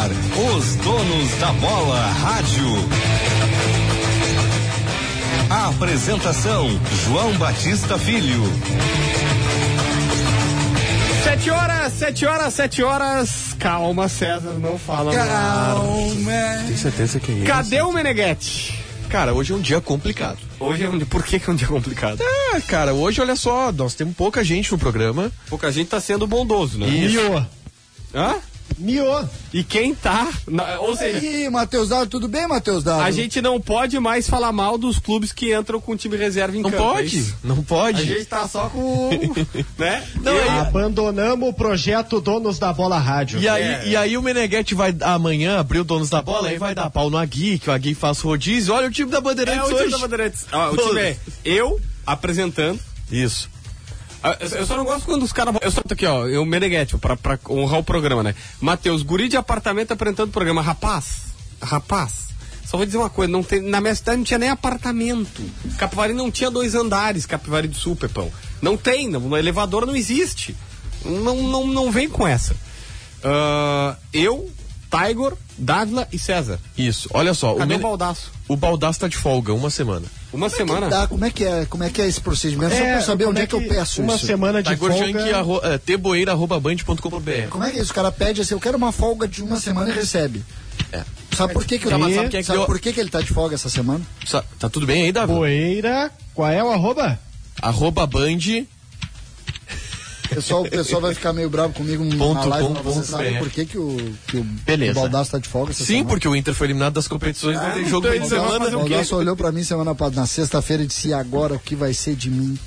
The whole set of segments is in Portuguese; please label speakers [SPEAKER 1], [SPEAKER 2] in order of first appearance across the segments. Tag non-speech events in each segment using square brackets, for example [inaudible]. [SPEAKER 1] Os Donos da Bola Rádio. Apresentação: João Batista Filho.
[SPEAKER 2] Sete horas, sete horas, sete horas. Calma, César, não fala
[SPEAKER 3] Calma.
[SPEAKER 4] Tem certeza que é isso?
[SPEAKER 2] Cadê o Meneghete?
[SPEAKER 4] Cara, hoje é um dia complicado.
[SPEAKER 2] Hoje é um dia. Por que, que é um dia complicado?
[SPEAKER 4] Ah, cara, hoje olha só, nós temos pouca gente no programa.
[SPEAKER 3] Pouca gente tá sendo bondoso, né?
[SPEAKER 2] Miô.
[SPEAKER 3] Hã?
[SPEAKER 2] Miô. E quem tá. na- ou
[SPEAKER 3] E
[SPEAKER 2] seja,
[SPEAKER 3] aí, Matheus Dado, tudo bem, Matheus Dado?
[SPEAKER 2] a gente não pode mais falar mal dos clubes que entram com time reserva em
[SPEAKER 4] Não
[SPEAKER 2] campo. é
[SPEAKER 4] pode,
[SPEAKER 2] isso?
[SPEAKER 4] não
[SPEAKER 2] A
[SPEAKER 4] pode.
[SPEAKER 2] gente tá só com. [laughs] né?
[SPEAKER 4] Não,
[SPEAKER 2] E-
[SPEAKER 4] é-
[SPEAKER 5] Abandonamos o projeto Donos da Bola Rádio.
[SPEAKER 4] E aí, e aí o Meneghete vai amanhã abrir o Donos da Bola, aí vai dar pau no Agui, que o Agui faz rodízio. Olha o time da
[SPEAKER 2] é,
[SPEAKER 4] Bandeirantes
[SPEAKER 2] o time
[SPEAKER 4] hoje.
[SPEAKER 2] da Bandeirantes. Ó, o time é eu apresentando.
[SPEAKER 4] Isso.
[SPEAKER 2] Ah, Eu eu só não gosto quando os caras. Eu só tô aqui, ó. Eu Meneghete, pra, pra honrar o programa, né? Matheus, guri de apartamento apresentando o programa. Rapaz, rapaz. Só vou dizer uma coisa, não tem, na minha cidade não tinha nem apartamento. Capivari não tinha dois andares, Capivari do Sul, Pepão. Não tem, não, elevador não existe. Não, não, não vem com essa. Ah, eu, Tiger, Dávila e César.
[SPEAKER 4] Isso. Olha só, o,
[SPEAKER 2] Cadê o
[SPEAKER 4] Mene...
[SPEAKER 2] baldaço?
[SPEAKER 4] o Baldaço tá de folga, uma semana.
[SPEAKER 2] Uma semana.
[SPEAKER 3] Tá, como é que é, como é que é esse procedimento? Só pra eu saber
[SPEAKER 5] como
[SPEAKER 3] onde é que, eu peço
[SPEAKER 5] uma
[SPEAKER 3] isso.
[SPEAKER 2] Tá
[SPEAKER 5] semana de
[SPEAKER 4] Tagorjank,
[SPEAKER 5] folga.
[SPEAKER 4] Tá arro- é, teboeira.band.com.br.
[SPEAKER 3] Como é que é isso? O cara pede assim, eu quero uma folga de uma semana e recebe. Sabe por que que, o
[SPEAKER 4] Tá, mas
[SPEAKER 3] Davi-
[SPEAKER 4] sabe É. quem é que
[SPEAKER 3] sabe
[SPEAKER 4] deu-
[SPEAKER 3] por que que ele tá de folga essa semana?
[SPEAKER 4] Sa- Tá tudo bem aí, Davi?
[SPEAKER 5] Poeira. Qual é o arroba?
[SPEAKER 4] Arroba band.
[SPEAKER 3] O pessoal, o pessoal vai ficar meio bravo comigo na
[SPEAKER 4] Ponto
[SPEAKER 3] live,
[SPEAKER 4] com,
[SPEAKER 3] mas vocês
[SPEAKER 4] ponto
[SPEAKER 3] sabem
[SPEAKER 4] BR.
[SPEAKER 3] por que que o, que o,
[SPEAKER 4] Beleza.
[SPEAKER 3] que o Baldasso tá de folga essa
[SPEAKER 4] Sim,
[SPEAKER 3] semana?
[SPEAKER 4] porque o Inter foi eliminado das competições, não tem jogo
[SPEAKER 2] então
[SPEAKER 4] no
[SPEAKER 2] ele
[SPEAKER 4] fim de
[SPEAKER 2] vai
[SPEAKER 4] semana.
[SPEAKER 2] fazer
[SPEAKER 3] O
[SPEAKER 2] o quê?
[SPEAKER 3] Baldasso olhou pra mim semana pa- na sexta-feira e disse, e agora o que vai ser de mim?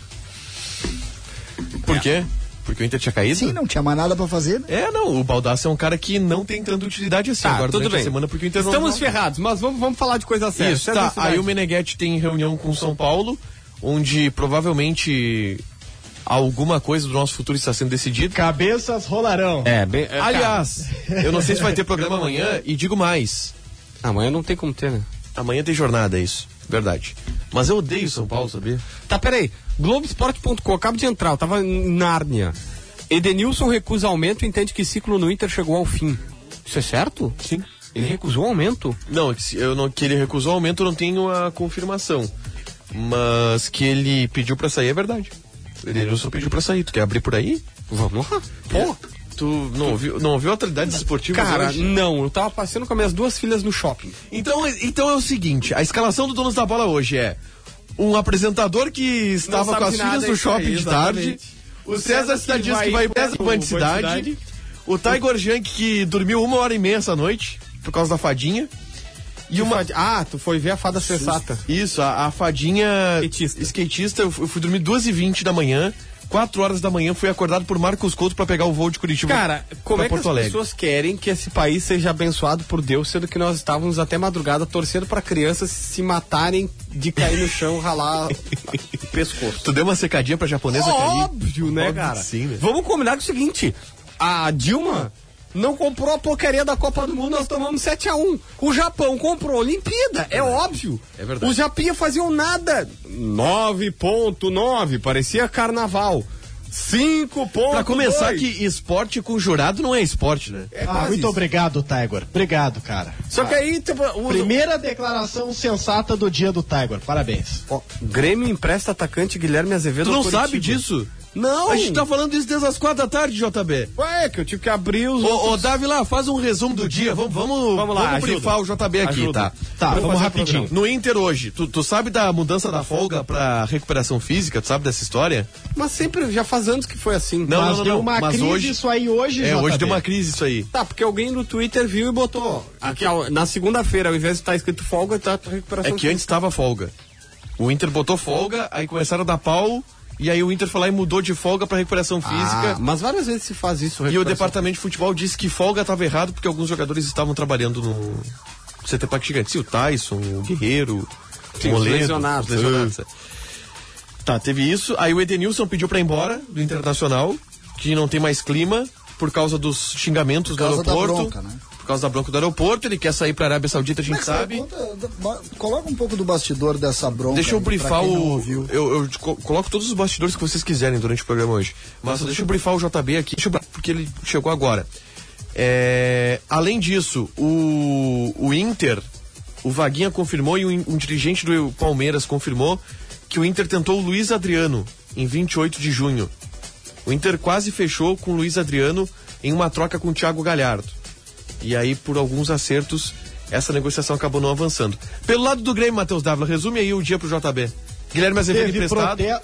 [SPEAKER 4] Por quê? Porque o Inter tinha caído?
[SPEAKER 3] Sim, não tinha mais nada pra fazer, né?
[SPEAKER 4] É, não, o Baldaço é um cara que não tem tanta utilidade assim
[SPEAKER 2] Tá,
[SPEAKER 4] agora
[SPEAKER 2] tudo
[SPEAKER 4] durante
[SPEAKER 2] bem.
[SPEAKER 4] a semana, porque o Inter não-
[SPEAKER 2] Estamos é
[SPEAKER 4] não...
[SPEAKER 2] ferrados, mas vamos, vamos falar de coisa séria.
[SPEAKER 4] Isso,
[SPEAKER 2] César
[SPEAKER 4] tá.
[SPEAKER 2] Cidade.
[SPEAKER 4] Aí o Meneghetti tem reunião com o São Paulo, onde provavelmente alguma coisa do nosso futuro está sendo decidida.
[SPEAKER 5] Cabeças rolarão.
[SPEAKER 2] É, bem. é,
[SPEAKER 4] Aliás, eu não sei se vai ter programa amanhã e digo mais.
[SPEAKER 2] cara, amanhã não tem como ter, né?
[SPEAKER 4] Amanhã tem jornada, é isso. Verdade. Mas eu odeio São Paulo, sabia?
[SPEAKER 2] Tá, peraí. Globoesporte.com, acabo de entrar, eu tava em Nárnia. Edenilson recusa aumento e entende que ciclo no Inter chegou ao fim. Isso é certo? Sim. Ele recusou o aumento?
[SPEAKER 4] Não, é que se- eu não que ele recusou o aumento, eu não tenho a confirmação. Mas que ele pediu pra sair é verdade.
[SPEAKER 2] É,
[SPEAKER 4] Ele só pediu pra sair. Tu quer abrir por aí?
[SPEAKER 2] Vamos lá. Pô,
[SPEAKER 4] Tu não ouviu, não ouviu atualidades esportivas
[SPEAKER 2] cara,
[SPEAKER 4] hoje?
[SPEAKER 2] não, eu tava passeando com as minhas duas filhas no shopping.
[SPEAKER 4] Então, então é o seguinte, a escalação do Donos da Bola hoje é um apresentador que estava
[SPEAKER 2] sabe
[SPEAKER 4] com as
[SPEAKER 2] de nada,
[SPEAKER 4] filhas
[SPEAKER 2] é
[SPEAKER 4] do
[SPEAKER 2] isso
[SPEAKER 4] shopping
[SPEAKER 2] aí,
[SPEAKER 4] de tarde,
[SPEAKER 2] exatamente.
[SPEAKER 4] o César Cidadinho que vai para
[SPEAKER 2] pro
[SPEAKER 4] a
[SPEAKER 2] Bandicidade.
[SPEAKER 4] cidade, o Tiger Junk que dormiu uma hora e meia essa noite por causa da fadinha.
[SPEAKER 2] E uma. Ah, tu foi ver a fada sensata.
[SPEAKER 4] Isso, a, a fadinha
[SPEAKER 2] Tá. Skatista.
[SPEAKER 4] skatista, eu fu- eu fui dormir 2h20 da manhã, 4 horas da manhã fui acordado por Marcos Couto para pegar o voo de Curitiba
[SPEAKER 2] Cara, como
[SPEAKER 4] pra
[SPEAKER 2] é que
[SPEAKER 4] Porto
[SPEAKER 2] as
[SPEAKER 4] Alegre.
[SPEAKER 2] pessoas querem que esse país seja abençoado por Deus, sendo que nós estávamos até madrugada torcendo pra crianças se matarem de cair no chão, ralar o pescoço?
[SPEAKER 4] Tu deu uma secadinha pra japonesa cair?
[SPEAKER 2] Óbvio, né,
[SPEAKER 4] é Óbvio que
[SPEAKER 2] cara?
[SPEAKER 4] sim, né?
[SPEAKER 2] Vamos combinar com o seguinte: a Dilma não comprou a porcaria da Copa do Mundo, nós tomamos 7x1. O Japão comprou a Olimpíada, é óbvio.
[SPEAKER 4] É verdade.
[SPEAKER 2] Os japinha faziam nada. 9.9, parecia carnaval. 5 pontos.
[SPEAKER 4] Pra começar que esporte com jurado não é esporte, né?
[SPEAKER 5] Ah, muito obrigado, Tiger. Obrigado, cara.
[SPEAKER 2] Só que aí, tipo, o
[SPEAKER 5] Primeira declaração sensata do dia do Tiger. Parabéns.
[SPEAKER 2] Ó, Grêmio empresta atacante Guilherme Azevedo.
[SPEAKER 4] Tu não
[SPEAKER 2] ao Coritiba.
[SPEAKER 4] sabe disso?
[SPEAKER 2] Não.
[SPEAKER 4] A gente tá falando isso desde as quatro da tarde, JB.
[SPEAKER 2] Ué, que eu tive que abrir os.
[SPEAKER 4] Ô, ô Davi lá, faz um resumo do dia. Vamos, vamos,
[SPEAKER 2] Vamos lá, ajuda.
[SPEAKER 4] brifar o JB aqui,
[SPEAKER 2] Ajuda.
[SPEAKER 4] tá?
[SPEAKER 5] Tá,
[SPEAKER 2] Vamos
[SPEAKER 5] vamos
[SPEAKER 2] fazer um o
[SPEAKER 5] rapidinho.
[SPEAKER 4] No Inter hoje, tu, tu sabe da mudança da folga pra recuperação física? Tu sabe dessa história?
[SPEAKER 2] Mas sempre, já faz anos que foi assim.
[SPEAKER 4] Não,
[SPEAKER 5] mas
[SPEAKER 4] não, não,
[SPEAKER 5] deu
[SPEAKER 4] não.
[SPEAKER 5] uma
[SPEAKER 4] Mas
[SPEAKER 5] crise
[SPEAKER 4] hoje-
[SPEAKER 5] isso aí hoje,
[SPEAKER 4] é, hoje
[SPEAKER 5] JB.
[SPEAKER 4] deu uma crise isso aí.
[SPEAKER 2] Tá, porque alguém no Twitter viu e botou. Aqui, ó, na segunda-feira, ao invés de estar escrito folga, tá
[SPEAKER 4] É
[SPEAKER 2] recuperação.
[SPEAKER 4] que antes tava folga. O Inter botou folga, aí começaram a dar pau, e aí o Inter foi lá e mudou de folga pra recuperação
[SPEAKER 2] física. Ah,
[SPEAKER 4] física.
[SPEAKER 2] mas várias vezes se faz isso.
[SPEAKER 4] E o
[SPEAKER 2] recuperação.
[SPEAKER 4] departamento de futebol disse que folga estava errado porque alguns jogadores estavam trabalhando no CT Parque Gigante. Sim, o Tyson, o Guerreiro,
[SPEAKER 2] Sim,
[SPEAKER 4] o
[SPEAKER 2] os
[SPEAKER 4] Moledo,
[SPEAKER 2] lesionados,
[SPEAKER 4] os é. Tá, teve isso. Aí o Edenilson pediu pra ir embora do Internacional, que não tem mais clima por causa dos xingamentos
[SPEAKER 3] Por
[SPEAKER 4] do
[SPEAKER 3] causa da
[SPEAKER 4] aeroporto.
[SPEAKER 3] bronca, né? é
[SPEAKER 4] Por causa da bronca do aeroporto, ele quer sair pra Arábia Saudita, a gente sabe.
[SPEAKER 3] Conta- bo- coloca um pouco do bastidor dessa bronca.
[SPEAKER 4] Deixa eu
[SPEAKER 3] aí, pra
[SPEAKER 4] brifar
[SPEAKER 3] quem não
[SPEAKER 4] o.
[SPEAKER 3] ouviu.
[SPEAKER 4] Eu, eu co- coloco todos os bastidores que vocês quiserem durante o programa hoje. Mas só deixa eu brifar o JB aqui, deixa eu bra- porque ele chegou agora. É, além disso, o, o Inter, o Vaguinha confirmou e um, um dirigente do Palmeiras confirmou que o Inter tentou o Luiz Adriano em 28 de junho. O Inter quase fechou com o Luiz Adriano em uma troca com o Thiago Galhardo. E aí, por alguns acertos, essa negociação acabou não avançando. Pelo lado do Grêmio, Matheus Dávila, resume aí o dia pro JB. Guilherme Azevedo
[SPEAKER 5] Teve
[SPEAKER 4] emprestado.
[SPEAKER 5] prote-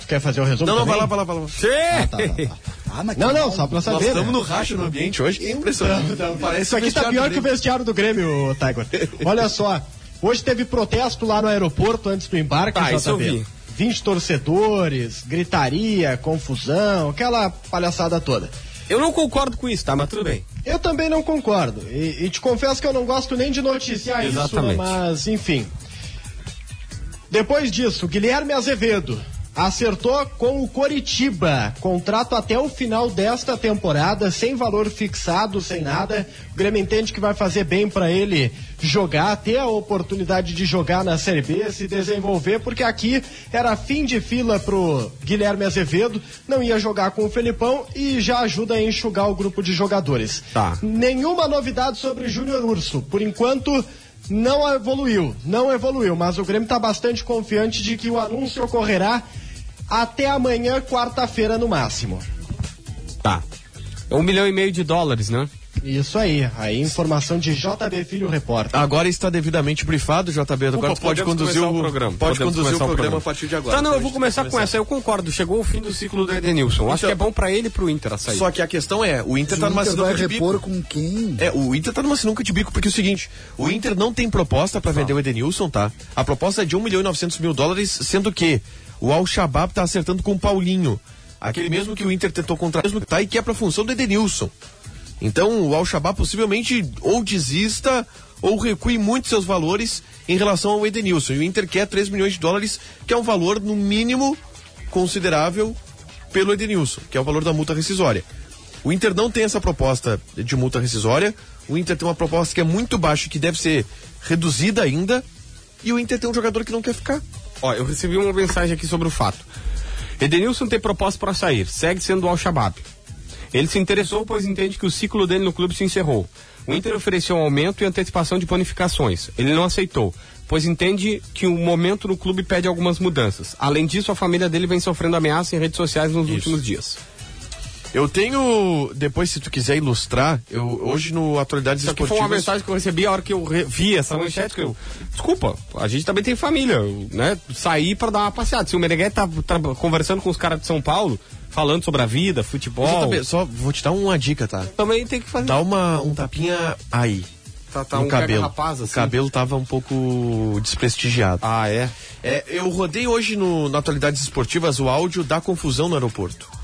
[SPEAKER 5] Tu quer fazer o resumo?
[SPEAKER 4] Não, não, vai
[SPEAKER 5] também?
[SPEAKER 4] lá, vai lá, vai lá.
[SPEAKER 2] Tá
[SPEAKER 4] tá, [laughs]
[SPEAKER 3] Ah, mas
[SPEAKER 5] Não,
[SPEAKER 3] que
[SPEAKER 5] não,
[SPEAKER 3] mal.
[SPEAKER 5] só pra
[SPEAKER 4] Nós
[SPEAKER 5] saber.
[SPEAKER 4] estamos
[SPEAKER 5] né?
[SPEAKER 4] no racho no ambiente hoje. Impressionante. Parece
[SPEAKER 5] Isso aqui tá
[SPEAKER 4] vestiário
[SPEAKER 5] pior
[SPEAKER 4] do
[SPEAKER 5] que o
[SPEAKER 4] Grêmio.
[SPEAKER 5] vestiário do Grêmio, Tiger. Olha só, hoje teve protesto lá no aeroporto antes do embarque,
[SPEAKER 2] Tá,
[SPEAKER 5] JB.
[SPEAKER 2] isso eu vi.
[SPEAKER 5] 20 torcedores, gritaria, confusão, aquela palhaçada toda.
[SPEAKER 2] Eu não concordo com isso, tá? Mas tudo bem.
[SPEAKER 5] Eu também não concordo. E, e te confesso que eu não gosto nem de noticiar
[SPEAKER 2] Exatamente.
[SPEAKER 5] isso, né? mas enfim. Depois disso, Guilherme Azevedo acertou com o Coritiba. Contrato até o final desta temporada, sem valor fixado, sem nada. O Grêmio entende que vai fazer bem para ele jogar, ter a oportunidade de jogar na Série B, se desenvolver, porque aqui era fim de fila pro Guilherme Azevedo, não ia jogar com o Felipão e já ajuda a enxugar o grupo de jogadores.
[SPEAKER 2] Tá.
[SPEAKER 5] Nenhuma novidade sobre Júnior Urso. Por enquanto, não evoluiu. Não evoluiu, mas o Grêmio está bastante confiante de que o anúncio ocorrerá até amanhã, quarta-feira, no máximo.
[SPEAKER 2] Tá. É um milhão e meio de dólares, né?
[SPEAKER 5] Isso aí. Aí, informação de JB Filho Repórter.
[SPEAKER 4] Agora está devidamente brifado, JB. Agora
[SPEAKER 2] Opa,
[SPEAKER 4] tu pode
[SPEAKER 2] podemos
[SPEAKER 4] conduzir
[SPEAKER 2] começar
[SPEAKER 4] o, programa. Pode
[SPEAKER 2] Podemos
[SPEAKER 4] conduzir o
[SPEAKER 2] começar
[SPEAKER 4] programa, a partir de agora. Então
[SPEAKER 2] Tá, não, eu
[SPEAKER 4] Pode
[SPEAKER 2] vou começar com essa. Eu concordo. Chegou o fim do ciclo do Edenilson. Acho
[SPEAKER 4] Então-
[SPEAKER 2] que é bom pra ele e pro Inter a saída.
[SPEAKER 4] Só que a questão é, o Inter
[SPEAKER 3] O
[SPEAKER 4] tá numa
[SPEAKER 3] Inter vai
[SPEAKER 4] sinuca de bico.
[SPEAKER 3] repor com quem?
[SPEAKER 4] É, o Inter tá numa sinuca de bico, porque é o seguinte, o Inter não tem proposta pra vender o Edenilson, tá? A proposta é de 1 milhão e 900 mil dólares, sendo que o Al-Shabaab tá acertando com o Paulinho, aquele mesmo que o Inter tentou contratar, mesmo que tá, e que é pra função do Edenilson. Então, o Al-Shabaab possivelmente ou desista ou recue muito seus valores em relação ao Edenilson. E o Inter quer 3 milhões de dólares, que é um valor, no mínimo, considerável pelo Edenilson, que é o valor da multa rescisória. O Inter não tem essa proposta de multa rescisória. O Inter tem uma proposta que é muito baixa, e que deve ser reduzida ainda. E o Inter tem um jogador que não quer ficar.
[SPEAKER 2] Ó, eu recebi uma mensagem aqui sobre o fato. Edenilson tem proposta para sair, segue sendo o Al-Shabaab. Ele se interessou, pois entende que o ciclo dele no clube se encerrou. O Inter ofereceu um aumento e antecipação de bonificações. Ele não aceitou, pois entende que o momento no clube pede algumas mudanças. Além disso, a família dele vem sofrendo ameaça em redes sociais nos últimos dias.
[SPEAKER 4] Eu tenho, depois se tu quiser ilustrar, eu hoje no Atualidades
[SPEAKER 2] Isso aqui foi uma
[SPEAKER 4] Esportivas...
[SPEAKER 2] mensagem que eu recebi a hora que eu re- vi essa manchete que eu. Desculpa, a gente também tem família, eu, né? Sair pra dar uma passeada. Se o Meneghete tá, tá conversando com os caras de São Paulo, falando sobre a vida, futebol,
[SPEAKER 4] JB, só vou te dar uma dica, tá?
[SPEAKER 2] também tem que fazer.
[SPEAKER 4] Dá uma, um tapinha aí.
[SPEAKER 2] Tá, tá
[SPEAKER 4] no
[SPEAKER 2] um
[SPEAKER 4] cabelo.
[SPEAKER 2] pega-rapaz, assim.
[SPEAKER 4] O cabelo tava um pouco desprestigiado.
[SPEAKER 2] Ah, é?
[SPEAKER 4] É, eu rodei hoje no, na Atualidades Esportivas o áudio da confusão no aeroporto.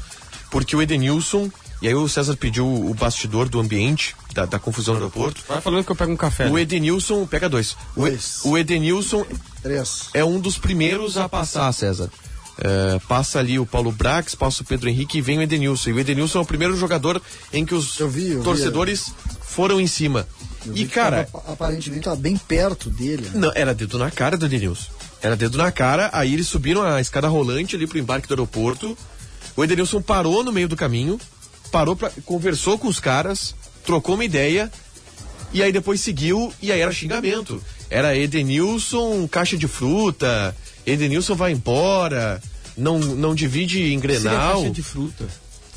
[SPEAKER 4] Porque o Edenilson, e aí o César pediu o bastidor do ambiente da, da confusão no aeroporto.
[SPEAKER 2] Vai falando que eu pego um café.
[SPEAKER 4] O
[SPEAKER 2] né?
[SPEAKER 4] Edenilson, pega dois. O, E-
[SPEAKER 3] Dois.
[SPEAKER 4] o Edenilson
[SPEAKER 3] Três.
[SPEAKER 4] é um dos primeiros a passar, César. É, passa ali o Paulo Brax, passa o Pedro Henrique e vem o Edenilson. E o Edenilson é o primeiro jogador em que os
[SPEAKER 3] Eu vi, é. eu vi.
[SPEAKER 4] torcedores foram em cima. E,
[SPEAKER 3] Ele
[SPEAKER 4] cara,
[SPEAKER 3] tava, aparentemente tá bem perto dele. né?
[SPEAKER 4] não, era dedo na cara do Edenilson. Era dedo na cara, aí eles subiram a escada rolante ali pro embarque do aeroporto. O Edenilson parou no meio do caminho, parou pra, conversou com os caras, trocou uma ideia, e aí depois seguiu, e aí era xingamento. Era Edenilson, caixa de fruta, Edenilson vai embora, não, não divide em Grenal.
[SPEAKER 2] fruta.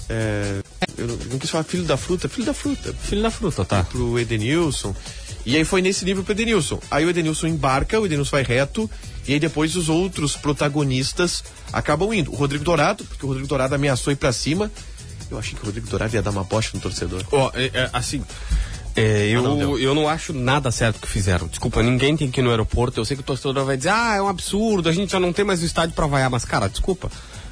[SPEAKER 4] É, eu não- não quis falar filho da fruta, filho da fruta
[SPEAKER 2] Filho da fruta, tá.
[SPEAKER 4] pro Edenilson. E aí foi nesse nível pro Edenilson. Aí o Edenilson embarca, o Edenilson vai reto, e aí depois os outros protagonistas acabam indo. O Rodrigo Dourado, porque o Rodrigo Dourado ameaçou ir pra cima. Eu achei que o Rodrigo Dourado ia dar uma bosta no torcedor.
[SPEAKER 2] Ó, é, é, assim. é, eu,
[SPEAKER 4] Ah, não, deu.
[SPEAKER 2] eu não acho nada certo que fizeram. Desculpa, ninguém tem que ir no aeroporto. Eu sei que o torcedor vai dizer, ah, é um absurdo, a gente já não tem mais o estádio pra vaiar. Mas, cara, desculpa.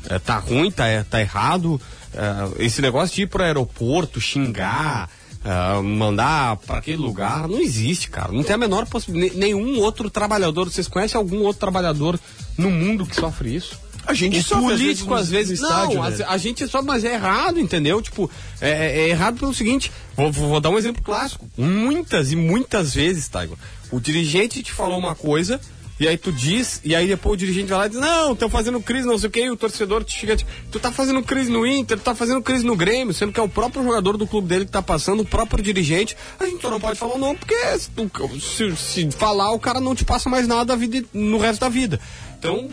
[SPEAKER 2] é, tá ruim, tá, é, tá errado. É, esse negócio de ir pro aeroporto, xingar, é, mandar pra aquele lugar, não existe, cara. Não tem a menor possibilidade. Nenhum outro trabalhador. Vocês conhecem algum outro trabalhador no mundo que sofre isso?
[SPEAKER 4] A gente
[SPEAKER 2] o
[SPEAKER 4] sofre, às
[SPEAKER 2] político às vezes,
[SPEAKER 4] vezes, no estádio,
[SPEAKER 2] não,
[SPEAKER 4] né?
[SPEAKER 2] às- a gente só, mas é errado, entendeu? Tipo, é, é- é errado pelo seguinte, vou, vou- vou dar um exemplo clássico. Muitas e muitas vezes, Taigo, o dirigente te falou uma coisa, E aí tu diz, e aí depois o dirigente vai lá e diz, não, estão fazendo crise, não sei o que, e o torcedor te chega, tu tá fazendo crise no Inter, tu tá fazendo crise no Grêmio, sendo que é o próprio jogador do clube dele que tá passando, o próprio dirigente, a gente só não pode falar não, porque se, tu- se- se falar, o cara não te passa mais nada a vida, no resto da vida. Então,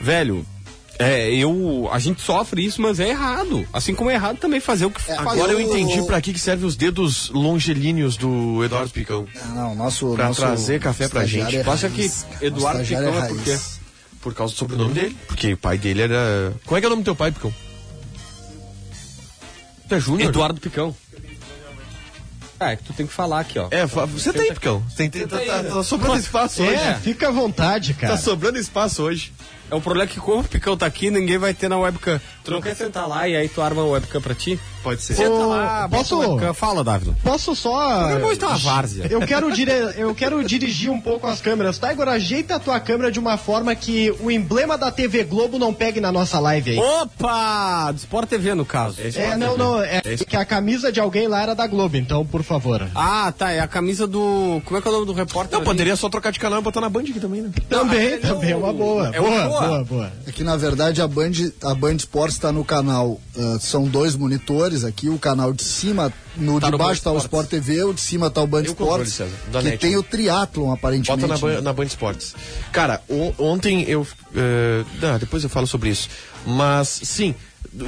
[SPEAKER 2] velho, é, eu, a gente sofre isso, mas é errado. Assim como é errado também fazer o que faz.
[SPEAKER 4] Agora eu
[SPEAKER 3] o-
[SPEAKER 4] entendi pra que que servem os dedos longelíneos do Eduardo Picão.
[SPEAKER 3] Ah, Não, nosso.
[SPEAKER 4] Pra
[SPEAKER 3] nosso
[SPEAKER 4] trazer café pra
[SPEAKER 3] estagiário
[SPEAKER 4] gente.
[SPEAKER 3] é
[SPEAKER 2] Passa
[SPEAKER 3] raiz,
[SPEAKER 2] que
[SPEAKER 3] cara.
[SPEAKER 2] Eduardo
[SPEAKER 3] Estagiário
[SPEAKER 2] Picão é
[SPEAKER 3] raiz.
[SPEAKER 2] porque-
[SPEAKER 4] Por causa do sobrenome dele. Porque o pai dele era. Como é que é o nome do teu pai, Picão? Tu é Júnior?
[SPEAKER 2] Eduardo Picão. Ah, é que tu tem que falar aqui, ó.
[SPEAKER 4] É, fa- você tem, Picão. Tem, tem, tá, tá- tá sobrando espaço hoje.
[SPEAKER 5] É, fica à vontade, cara.
[SPEAKER 4] Tá sobrando espaço hoje.
[SPEAKER 2] É o problema é que como o Picão tá aqui, ninguém vai ter na webcam. Tu não quer sentar lá e aí tu arma a webcam pra ti?
[SPEAKER 4] Pode ser.
[SPEAKER 5] Ô,
[SPEAKER 2] bota
[SPEAKER 5] posso-
[SPEAKER 2] a webcam. Fala, Dávila.
[SPEAKER 5] Posso só.
[SPEAKER 2] Eu vou estar na várzea.
[SPEAKER 5] Eu quero, dire... eu quero dirigir um pouco as câmeras. Tá, Igor? Ajeita a tua câmera de uma forma que o emblema da TV Globo não pegue na nossa live aí.
[SPEAKER 2] Opa! Do Sport TV, no caso.
[SPEAKER 5] É, não, não. É
[SPEAKER 4] É isso.
[SPEAKER 5] que a camisa de alguém lá era da Globo, então, por favor.
[SPEAKER 2] Ah, tá. É a camisa do... Como é que é o nome do repórter?
[SPEAKER 4] Não, poderia só trocar de canal e botar na Band aqui também, né?
[SPEAKER 5] Também,
[SPEAKER 2] aquele é
[SPEAKER 5] também é
[SPEAKER 2] o-
[SPEAKER 5] uma boa.
[SPEAKER 2] é
[SPEAKER 5] boa,
[SPEAKER 2] uma boa.
[SPEAKER 5] boa, boa.
[SPEAKER 3] É que na verdade a Band, a Band Sports está no canal. ah, são dois monitores aqui, o canal de cima, no
[SPEAKER 2] Tá
[SPEAKER 3] de
[SPEAKER 2] no
[SPEAKER 3] baixo
[SPEAKER 2] Band
[SPEAKER 3] está o Sport TV, o de cima está o Band
[SPEAKER 4] E o controle,
[SPEAKER 3] Sports.
[SPEAKER 4] César, da
[SPEAKER 3] que
[SPEAKER 4] net,
[SPEAKER 3] tem
[SPEAKER 4] né?
[SPEAKER 3] o triatlon,
[SPEAKER 4] Bota
[SPEAKER 3] aparentemente.
[SPEAKER 4] na,
[SPEAKER 3] né?
[SPEAKER 4] Ban- na Band Esportes. Cara, o- ontem eu. eh, ah, depois eu falo sobre isso. Mas, sim,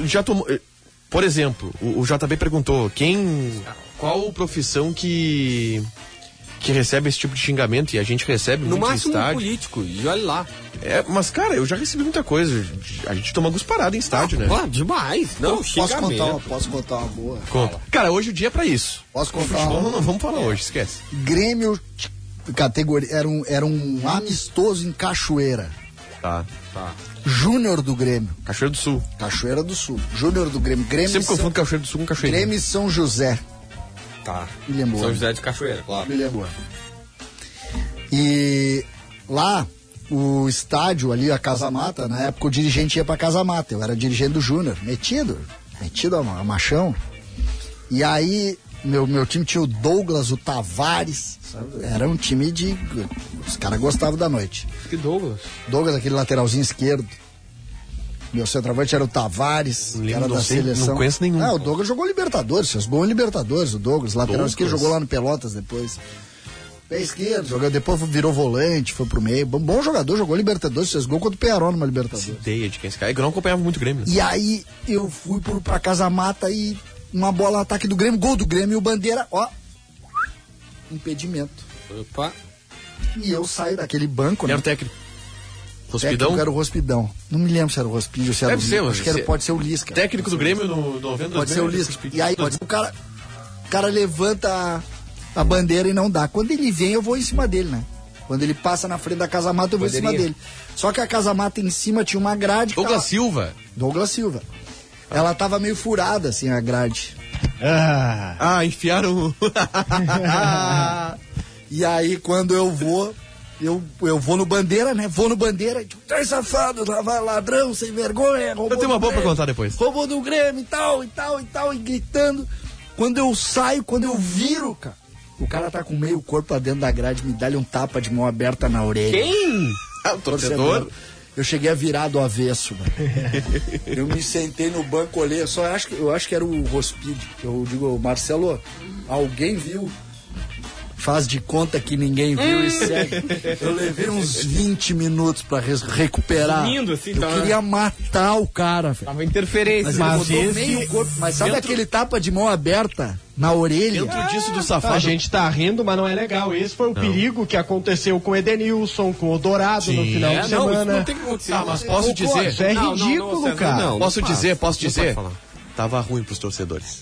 [SPEAKER 4] já tomou. eh, Por exemplo, o, o JB perguntou quem. Qual profissão que. que recebe esse tipo de xingamento e a gente recebe
[SPEAKER 2] No
[SPEAKER 4] muito em
[SPEAKER 2] máximo um
[SPEAKER 4] estádio.
[SPEAKER 2] político. E olha lá.
[SPEAKER 4] É, mas, cara, eu já recebi muita coisa. A gente toma alguns paradas em estádio, né?
[SPEAKER 2] Pô, demais. Não,
[SPEAKER 3] Posso
[SPEAKER 2] xingamento.
[SPEAKER 3] contar, uma, posso contar uma boa?
[SPEAKER 4] Conta. Cara, hoje o dia é pra isso.
[SPEAKER 3] Posso contar
[SPEAKER 4] Futebol
[SPEAKER 3] uma?
[SPEAKER 4] não vamos falar hoje, esquece.
[SPEAKER 3] Grêmio t- categoria era um, era um amistoso em Cachoeira.
[SPEAKER 4] Tá.
[SPEAKER 3] Júnior do Grêmio,
[SPEAKER 4] Cachoeira do Sul.
[SPEAKER 3] Cachoeira do Sul. Júnior do Grêmio, Grêmio
[SPEAKER 4] Sempre
[SPEAKER 3] São,
[SPEAKER 4] confundo Cachoeira do Sul com Cachoeira.
[SPEAKER 3] Grêmio e São José.
[SPEAKER 2] Tá.
[SPEAKER 3] Me lembrou.
[SPEAKER 2] São José de Cachoeira, claro.
[SPEAKER 3] Me lembrou. E lá, o estádio ali, a Casa Mata, na época o dirigente ia pra Casa Mata. Eu era dirigente do Júnior, metido, metido a ma- a machão. E aí, meu, meu time tinha o Douglas, o Tavares. sabe? Era um time de. Os caras gostavam da noite.
[SPEAKER 2] Que Douglas.
[SPEAKER 3] Douglas, aquele lateralzinho esquerdo. Meu centroavante era o Tavares, que
[SPEAKER 4] lembro,
[SPEAKER 3] era
[SPEAKER 4] não
[SPEAKER 3] da
[SPEAKER 4] sei,
[SPEAKER 3] seleção.
[SPEAKER 4] não conheço nenhum.
[SPEAKER 3] Ah, o Douglas jogou Libertadores, fez gol em Libertadores, o Douglas, lateral
[SPEAKER 4] Douglas.
[SPEAKER 3] esquerdo, jogou lá no Pelotas depois. Pé esquerdo, jogou, depois virou volante, foi pro meio. Bom, bom jogador, jogou Libertadores, fez gol contra o Pearol numa Libertadores.
[SPEAKER 4] Ideia de quem é esse cara. Eu não acompanhava muito o Grêmio. né?
[SPEAKER 3] E aí eu fui pro, pra Casa Mata e uma bola ataque do Grêmio, gol do Grêmio e o Bandeira, ó. Impedimento.
[SPEAKER 2] Opa.
[SPEAKER 3] E eu saio daquele banco,
[SPEAKER 4] Quem
[SPEAKER 3] né?
[SPEAKER 4] era o um técnico?
[SPEAKER 3] Técnico
[SPEAKER 4] Hospidão?
[SPEAKER 3] era o Rospidão. Não me lembro se era o Rospidão ou se era
[SPEAKER 4] Deve
[SPEAKER 3] o
[SPEAKER 4] ser,
[SPEAKER 3] Lisca.
[SPEAKER 4] mas
[SPEAKER 3] Acho que era,
[SPEAKER 4] se-
[SPEAKER 3] pode ser o Lisca.
[SPEAKER 4] Técnico do Grêmio no 90
[SPEAKER 3] um Pode ser o Lisca. E aí pode ser o cara, o cara levanta a, a bandeira e não dá. Quando ele vem, eu vou em cima dele, né? Quando ele passa na frente da Casa Mata, eu vou em cima
[SPEAKER 2] Bandeirinha.
[SPEAKER 3] dele. Só que a Casa Mata em cima tinha uma grade. que
[SPEAKER 4] Douglas
[SPEAKER 3] tava-
[SPEAKER 4] Silva.
[SPEAKER 3] Douglas Silva. Ela tava meio furada, assim, a grade.
[SPEAKER 5] Ah,
[SPEAKER 4] Ah, enfiaram. o-
[SPEAKER 3] E aí, quando eu vou, eu, eu vou no Bandeira, né? Vou no Bandeira, tipo, três safados, lava- ladrão, sem vergonha. roubou
[SPEAKER 4] [laughs] Eu tenho uma
[SPEAKER 3] do
[SPEAKER 4] boa pra
[SPEAKER 3] Grêmio,
[SPEAKER 4] contar depois.
[SPEAKER 3] Roubou do Grêmio e tal, e tal, e tal, e gritando. Quando eu saio, quando eu viro, cara, o cara tá com meio corpo lá dentro da grade, me dá-lhe um tapa de mão aberta na orelha. um
[SPEAKER 4] Quem? Ah, o torcedor.
[SPEAKER 3] Eu cheguei a virar do avesso,
[SPEAKER 2] [laughs]
[SPEAKER 3] mano. eu me sentei no banco, olhei, eu só acho que eu acho que era o Rospide. Eu digo, Marcelo, alguém viu? Faz de conta que ninguém
[SPEAKER 2] Hum.
[SPEAKER 3] viu e segue. Eu levei uns 20 minutos pra res- recuperar.
[SPEAKER 2] Sumindo, assim,
[SPEAKER 3] eu
[SPEAKER 2] tá, né?
[SPEAKER 3] queria matar o cara, velho.
[SPEAKER 2] Tava interferência.
[SPEAKER 3] Mas,
[SPEAKER 2] Mas
[SPEAKER 3] ele botou
[SPEAKER 2] esse-
[SPEAKER 3] meio corpo. Mas sabe aquele tapa de mão aberta na orelha?
[SPEAKER 4] Dentro disso do
[SPEAKER 5] a
[SPEAKER 4] safado.
[SPEAKER 5] gente tá rindo, mas não é legal. Esse foi o perigo que aconteceu com o Edenilson, com o Dourado no
[SPEAKER 4] Sim.
[SPEAKER 5] final
[SPEAKER 2] É,
[SPEAKER 5] de
[SPEAKER 2] não,
[SPEAKER 5] semana.
[SPEAKER 2] isso não tem que acontecer.
[SPEAKER 4] Ah, mas posso
[SPEAKER 5] Ô, Clóvis,
[SPEAKER 4] dizer.
[SPEAKER 5] É
[SPEAKER 2] Não, não, não,
[SPEAKER 5] ridículo,
[SPEAKER 2] César,
[SPEAKER 5] cara.
[SPEAKER 2] não.
[SPEAKER 4] Posso
[SPEAKER 2] faz.
[SPEAKER 4] dizer, posso
[SPEAKER 2] Não
[SPEAKER 4] dizer.
[SPEAKER 2] pode
[SPEAKER 4] Tava ruim pros torcedores.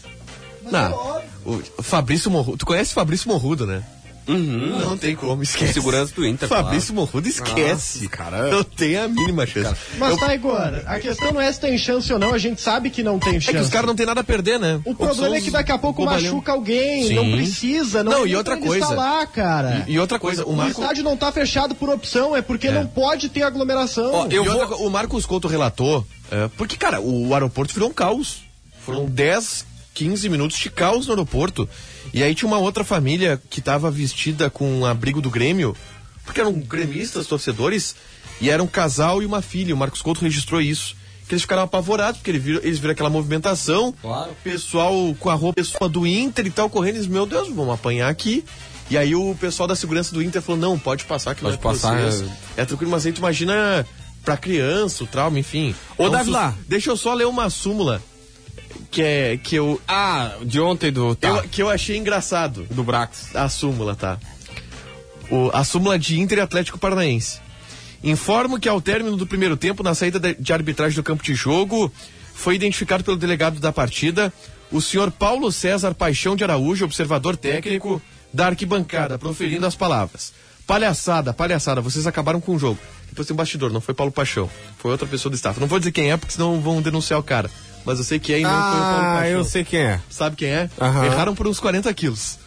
[SPEAKER 4] Não. O Fabrício Morrudo. Tu conhece Fabrício Morrudo, né? Uhum. Não tem como, esquece.
[SPEAKER 2] Segurança do Inter,
[SPEAKER 4] Fabrício Morrudo esquece.
[SPEAKER 3] Ah.
[SPEAKER 4] cara. Não tem a mínima chance.
[SPEAKER 5] Mas tá, Igor, a questão não é se tem chance ou não, a gente sabe que não tem
[SPEAKER 4] É
[SPEAKER 5] chance.
[SPEAKER 4] que os caras não tem nada a perder, né?
[SPEAKER 5] O problema é que daqui a pouco machuca alguém, não
[SPEAKER 4] Sim.
[SPEAKER 5] precisa, não,
[SPEAKER 4] Não,
[SPEAKER 5] é
[SPEAKER 4] e
[SPEAKER 5] nem
[SPEAKER 4] outra
[SPEAKER 5] pra ele estar
[SPEAKER 4] coisa.
[SPEAKER 5] lá, cara.
[SPEAKER 4] E, e outra coisa, o
[SPEAKER 5] O
[SPEAKER 4] Marco.
[SPEAKER 5] estádio não tá fechado por opção, é porque não pode ter aglomeração.
[SPEAKER 4] Ó, eu vou- O Marcos Couto relatou, é, porque, cara, o aeroporto virou um caos. Foram 10, 15 minutos de caos no aeroporto. E aí tinha uma outra família que tava vestida com um abrigo do Grêmio, porque eram gremistas, torcedores, e era um casal e uma filha. O Marcos Couto registrou isso. Que eles ficaram apavorados, porque ele viram- eles viram aquela movimentação.
[SPEAKER 2] Claro.
[SPEAKER 4] Pessoal com a roupa pessoa do Inter e tal, correndo. Eles, meu Deus, vamos apanhar aqui. E aí o pessoal da segurança do Inter falou: não, pode passar, que
[SPEAKER 2] Pode
[SPEAKER 4] não é com
[SPEAKER 2] passar,
[SPEAKER 4] vocês. É tranquilo, mas aí tu imagina pra criança, o trauma, enfim.
[SPEAKER 2] Ô,
[SPEAKER 4] É um
[SPEAKER 2] Davi
[SPEAKER 4] sus-
[SPEAKER 2] lá.
[SPEAKER 4] Deixa eu só ler uma súmula que, é, que, eu,
[SPEAKER 2] Ah, de ontem do. Tá,
[SPEAKER 4] eu- que eu achei engraçado.
[SPEAKER 2] do Brax.
[SPEAKER 4] A súmula, tá. O, a súmula de Inter e Atlético Paranaense. Informo que ao término do primeiro tempo, na saída de, de arbitragem do campo de jogo, foi identificado pelo delegado da partida o senhor Paulo César Paixão de Araújo, observador técnico da arquibancada, proferindo as palavras. Palhaçada, palhaçada, vocês acabaram com o jogo. Depois tem um bastidor, não foi Paulo Paixão, foi outra pessoa do staff. Não vou dizer quem é, porque senão vão denunciar o cara. Mas eu sei que é e não foi o Paulo
[SPEAKER 2] Ah,
[SPEAKER 4] Paixão.
[SPEAKER 2] eu sei quem é.
[SPEAKER 4] Sabe quem é?
[SPEAKER 2] Aham.
[SPEAKER 4] Erraram por uns 40 quilos.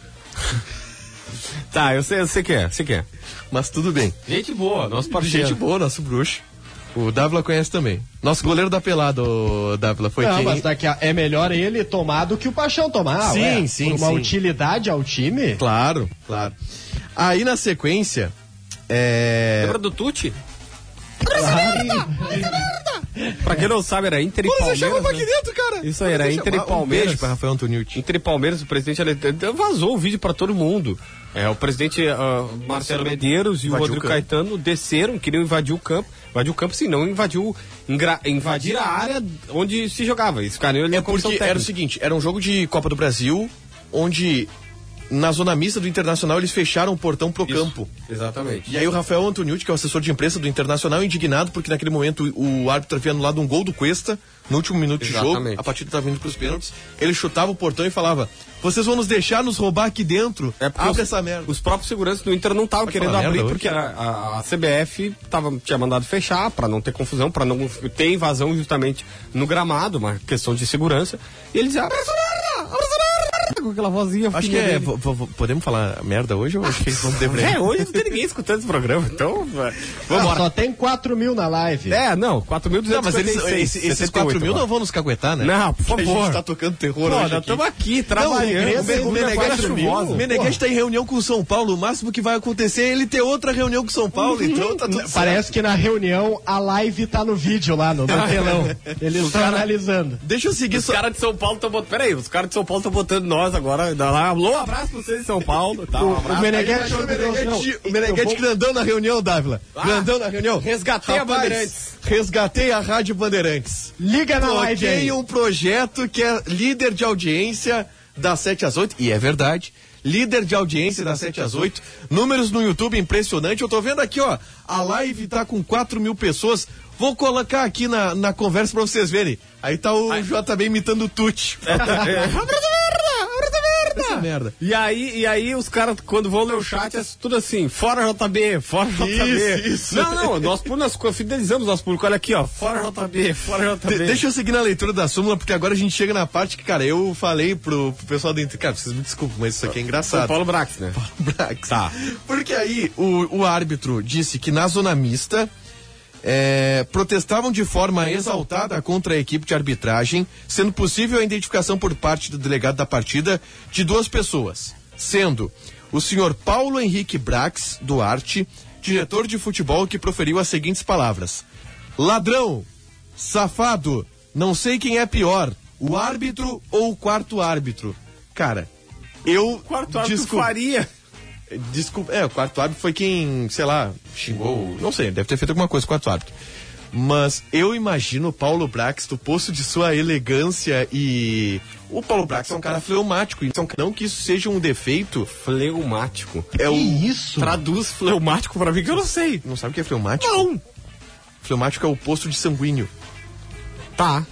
[SPEAKER 2] Tá, eu sei, eu sei quem é, sei quem é.
[SPEAKER 4] Mas tudo bem.
[SPEAKER 2] Gente boa, nosso
[SPEAKER 4] Gente boa, nosso bruxo. O Dávila conhece também. Nosso goleiro da pelada, o Dávila, foi
[SPEAKER 5] Não,
[SPEAKER 4] quem?
[SPEAKER 5] mas daqui a- é melhor ele tomar do que o Paixão tomar.
[SPEAKER 4] Sim,
[SPEAKER 5] ué.
[SPEAKER 4] sim,
[SPEAKER 5] Por uma
[SPEAKER 4] sim.
[SPEAKER 5] utilidade ao time.
[SPEAKER 4] Claro, claro. Aí na sequência, é...
[SPEAKER 2] Lembra do Tuti? pra quem não sabe, era Inter e Palmeiras. né?
[SPEAKER 4] dentro, cara!
[SPEAKER 2] Isso aí, era Inter e Palmeiras.
[SPEAKER 4] Um beijo pra Rafael Antonilti.
[SPEAKER 2] Inter e Palmeiras, o presidente ele- ele vazou o vídeo pra todo mundo. É, o presidente ah, Marcelo Medeiros e o
[SPEAKER 4] Invadiu o
[SPEAKER 2] Rodrigo
[SPEAKER 4] campo.
[SPEAKER 2] Caetano desceram, queriam invadir o campo. Invadir o campo, sim, não invadiu, ingra- invadir a área onde se jogava. Eles ficaram ali
[SPEAKER 4] É
[SPEAKER 2] na comissão
[SPEAKER 4] porque era o
[SPEAKER 2] técnica.
[SPEAKER 4] seguinte, era um jogo de Copa do Brasil, onde na zona mista do Internacional eles fecharam o portão pro
[SPEAKER 2] Isso,
[SPEAKER 4] campo.
[SPEAKER 2] Exatamente.
[SPEAKER 4] E aí o Rafael Antonucci, que é o assessor de imprensa do Internacional, indignado porque naquele momento o árbitro havia anulado um gol do Cuesta no último minuto de jogo,
[SPEAKER 2] Exatamente.
[SPEAKER 4] a partida estava vindo para os pênaltis, ele chutava o portão e falava, vocês vão nos deixar nos roubar aqui dentro,
[SPEAKER 2] É porque
[SPEAKER 4] abre
[SPEAKER 2] os,
[SPEAKER 4] essa merda.
[SPEAKER 2] os próprios seguranças do Inter não estavam querendo
[SPEAKER 4] falar
[SPEAKER 2] abrir
[SPEAKER 4] merda
[SPEAKER 2] porque a, a- a CBF tava, tinha mandado fechar para não ter confusão, para não f- ter invasão justamente no gramado, uma questão de segurança. E eles abre essa merda, abre essa merda", com aquela vozinha.
[SPEAKER 4] Acho que
[SPEAKER 2] fininha
[SPEAKER 4] é,
[SPEAKER 2] dele.
[SPEAKER 4] vo- vo- podemos falar merda hoje ou acho que não [laughs] deveria?
[SPEAKER 2] É, hoje não tem ninguém escutando esse programa, então. vai.
[SPEAKER 5] Ah,
[SPEAKER 2] Vambora.
[SPEAKER 5] só tem 4 mil na live.
[SPEAKER 2] É, não,
[SPEAKER 4] Não, mas eles,
[SPEAKER 2] 4.256.
[SPEAKER 4] esse- esses 4 mil não vão nos caguetar, né?
[SPEAKER 2] Não, por
[SPEAKER 4] Porque A
[SPEAKER 2] favor.
[SPEAKER 4] gente tá tocando terror
[SPEAKER 2] Pô,
[SPEAKER 4] hoje
[SPEAKER 2] nós
[SPEAKER 4] aqui.
[SPEAKER 2] estamos aqui,
[SPEAKER 4] o é
[SPEAKER 2] trabalhando.
[SPEAKER 4] Meneghetti- o Meneghetti
[SPEAKER 2] chuvosa.
[SPEAKER 4] O Meneghetti tá em reunião com o São Paulo. O máximo que vai acontecer é ele ter outra reunião com o São Paulo. Então tá tudo certo.
[SPEAKER 5] Parece que na reunião a live tá no vídeo lá no, no telão. Eles estão analisando.
[SPEAKER 4] Deixa eu seguir
[SPEAKER 2] Os
[SPEAKER 4] só.
[SPEAKER 2] caras de São Paulo estão botando. Peraí, os caras de São Paulo estão botando nós agora. Dá lá. Alô, abraço pra vocês de São Paulo. Tá, um
[SPEAKER 5] O
[SPEAKER 2] abraço.
[SPEAKER 5] Meneghetti.
[SPEAKER 4] O
[SPEAKER 2] um
[SPEAKER 4] Meneghetti, o
[SPEAKER 5] Eu
[SPEAKER 4] Meneghetti
[SPEAKER 5] vou-
[SPEAKER 4] grandão na reunião, Dávila. grandão na reunião.
[SPEAKER 2] resgatei a Bandeirantes.
[SPEAKER 4] Resgatei a Rádio Bandeirantes.
[SPEAKER 5] Liga na live.
[SPEAKER 4] Coloquei
[SPEAKER 5] aí.
[SPEAKER 4] um projeto que é líder de audiência das 7 às 8, e é verdade. Líder de audiência das 7 às 8. Números no YouTube impressionante. Eu tô vendo aqui, ó. A live tá com 4 mil pessoas. Vou colocar aqui na, na conversa pra vocês verem. Aí tá o JB imitando o Tuti. Essa merda.
[SPEAKER 2] E aí, e aí os caras, quando vão ler o chat, é tudo assim, fora JB, fora JB.
[SPEAKER 4] Isso, isso.
[SPEAKER 2] Não, não, nós, nós fidelizamos nosso público. Olha aqui, ó, fora JB, fora JB.
[SPEAKER 4] De- deixa eu seguir na leitura da súmula, porque agora a gente chega na parte que, cara, eu falei pro, pro pessoal do Inter. Cara, vocês me desculpem, mas isso aqui é engraçado.
[SPEAKER 2] São Paulo Brax, né?
[SPEAKER 4] Brax.
[SPEAKER 2] Tá.
[SPEAKER 4] Porque aí o, o árbitro disse que na zona mista é, protestavam de forma exaltada contra a equipe de arbitragem, sendo possível a identificação por parte do delegado da partida de duas pessoas, sendo o senhor Paulo Henrique Brax Duarte, diretor de futebol, que proferiu as seguintes palavras: Ladrão, safado, não sei quem é pior, o árbitro ou o quarto árbitro. Cara, eu
[SPEAKER 2] Quarto árbitro
[SPEAKER 4] desculpa.
[SPEAKER 2] faria.
[SPEAKER 4] Desculpa, é, o quarto árbitro foi quem, sei lá, xingou, não sei, deve ter feito alguma coisa com o quarto árbitro. Mas eu imagino o Paulo Brax, do poço de sua elegância e. O Paulo Brax é um cara fleumático, então não que isso seja um defeito.
[SPEAKER 2] Fleumático.
[SPEAKER 4] É o...
[SPEAKER 5] Isso.
[SPEAKER 2] Traduz fleumático pra mim que eu não sei.
[SPEAKER 4] Não sabe o que é fleumático?
[SPEAKER 2] Não.
[SPEAKER 4] Fleumático é o poço de sanguíneo,
[SPEAKER 2] Tá.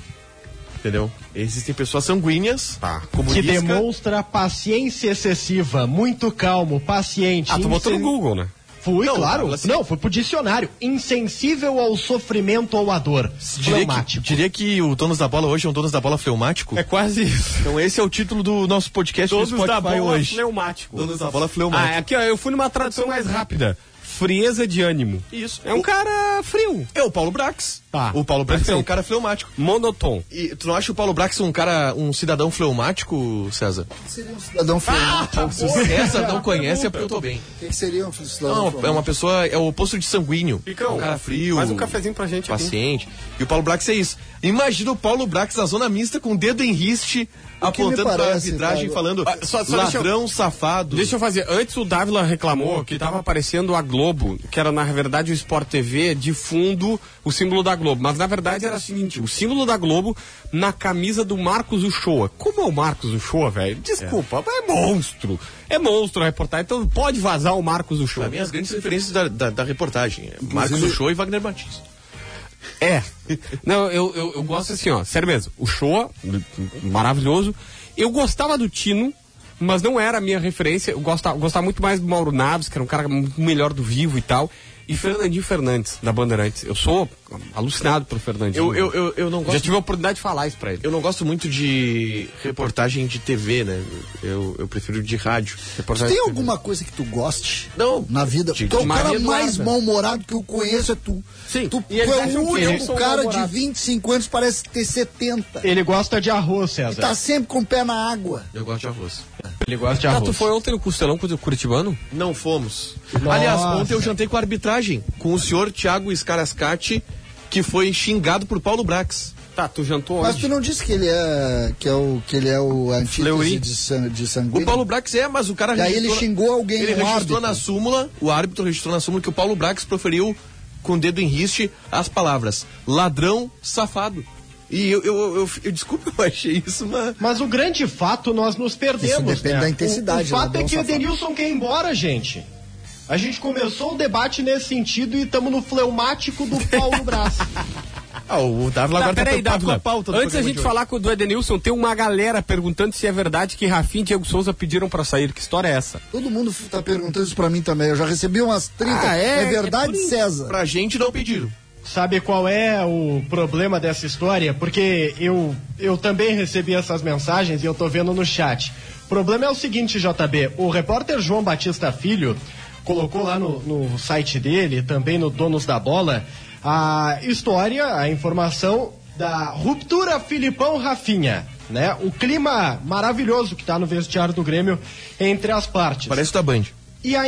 [SPEAKER 4] entendeu? Existem pessoas sanguíneas,
[SPEAKER 2] Tá.
[SPEAKER 4] como
[SPEAKER 5] Que
[SPEAKER 4] Lisca.
[SPEAKER 5] demonstra paciência excessiva, muito calmo, paciente.
[SPEAKER 2] Ah, tu botou no
[SPEAKER 5] insen-
[SPEAKER 2] Google, né?
[SPEAKER 5] Fui,
[SPEAKER 4] Não,
[SPEAKER 5] claro.
[SPEAKER 4] assim-
[SPEAKER 5] Não, foi pro dicionário. Insensível ao sofrimento ou à dor.
[SPEAKER 4] Diria que,
[SPEAKER 5] Fleumático.
[SPEAKER 4] diria que o Donos da Bola hoje é um Donos da Bola fleumático?
[SPEAKER 2] É quase isso.
[SPEAKER 4] Então esse é o título do nosso podcast
[SPEAKER 2] Todos
[SPEAKER 4] no Spotify
[SPEAKER 2] da bola
[SPEAKER 4] hoje.
[SPEAKER 2] fleumático.
[SPEAKER 4] Donos da Bola fleumático.
[SPEAKER 2] Ah, aqui ó, eu fui numa tradução mais rápida. Frieza de ânimo.
[SPEAKER 4] é. Isso. um
[SPEAKER 2] É um cara frio.
[SPEAKER 4] É o Paulo Brax.
[SPEAKER 2] Tá.
[SPEAKER 4] O Paulo Brax é um
[SPEAKER 2] Perfeito.
[SPEAKER 4] cara fleumático.
[SPEAKER 2] Monotom.
[SPEAKER 4] E tu não acha o Paulo Brax um cara, um cidadão fleumático, César?
[SPEAKER 3] Seria um cidadão fleumático.
[SPEAKER 4] Se o César não conhece é porque eu tô bem.
[SPEAKER 3] O que que seria um cidadão
[SPEAKER 4] Não, é
[SPEAKER 3] fleumático?
[SPEAKER 4] uma pessoa, é o oposto de sanguíneo.
[SPEAKER 2] Picão,
[SPEAKER 4] É um cara frio.
[SPEAKER 2] faz um cafezinho pra gente aqui.
[SPEAKER 4] Paciente. E o Paulo Brax é isso. Imagina o Paulo Brax na zona mista com o dedo em riste,
[SPEAKER 3] que me
[SPEAKER 4] apontando pra
[SPEAKER 3] parece,
[SPEAKER 4] arbitragem,
[SPEAKER 3] cara?
[SPEAKER 4] falando
[SPEAKER 2] Ah, só- só deixa eu-
[SPEAKER 4] ladrão, safado.
[SPEAKER 2] Deixa eu fazer. Antes o Dávila reclamou que tava aparecendo a Globo, que era na verdade o Sport TV, de fundo o símbolo da Globo. Mas na verdade era o seguinte: o símbolo da Globo na camisa do Marcos Uchoa. Como é o Marcos Uchoa, velho? Desculpa, mas é monstro. É monstro a reportagem. Então pode vazar o Marcos Uchoa.
[SPEAKER 4] Pra mim, as grandes referências da, da, da reportagem. é Marcos
[SPEAKER 2] Inclusive-
[SPEAKER 4] Uchoa e Wagner Martins.
[SPEAKER 2] É. Não, eu, eu, eu gosto assim, ó. Sério mesmo. O show, maravilhoso. Eu gostava do Tino, mas não era a minha referência. Eu gostava, gostava muito mais do Mauro Naves, que era um cara muito melhor do vivo e tal. E Fernandinho Fernandes, da Bandeirantes. Eu sou alucinado pelo Fernandinho.
[SPEAKER 4] Eu, eu, eu, eu não
[SPEAKER 2] Já
[SPEAKER 4] gosto.
[SPEAKER 2] tive a oportunidade de falar isso pra ele.
[SPEAKER 4] Eu não gosto muito de reportagem de TV, né? Eu, eu prefiro de rádio.
[SPEAKER 3] Tu Tem alguma coisa que tu goste
[SPEAKER 4] Não.
[SPEAKER 3] na vida?
[SPEAKER 4] De-
[SPEAKER 3] tu é o
[SPEAKER 2] Maria
[SPEAKER 3] cara
[SPEAKER 2] Eduarda.
[SPEAKER 3] mais mal-humorado que eu conheço, é tu.
[SPEAKER 2] Sim,
[SPEAKER 3] Tu,
[SPEAKER 2] e eles
[SPEAKER 3] tu é
[SPEAKER 2] acham
[SPEAKER 3] o
[SPEAKER 2] que eles
[SPEAKER 3] único
[SPEAKER 2] são
[SPEAKER 3] cara de
[SPEAKER 2] mal-humorados.
[SPEAKER 3] 25 anos, parece ter 70.
[SPEAKER 5] Ele gosta de arroz,
[SPEAKER 3] E
[SPEAKER 5] César.
[SPEAKER 3] tá sempre com o pé na água.
[SPEAKER 4] Eu gosto de arroz.
[SPEAKER 5] Ele gosta de
[SPEAKER 2] Tá,
[SPEAKER 5] arroz.
[SPEAKER 2] tu foi ontem no Costelão com o Curitibano?
[SPEAKER 4] Não fomos.
[SPEAKER 5] Nossa.
[SPEAKER 4] Aliás, ontem eu jantei com a arbitragem, com o senhor Tiago Scarascati, que foi xingado por Paulo Brax.
[SPEAKER 2] Tá, tu jantou
[SPEAKER 3] Mas tu não disse que ele é, que é, o, que ele é o antítese
[SPEAKER 4] Fleury.
[SPEAKER 3] de, sang, de
[SPEAKER 4] O
[SPEAKER 3] sanguíneo?
[SPEAKER 4] Paulo Brax é, mas o cara.
[SPEAKER 3] Daí ele
[SPEAKER 4] registrou-
[SPEAKER 3] xingou alguém,
[SPEAKER 4] Ele
[SPEAKER 3] um
[SPEAKER 4] registrou
[SPEAKER 3] árbitro.
[SPEAKER 4] na súmula, o árbitro registrou na súmula que o Paulo Brax proferiu com o dedo em riste as palavras ladrão, safado. E eu, eu, eu, eu, eu- desculpa, eu achei isso, mas.
[SPEAKER 5] Mas o grande fato nós nos perdemos.
[SPEAKER 3] Isso depende
[SPEAKER 5] né?
[SPEAKER 3] da intensidade,
[SPEAKER 5] O, o
[SPEAKER 3] né,
[SPEAKER 5] fato é
[SPEAKER 3] Adão
[SPEAKER 5] que o
[SPEAKER 3] Safado?
[SPEAKER 5] Edenilson quer ir embora, gente. A gente começou o debate nesse sentido e estamos no fleumático
[SPEAKER 3] [laughs]
[SPEAKER 5] do Paulo Brás.
[SPEAKER 4] Ah, o Dávila
[SPEAKER 2] Tá,
[SPEAKER 4] agora tá
[SPEAKER 2] peraí,
[SPEAKER 4] preocupado com
[SPEAKER 2] Dávila.
[SPEAKER 4] a pauta do
[SPEAKER 2] Antes da
[SPEAKER 4] programa
[SPEAKER 2] gente
[SPEAKER 4] de hoje.
[SPEAKER 2] falar com o do Edenilson, tem uma galera perguntando se é verdade que Rafinha e Diego Souza pediram pra sair. Que história é essa?
[SPEAKER 3] Todo mundo f- tá perguntando isso pra mim também. Eu já recebi umas 30.
[SPEAKER 2] Ah, é?
[SPEAKER 3] é, verdade, César?
[SPEAKER 4] Pra gente não pediram.
[SPEAKER 5] Sabe qual é o problema dessa história? Porque eu, eu também recebi essas mensagens e eu tô vendo no chat. O problema é o seguinte, JB. O repórter João Batista Filho colocou lá no, no site dele, também no Donos da Bola, a história, a informação da ruptura Filipão Rafinha. Né? O clima maravilhoso que tá no vestiário do Grêmio entre as partes
[SPEAKER 4] Parece da Band.
[SPEAKER 5] e a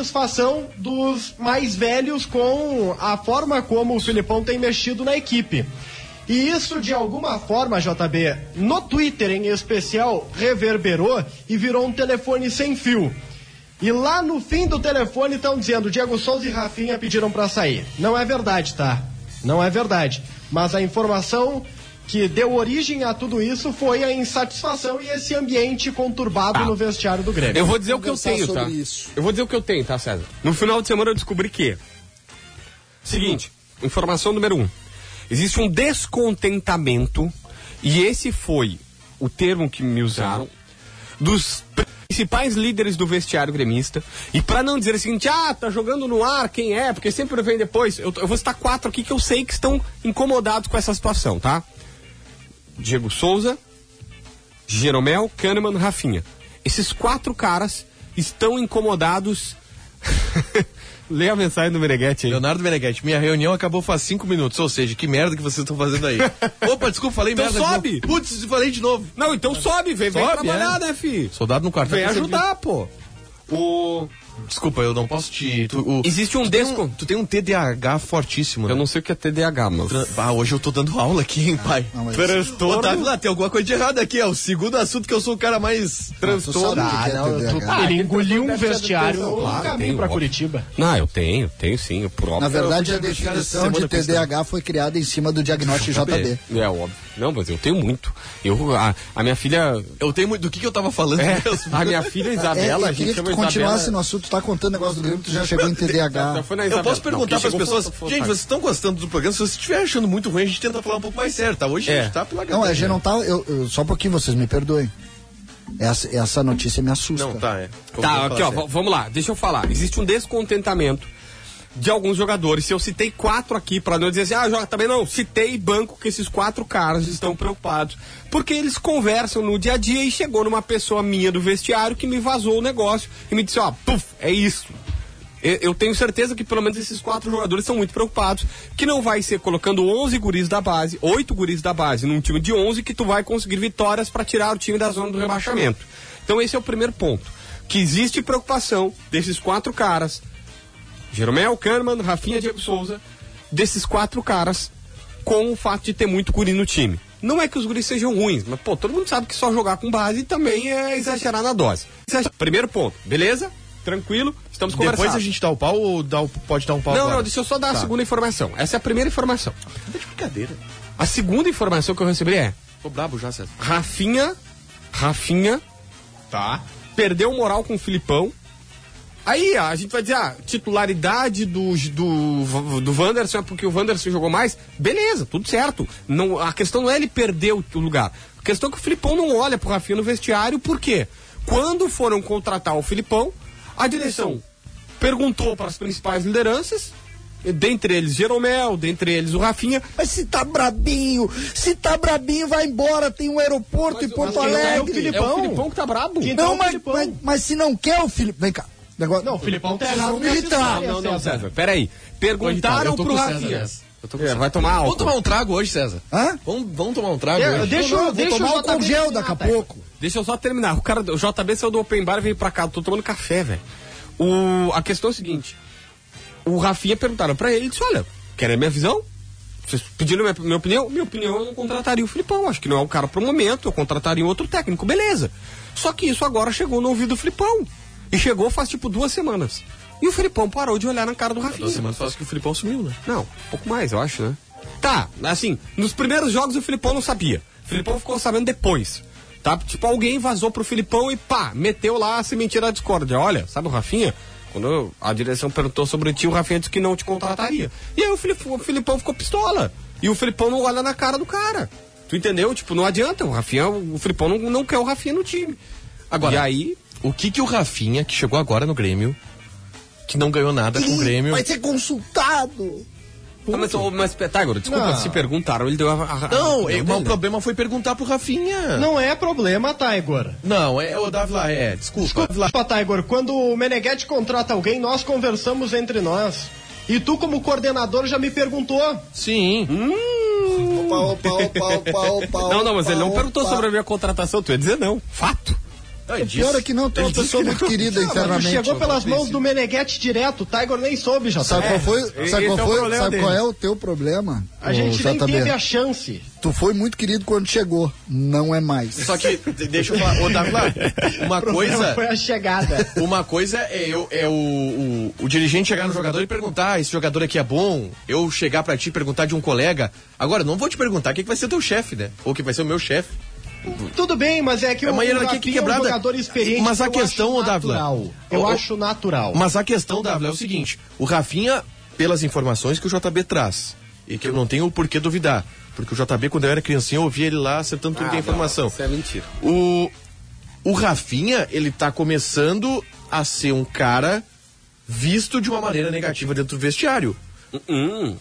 [SPEAKER 5] insatisfação dos mais velhos com a forma como o Filipão tem mexido na equipe. E isso, de alguma forma, JB, no Twitter em especial, reverberou e virou um telefone sem fio. E lá no fim do telefone estão dizendo: Diego Souza e Rafinha pediram pra sair. Não é verdade, tá? Não é verdade. Mas a informação que deu origem a tudo isso foi a insatisfação e esse ambiente conturbado
[SPEAKER 2] Tá.
[SPEAKER 5] no vestiário do Grêmio.
[SPEAKER 2] Eu vou dizer o que eu
[SPEAKER 3] Conversar
[SPEAKER 2] tenho,
[SPEAKER 3] sobre
[SPEAKER 2] tá?
[SPEAKER 3] isso.
[SPEAKER 2] Eu vou dizer o que eu tenho, tá, César? No final de semana eu descobri que. Seguinte, informação número um. Existe um descontentamento, e esse foi o termo que me usaram, dos principais líderes do vestiário gremista. E pra não dizer o seguinte, ah, tá jogando no ar, quem é? Porque sempre vem depois. Eu, eu vou citar quatro aqui que eu sei que estão incomodados com essa situação, tá? Diego Souza, Jeromel, Kahneman, Rafinha. Esses quatro caras estão incomodados. [laughs] Lê a mensagem do Meneghetti aí.
[SPEAKER 4] Leonardo Meneghetti, minha reunião acabou faz cinco minutos, ou seja, que merda que vocês estão fazendo
[SPEAKER 2] [laughs]
[SPEAKER 4] aí. Opa, desculpa, falei
[SPEAKER 2] Então
[SPEAKER 4] merda. de
[SPEAKER 2] sobe.
[SPEAKER 4] novo. Putz, falei de novo.
[SPEAKER 2] Não, então sobe, vem, vem
[SPEAKER 4] Sobe,
[SPEAKER 2] trabalhar,
[SPEAKER 4] é.
[SPEAKER 2] né, fi?
[SPEAKER 4] Soldado no quarto.
[SPEAKER 2] Vem ajudar, pô. O...
[SPEAKER 4] Desculpa, eu não posso te. tu- o-
[SPEAKER 2] Existe um
[SPEAKER 4] tem um-
[SPEAKER 2] desconto.
[SPEAKER 4] tu tem um TDAH fortíssimo, né?
[SPEAKER 2] Eu não sei o que é TDAH, mano.
[SPEAKER 4] Tran- Ah, hoje eu tô dando aula aqui, hein, pai?
[SPEAKER 3] não, mas-
[SPEAKER 4] Ô, Davi, lá, tem alguma coisa de errada aqui, é o segundo assunto que eu sou o cara mais
[SPEAKER 3] Ah,
[SPEAKER 4] transtorno.
[SPEAKER 3] sabe o que é TDAH.
[SPEAKER 5] Ah, ele
[SPEAKER 2] tem
[SPEAKER 5] engoliu um
[SPEAKER 2] deve ser
[SPEAKER 5] vestiário
[SPEAKER 2] depressão,
[SPEAKER 5] no
[SPEAKER 2] claro, tem,
[SPEAKER 5] caminho pra
[SPEAKER 2] óbvio.
[SPEAKER 5] Curitiba.
[SPEAKER 2] Não, eu tenho, tenho sim, eu próprio.
[SPEAKER 3] Na verdade,
[SPEAKER 4] eu
[SPEAKER 3] a
[SPEAKER 4] vou deixar essa
[SPEAKER 3] definição
[SPEAKER 4] semana
[SPEAKER 3] de
[SPEAKER 4] pra pensar.
[SPEAKER 3] TDAH foi criada em cima do diagnóstico JB.
[SPEAKER 2] É óbvio. Não, mas eu tenho muito. Eu, a, a minha filha.
[SPEAKER 4] Eu tenho muito. Do que, que eu tava falando
[SPEAKER 2] É,
[SPEAKER 4] [laughs] mesmo?
[SPEAKER 2] a minha filha
[SPEAKER 3] É,
[SPEAKER 2] Isabela, Tá a
[SPEAKER 3] eu
[SPEAKER 2] gente
[SPEAKER 3] queria que
[SPEAKER 2] chama
[SPEAKER 3] tu continuasse
[SPEAKER 2] Isabela.
[SPEAKER 3] no assunto, tu tá contando negócio do Grêmio, tu já chegou em
[SPEAKER 2] Já [laughs]
[SPEAKER 3] TDAH.
[SPEAKER 2] Tá, foi na
[SPEAKER 4] Eu
[SPEAKER 2] Isabela.
[SPEAKER 4] posso
[SPEAKER 2] Não,
[SPEAKER 4] perguntar
[SPEAKER 2] quem
[SPEAKER 4] para as
[SPEAKER 2] chegou
[SPEAKER 4] pessoas,
[SPEAKER 2] foi- foi-
[SPEAKER 4] gente, vocês estão gostando do programa? Se vocês estiver achando muito ruim, a gente tenta falar um pouco mais sério, tá? Hoje
[SPEAKER 2] É.
[SPEAKER 4] a gente tá pela
[SPEAKER 3] Não, a
[SPEAKER 4] galera.
[SPEAKER 3] gente não tá. eu- eu- só um pouquinho, vocês me perdoem. Essa, essa notícia me assusta.
[SPEAKER 4] Não, tá, é. Eu vou
[SPEAKER 2] Tá,
[SPEAKER 4] falar
[SPEAKER 2] aqui ó,
[SPEAKER 4] sério.
[SPEAKER 2] v- vamos lá, deixa eu falar. Existe um descontentamento de alguns jogadores. Se eu citei quatro aqui, pra não dizer assim, ah, joga também não, citei banco que esses quatro caras estão preocupados. Porque eles conversam no dia a dia e chegou numa pessoa minha do vestiário que me vazou o negócio e me disse, ó, puf, é isso. Eu, eu tenho certeza que pelo menos esses quatro jogadores são muito preocupados, que não vai ser colocando 11 guris da base, 8 guris da base num time de 11 que tu vai conseguir vitórias para tirar o time da zona do rebaixamento. Então esse é o primeiro ponto, que existe preocupação desses quatro caras, Jeromel, Kahneman, Rafinha, Diego Souza, desses quatro caras com o fato de ter muito guri no time. Não é que os guris sejam ruins, mas pô, todo mundo sabe que só jogar com base também é exagerar na dose. Exager- Primeiro ponto, beleza? Tranquilo, estamos conversando.
[SPEAKER 6] Depois a gente dá o pau ou dá o- pode dar um pau
[SPEAKER 2] Não,
[SPEAKER 6] agora?
[SPEAKER 2] não, deixa eu só dar a
[SPEAKER 6] Tá.
[SPEAKER 2] segunda informação. Essa é a primeira informação.
[SPEAKER 6] Tá de brincadeira.
[SPEAKER 2] A segunda informação que eu recebi é:
[SPEAKER 6] Tô brabo já, César.
[SPEAKER 2] Rafinha, Rafinha
[SPEAKER 5] Tá.
[SPEAKER 2] perdeu moral com o Filipão. Aí a gente vai dizer, ah, titularidade do, do, do Wanderson é porque o Wanderson jogou mais. Beleza, tudo certo. Não, a questão não é ele perder o, o lugar. A questão é que o Filipão não olha pro Rafinha no vestiário, por quê? Quando foram contratar o Filipão, a direção perguntou para as principais lideranças, dentre eles Jeromel, dentre eles o Rafinha,
[SPEAKER 3] Mas se tá brabinho, se tá brabinho, vai embora. Tem um aeroporto em Porto
[SPEAKER 5] mas quem é o
[SPEAKER 3] Alegre.
[SPEAKER 5] Filipão?
[SPEAKER 2] É o Filipão que tá brabo.
[SPEAKER 5] Que
[SPEAKER 3] Não,
[SPEAKER 5] Então,
[SPEAKER 3] mas,
[SPEAKER 5] Filipão.
[SPEAKER 3] mas, mas se não quer o Filipão. Vem cá. Negócio...
[SPEAKER 5] Não, o Filipão tá errado.
[SPEAKER 3] Vamos
[SPEAKER 5] nessa
[SPEAKER 3] gritar.
[SPEAKER 5] história,
[SPEAKER 2] Não, não,
[SPEAKER 5] César.
[SPEAKER 2] César, peraí.
[SPEAKER 4] Coitado,
[SPEAKER 2] Perguntaram
[SPEAKER 4] tá? eu tô
[SPEAKER 2] pro
[SPEAKER 4] com o César
[SPEAKER 2] Rafinha.
[SPEAKER 4] nessa. Eu tô com o
[SPEAKER 2] É,
[SPEAKER 4] César.
[SPEAKER 2] vai tomar álcool.
[SPEAKER 4] Vamos tomar um trago hoje, César?
[SPEAKER 3] Hã?
[SPEAKER 4] Vamos, vamos tomar um trago
[SPEAKER 5] É,
[SPEAKER 4] hoje.
[SPEAKER 5] Deixa eu-
[SPEAKER 3] Não, eu vou
[SPEAKER 5] deixa eu
[SPEAKER 3] tomar
[SPEAKER 5] botar
[SPEAKER 3] álcool gel
[SPEAKER 5] bem
[SPEAKER 3] daqui a
[SPEAKER 5] na tecla.
[SPEAKER 3] pouco.
[SPEAKER 2] Deixa eu só terminar. O cara, o JB saiu do Open Bar e veio pra cá. Eu tô tomando café, velho. O, a questão é a seguinte. O Rafinha perguntaram pra ele, ele disse, olha, querem minha visão? Vocês pediram minha, minha opinião? Minha opinião, eu não contrataria o Filipão. Acho que não é o cara pro momento. Eu contrataria um outro técnico. Beleza. Só que isso agora chegou no ouvido do Filipão. E chegou faz, tipo, duas semanas. E o Filipão parou de olhar na cara do Rafinha.
[SPEAKER 4] Duas semanas faz que o Filipão sumiu, né?
[SPEAKER 2] Não, um pouco mais, eu acho, né? Tá, assim, nos primeiros jogos o Filipão não sabia. O Filipão ficou sabendo depois. Tá? Tipo, alguém vazou pro Filipão e pá, meteu lá a sementinha da discórdia. Olha, sabe o Rafinha? Quando eu- a direção perguntou sobre ti, o Rafinha disse que não te contrataria. E aí o, Filip- o Filipão ficou pistola. E o Filipão não olha na cara do cara. Tu entendeu? Tipo, não adianta. O Rafinha, o Filipão não, não quer o Rafinha no time. Agora, e aí,
[SPEAKER 4] O que que o Rafinha, que chegou agora no Grêmio, que não ganhou nada Tá com o Grêmio...
[SPEAKER 3] Vai ser consultado.
[SPEAKER 2] Ah, mas, ô, mas tá, agora, desculpa, se perguntaram, ele deu a. a- a-
[SPEAKER 4] Não,
[SPEAKER 2] dele,
[SPEAKER 4] é, mas o problema foi perguntar pro Rafinha.
[SPEAKER 5] Não é problema, tá, Igor?
[SPEAKER 4] Não, é o Davila, é, desculpa.
[SPEAKER 5] Desculpa, tá, Igor. Quando o Meneghetti contrata alguém, nós conversamos entre nós. E tu, como coordenador, já me perguntou.
[SPEAKER 4] Sim.
[SPEAKER 3] Opa, opa, opa, opa, opa,
[SPEAKER 2] Não, não, mas
[SPEAKER 3] opa,
[SPEAKER 2] ele não
[SPEAKER 3] opa.
[SPEAKER 2] perguntou sobre a minha contratação, tu ia dizer não. Fato.
[SPEAKER 4] Ah, ele
[SPEAKER 3] Pior
[SPEAKER 4] disse.
[SPEAKER 3] é que não, tem uma
[SPEAKER 4] Ele disse
[SPEAKER 3] pessoa
[SPEAKER 4] que
[SPEAKER 3] muito querida
[SPEAKER 5] Ah, mas tu
[SPEAKER 3] internamente.
[SPEAKER 5] chegou pelas mãos do Meneghetti direto. O Tiger nem soube, já tá.
[SPEAKER 3] Sabe qual foi?
[SPEAKER 2] esse
[SPEAKER 3] Sabe, qual,
[SPEAKER 2] é o
[SPEAKER 3] foi?
[SPEAKER 2] problema
[SPEAKER 3] sabe qual
[SPEAKER 2] dele.
[SPEAKER 3] é o teu problema?
[SPEAKER 5] A gente
[SPEAKER 3] Ô,
[SPEAKER 5] nem
[SPEAKER 3] JB?
[SPEAKER 5] teve a chance.
[SPEAKER 3] Tu foi muito querido quando chegou, não é mais.
[SPEAKER 4] Só que, de- deixa eu falar, ô [laughs] Davila, uma
[SPEAKER 5] Não
[SPEAKER 4] coisa...
[SPEAKER 5] Foi a chegada.
[SPEAKER 4] Uma coisa é, eu, é o, o, o dirigente chegar no jogador e perguntar: "Ah, esse jogador aqui é bom. Eu chegar pra ti e perguntar de um colega. Agora, não vou te perguntar quem que vai ser teu chefe, né? Ou quem vai ser o meu chefe.
[SPEAKER 5] Tudo bem, mas é que
[SPEAKER 4] É
[SPEAKER 5] o
[SPEAKER 4] uma hierarquia
[SPEAKER 5] Rafinha
[SPEAKER 4] quebrada.
[SPEAKER 5] É um jogador experiente.
[SPEAKER 4] Mas a
[SPEAKER 5] que eu
[SPEAKER 4] questão,
[SPEAKER 5] acho
[SPEAKER 4] ô, Dávila,
[SPEAKER 5] natural. Eu
[SPEAKER 4] ô,
[SPEAKER 5] acho natural.
[SPEAKER 4] Mas a questão, Davi, é o seguinte: o Rafinha, pelas informações que o JB traz, e que eu não tenho por que duvidar, porque o JB, quando eu era criancinha, eu ouvia ele lá acertando tudo que é informação.
[SPEAKER 2] Isso é mentira.
[SPEAKER 4] O, o Rafinha, ele tá começando a ser um cara visto de uma maneira negativa dentro do vestiário.
[SPEAKER 2] Uh-uh.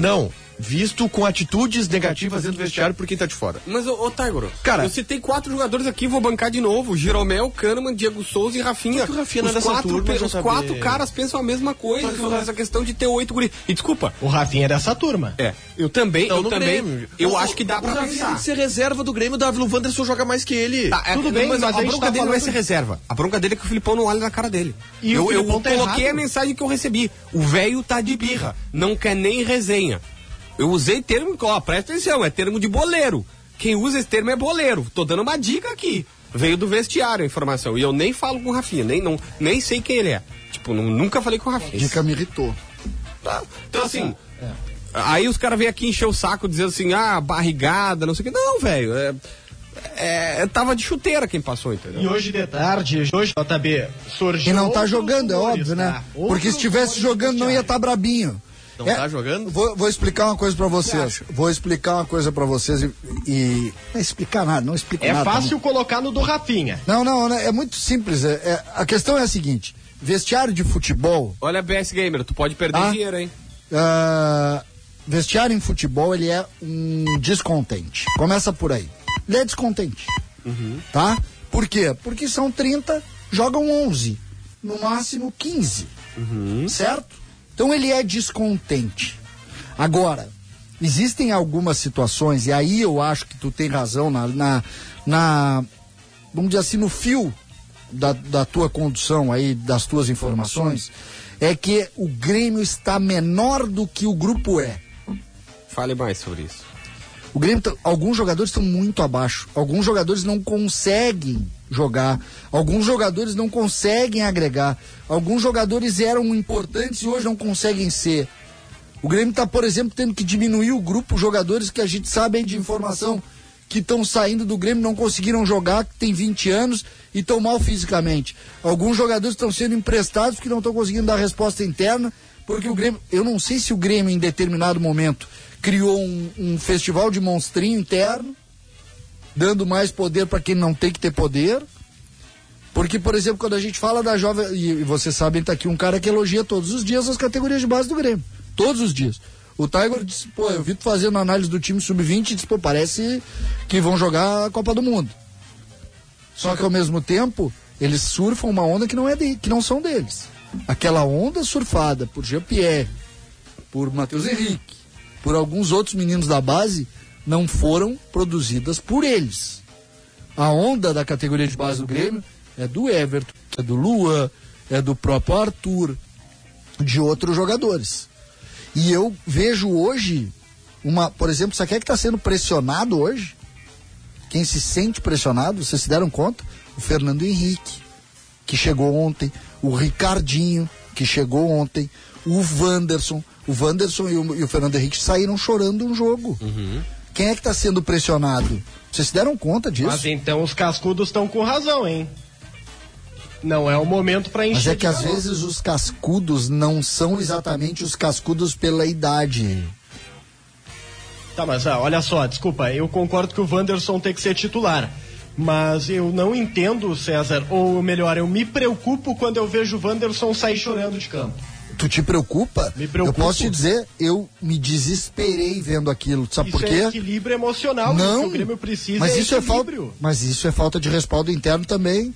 [SPEAKER 4] Não, visto com atitudes negativas dentro do vestiário por quem tá de fora.
[SPEAKER 2] Mas, ô, ô Taigoro,
[SPEAKER 4] Cara-
[SPEAKER 2] eu citei quatro jogadores aqui, vou bancar de novo. Jeromel, Kahneman, Diego Souza e Rafinha.
[SPEAKER 4] Por que o Rafinha não é
[SPEAKER 2] os
[SPEAKER 4] dessa
[SPEAKER 2] quatro,
[SPEAKER 4] turma,
[SPEAKER 2] pe-
[SPEAKER 4] já
[SPEAKER 2] os
[SPEAKER 4] sabia?
[SPEAKER 2] quatro caras pensam a mesma coisa,
[SPEAKER 4] que o Ra-
[SPEAKER 2] essa questão de ter oito guri. E desculpa,
[SPEAKER 5] O Rafinha é dessa turma.
[SPEAKER 2] é, eu também,
[SPEAKER 4] Não,
[SPEAKER 2] eu
[SPEAKER 4] no
[SPEAKER 2] também,
[SPEAKER 4] Grêmio.
[SPEAKER 2] eu
[SPEAKER 4] O-
[SPEAKER 2] acho que dá
[SPEAKER 4] o
[SPEAKER 2] pra
[SPEAKER 4] Rafinha tem
[SPEAKER 2] pensar.
[SPEAKER 4] que ser reserva do Grêmio, Davi. O Wanderson joga mais que ele.
[SPEAKER 2] Tá, é,
[SPEAKER 5] Tudo bem,
[SPEAKER 2] mas,
[SPEAKER 5] mas
[SPEAKER 2] a,
[SPEAKER 5] a gente
[SPEAKER 2] bronca
[SPEAKER 5] tá
[SPEAKER 2] dele não é
[SPEAKER 5] falando-
[SPEAKER 2] ser reserva. A bronca dele é que o Filipão não olha na cara dele.
[SPEAKER 5] E
[SPEAKER 2] eu
[SPEAKER 5] o
[SPEAKER 2] eu
[SPEAKER 5] Filipão tá
[SPEAKER 2] coloquei
[SPEAKER 5] errado.
[SPEAKER 2] a mensagem que eu recebi. O velho tá de birra, não quer nem resenha. Eu usei termo, ó, presta atenção, é termo de boleiro. Quem usa esse termo é boleiro. Tô dando uma dica aqui. Veio do vestiário a informação. E eu nem falo com o Rafinha, nem, não, nem sei quem ele é. Tipo, nu- nunca falei com o Rafinha.
[SPEAKER 3] Dica me irritou.
[SPEAKER 2] Tá. Então, assim.
[SPEAKER 3] É.
[SPEAKER 2] Aí os caras vêm aqui encher o saco dizendo assim, ah, barrigada, não sei o que. Não, velho. É, é- tava de chuteira quem passou, entendeu?
[SPEAKER 5] E hoje de tarde, hoje, JB, surgiu.
[SPEAKER 3] E não tá
[SPEAKER 5] outros
[SPEAKER 3] jogando, é
[SPEAKER 5] rumores,
[SPEAKER 3] óbvio, né?
[SPEAKER 5] tá?
[SPEAKER 3] Porque
[SPEAKER 5] Outros
[SPEAKER 3] se estivesse
[SPEAKER 5] rumores
[SPEAKER 3] jogando, não ia
[SPEAKER 5] do
[SPEAKER 3] estar brabinho. É,
[SPEAKER 4] Não tá jogando?
[SPEAKER 3] Vou, vou explicar uma coisa pra vocês. Vou explicar uma coisa pra vocês e. e- não explicar nada, não explico
[SPEAKER 5] É
[SPEAKER 3] nada. né?
[SPEAKER 5] fácil colocar no do Rafinha.
[SPEAKER 3] Não, não, né? é muito simples. é- é- a questão é a seguinte: vestiário de futebol
[SPEAKER 2] Olha, BS Gamer, tu pode perder
[SPEAKER 3] Ah.
[SPEAKER 2] dinheiro, hein?
[SPEAKER 3] Ah, vestiário em futebol ele é um descontente. Começa por aí. Ele é
[SPEAKER 2] Uhum.
[SPEAKER 3] descontente. Tá? Por quê? Porque são 30, jogam 11. no máximo 15.
[SPEAKER 2] Uhum.
[SPEAKER 3] Certo? Então ele é descontente. Agora, existem algumas situações, e aí eu acho que tu tem razão na, na, na- vamos dizer assim, no fio da, da tua condução aí, das tuas informações, é que o Grêmio está menor do que o grupo é.
[SPEAKER 2] Fale mais sobre isso.
[SPEAKER 3] O Grêmio, tá- alguns jogadores estão muito abaixo. Alguns jogadores não conseguem jogar. Alguns jogadores não conseguem agregar. Alguns jogadores eram importantes e hoje não conseguem ser. O Grêmio está, por exemplo, tendo que diminuir o grupo jogadores que a gente sabe aí de informação que estão saindo do Grêmio, não conseguiram jogar, que tem 20 anos e estão mal fisicamente. Alguns jogadores estão sendo emprestados porque não estão conseguindo dar resposta interna, porque o Grêmio. Eu não sei se o Grêmio, em determinado momento, criou um, um festival de monstrinho interno, dando mais poder para quem não tem que ter poder. Porque, por exemplo, quando a gente fala da jovem. E vocês sabem, tá aqui um cara que elogia todos os dias as categorias de base do Grêmio. Todos os dias. O Tiger disse, pô, eu vi tu fazendo análise do time sub-20 e disse, pô, parece que vão jogar a Copa do Mundo. Só que ao mesmo tempo, eles surfam uma onda que não é de, que não são deles. Aquela onda surfada por Jean-Pierre, por Matheus Henrique, por alguns outros meninos da base, não foram produzidas por eles a onda da categoria de base do Grêmio é do Everton, é do Luan, é do próprio Arthur, de outros jogadores. E eu vejo hoje uma, por exemplo, sabe quem é que está sendo pressionado hoje? Quem se sente pressionado, vocês se deram conta? O Fernando Henrique, que chegou ontem, o Ricardinho, que chegou ontem, o Wanderson. O Wanderson e o, e o Fernando Henrique saíram chorando um jogo. Quem é que está sendo pressionado? Vocês se deram conta disso?
[SPEAKER 5] Mas então os cascudos estão com razão, hein? Não é o momento pra encher.
[SPEAKER 3] Mas é que
[SPEAKER 5] de
[SPEAKER 3] às
[SPEAKER 5] calor.
[SPEAKER 3] vezes os cascudos não são exatamente os cascudos pela idade. é-
[SPEAKER 5] Tá, mas ah, olha só, desculpa, eu concordo que o Wanderson tem que ser titular. Mas eu não entendo, César, ou melhor, eu me preocupo quando eu vejo o Wanderson sair chorando de campo.
[SPEAKER 3] Tu te preocupa?
[SPEAKER 5] Me preocupo.
[SPEAKER 3] Eu posso te dizer, eu me desesperei vendo aquilo. Sabe
[SPEAKER 5] isso
[SPEAKER 3] por quê?
[SPEAKER 5] é equilíbrio emocional, isso que
[SPEAKER 3] Ah, Não.
[SPEAKER 5] o Grêmio precisa
[SPEAKER 3] mas
[SPEAKER 5] é
[SPEAKER 3] isso é falta.
[SPEAKER 5] equilíbrio.
[SPEAKER 3] Mas isso é falta de respaldo interno também.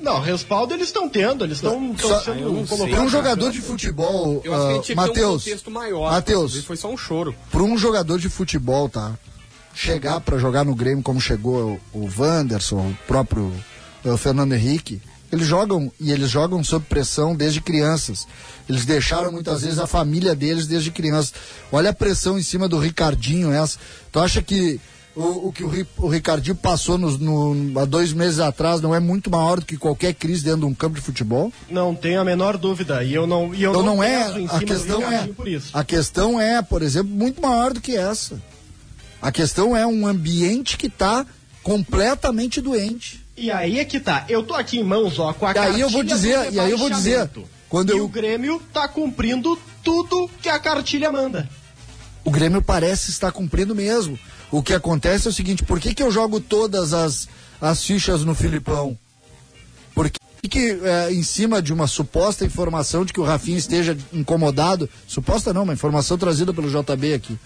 [SPEAKER 5] Não, respaldo eles estão tendo, eles estão
[SPEAKER 3] Só-
[SPEAKER 2] Ah, eu não sei.
[SPEAKER 5] sendo
[SPEAKER 3] Para um
[SPEAKER 5] colocados.
[SPEAKER 3] jogador de futebol,
[SPEAKER 2] Eu acho que a gente tinha
[SPEAKER 3] ah,
[SPEAKER 2] que ter um
[SPEAKER 3] Matheus,
[SPEAKER 2] contexto maior.
[SPEAKER 3] Matheus.
[SPEAKER 2] Foi só um choro.
[SPEAKER 3] para um jogador de futebol, tá? Chegar para jogar no Grêmio como chegou o Wanderson, o próprio eh, Fernando Henrique, eles jogam e eles jogam sob pressão desde crianças. Eles deixaram muitas vezes a família deles desde crianças. Olha a pressão em cima do Ricardinho essa. Tu acha que o, o que o, Ri- o Ricardinho passou nos- no- há dois meses atrás não é muito maior do que qualquer crise dentro de um campo de futebol?
[SPEAKER 5] Não tenho a menor dúvida. E eu não, e eu
[SPEAKER 3] Então
[SPEAKER 5] não,
[SPEAKER 3] não é,
[SPEAKER 5] peso em
[SPEAKER 3] a
[SPEAKER 5] cima do
[SPEAKER 3] questão é,
[SPEAKER 5] Ricardinho por isso.
[SPEAKER 3] a questão é, por exemplo, muito maior do que essa. A questão é um ambiente que está completamente doente.
[SPEAKER 5] E aí é que tá. Eu tô aqui em mãos, ó, com a
[SPEAKER 3] E aí eu
[SPEAKER 5] cartilha
[SPEAKER 3] vou
[SPEAKER 5] do
[SPEAKER 3] dizer- e aí eu vou dizer,
[SPEAKER 5] rebaixamento.
[SPEAKER 3] quando
[SPEAKER 5] e
[SPEAKER 3] eu-
[SPEAKER 5] o Grêmio tá cumprindo tudo que a cartilha manda.
[SPEAKER 3] O Grêmio parece estar cumprindo mesmo. O que acontece é o seguinte, por que, que eu jogo todas as, as fichas no Filipão? Por que, que, eh, em cima de uma suposta informação de que o Rafinha esteja incomodado, suposta não, uma informação trazida pelo JB aqui.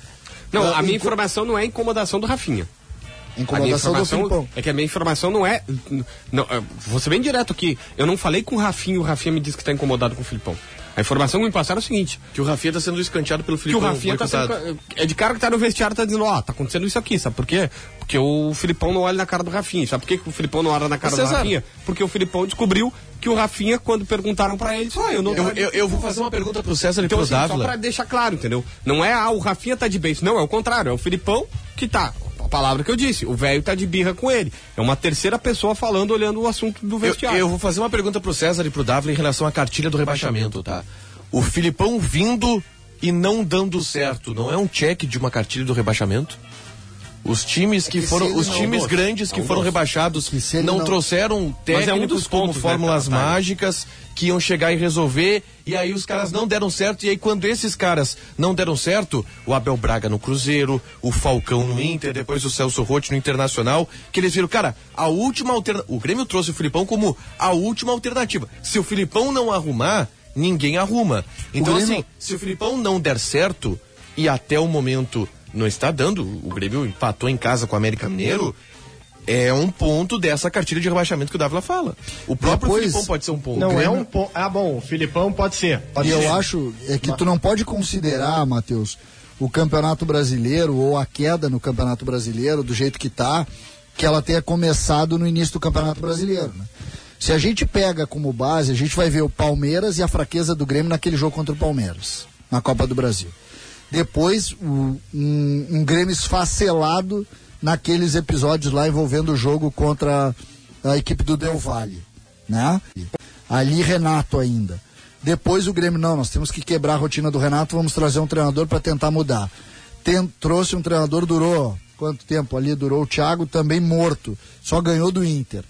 [SPEAKER 2] Não,
[SPEAKER 3] Ah,
[SPEAKER 2] a minha
[SPEAKER 3] inco-
[SPEAKER 2] informação não é incomodação do Rafinha. A minha
[SPEAKER 3] Incomodação do
[SPEAKER 2] informação
[SPEAKER 3] Filipão.
[SPEAKER 2] é que a minha informação não é. n- Não, é, vou ser bem direto aqui. Eu não falei com o Rafinha e o Rafinha me disse que tá incomodado com o Filipão. A informação que me passaram é o seguinte:
[SPEAKER 4] Que o Rafinha tá sendo escanteado pelo
[SPEAKER 2] que o
[SPEAKER 4] Filipão.
[SPEAKER 2] Rafinha tá sendo.
[SPEAKER 4] boicotado.
[SPEAKER 2] É de cara que tá no vestiário tá dizendo, ó, tá acontecendo isso aqui, sabe por quê? Porque o Filipão não olha na cara do Rafinha. Sabe por que que o Filipão não olha na cara do
[SPEAKER 4] César.
[SPEAKER 2] Rafinha? Porque o Filipão descobriu que o Rafinha, quando perguntaram pra ele, só eu não
[SPEAKER 4] Eu, eu- eu vou fazer uma pergunta pro César e
[SPEAKER 2] Então,
[SPEAKER 4] pro
[SPEAKER 2] assim, só
[SPEAKER 4] Dávila.
[SPEAKER 2] pra deixar claro, entendeu? Não é, ah, o Rafinha tá de beijo. Não, é o contrário. É o Filipão que tá. A palavra que eu disse. O velho tá de birra com ele. É uma terceira pessoa falando, olhando o assunto do
[SPEAKER 4] Eu,
[SPEAKER 2] vestiário.
[SPEAKER 4] eu vou fazer uma pergunta pro César e pro Dávila em relação à cartilha do rebaixamento, tá? O Filipão vindo e não dando certo, não é um cheque de uma cartilha do rebaixamento? Os times É que,
[SPEAKER 3] que
[SPEAKER 4] foram,
[SPEAKER 3] se ele
[SPEAKER 4] os
[SPEAKER 3] não-
[SPEAKER 4] times
[SPEAKER 3] Augusto,
[SPEAKER 4] grandes que foram rebaixados
[SPEAKER 3] Que se ele
[SPEAKER 4] não,
[SPEAKER 3] não-
[SPEAKER 4] trouxeram
[SPEAKER 2] Mas
[SPEAKER 4] técnicos
[SPEAKER 2] é um dos
[SPEAKER 4] como
[SPEAKER 2] pontos, né,
[SPEAKER 4] fórmulas
[SPEAKER 2] Tartaglia?
[SPEAKER 4] mágicas que iam chegar e resolver, e aí os caras não deram certo, e aí quando esses caras não deram certo, o Abel Braga no Cruzeiro, o Falcão no Inter, depois o Celso Rotti no Internacional, que eles viram, cara, a última alternativa, o Grêmio trouxe o Filipão como a última alternativa. Se o Filipão não arrumar, ninguém arruma. Então
[SPEAKER 3] Grêmio-
[SPEAKER 4] assim, se o Filipão não der certo, e até o momento não está dando, o Grêmio empatou em casa com o América Mineiro, é um ponto dessa cartilha de rebaixamento que o Dávila fala. O próprio
[SPEAKER 3] Depois-
[SPEAKER 4] Filipão pode ser um ponto.
[SPEAKER 5] Não
[SPEAKER 3] Grêmio-
[SPEAKER 5] é um ponto. Ah, bom, o Filipão pode ser. Pode
[SPEAKER 3] E
[SPEAKER 5] ser.
[SPEAKER 3] eu acho é que tu não pode considerar, Matheus, o Campeonato Brasileiro ou a queda no Campeonato Brasileiro do jeito que tá, que ela tenha começado no início do Campeonato Brasileiro, né? Se a gente pega como base, a gente vai ver o Palmeiras e a fraqueza do Grêmio naquele jogo contra o Palmeiras, na Copa do Brasil. Depois, o- um, um Grêmio esfacelado naqueles episódios lá envolvendo o jogo contra a equipe do Del Valle, né? Ali Renato ainda. Depois o Grêmio, não, nós temos que quebrar a rotina do Renato, vamos trazer um treinador para tentar mudar. Tem- trouxe um treinador, durou quanto tempo ali? Durou o Thiago, também morto, só ganhou do Inter.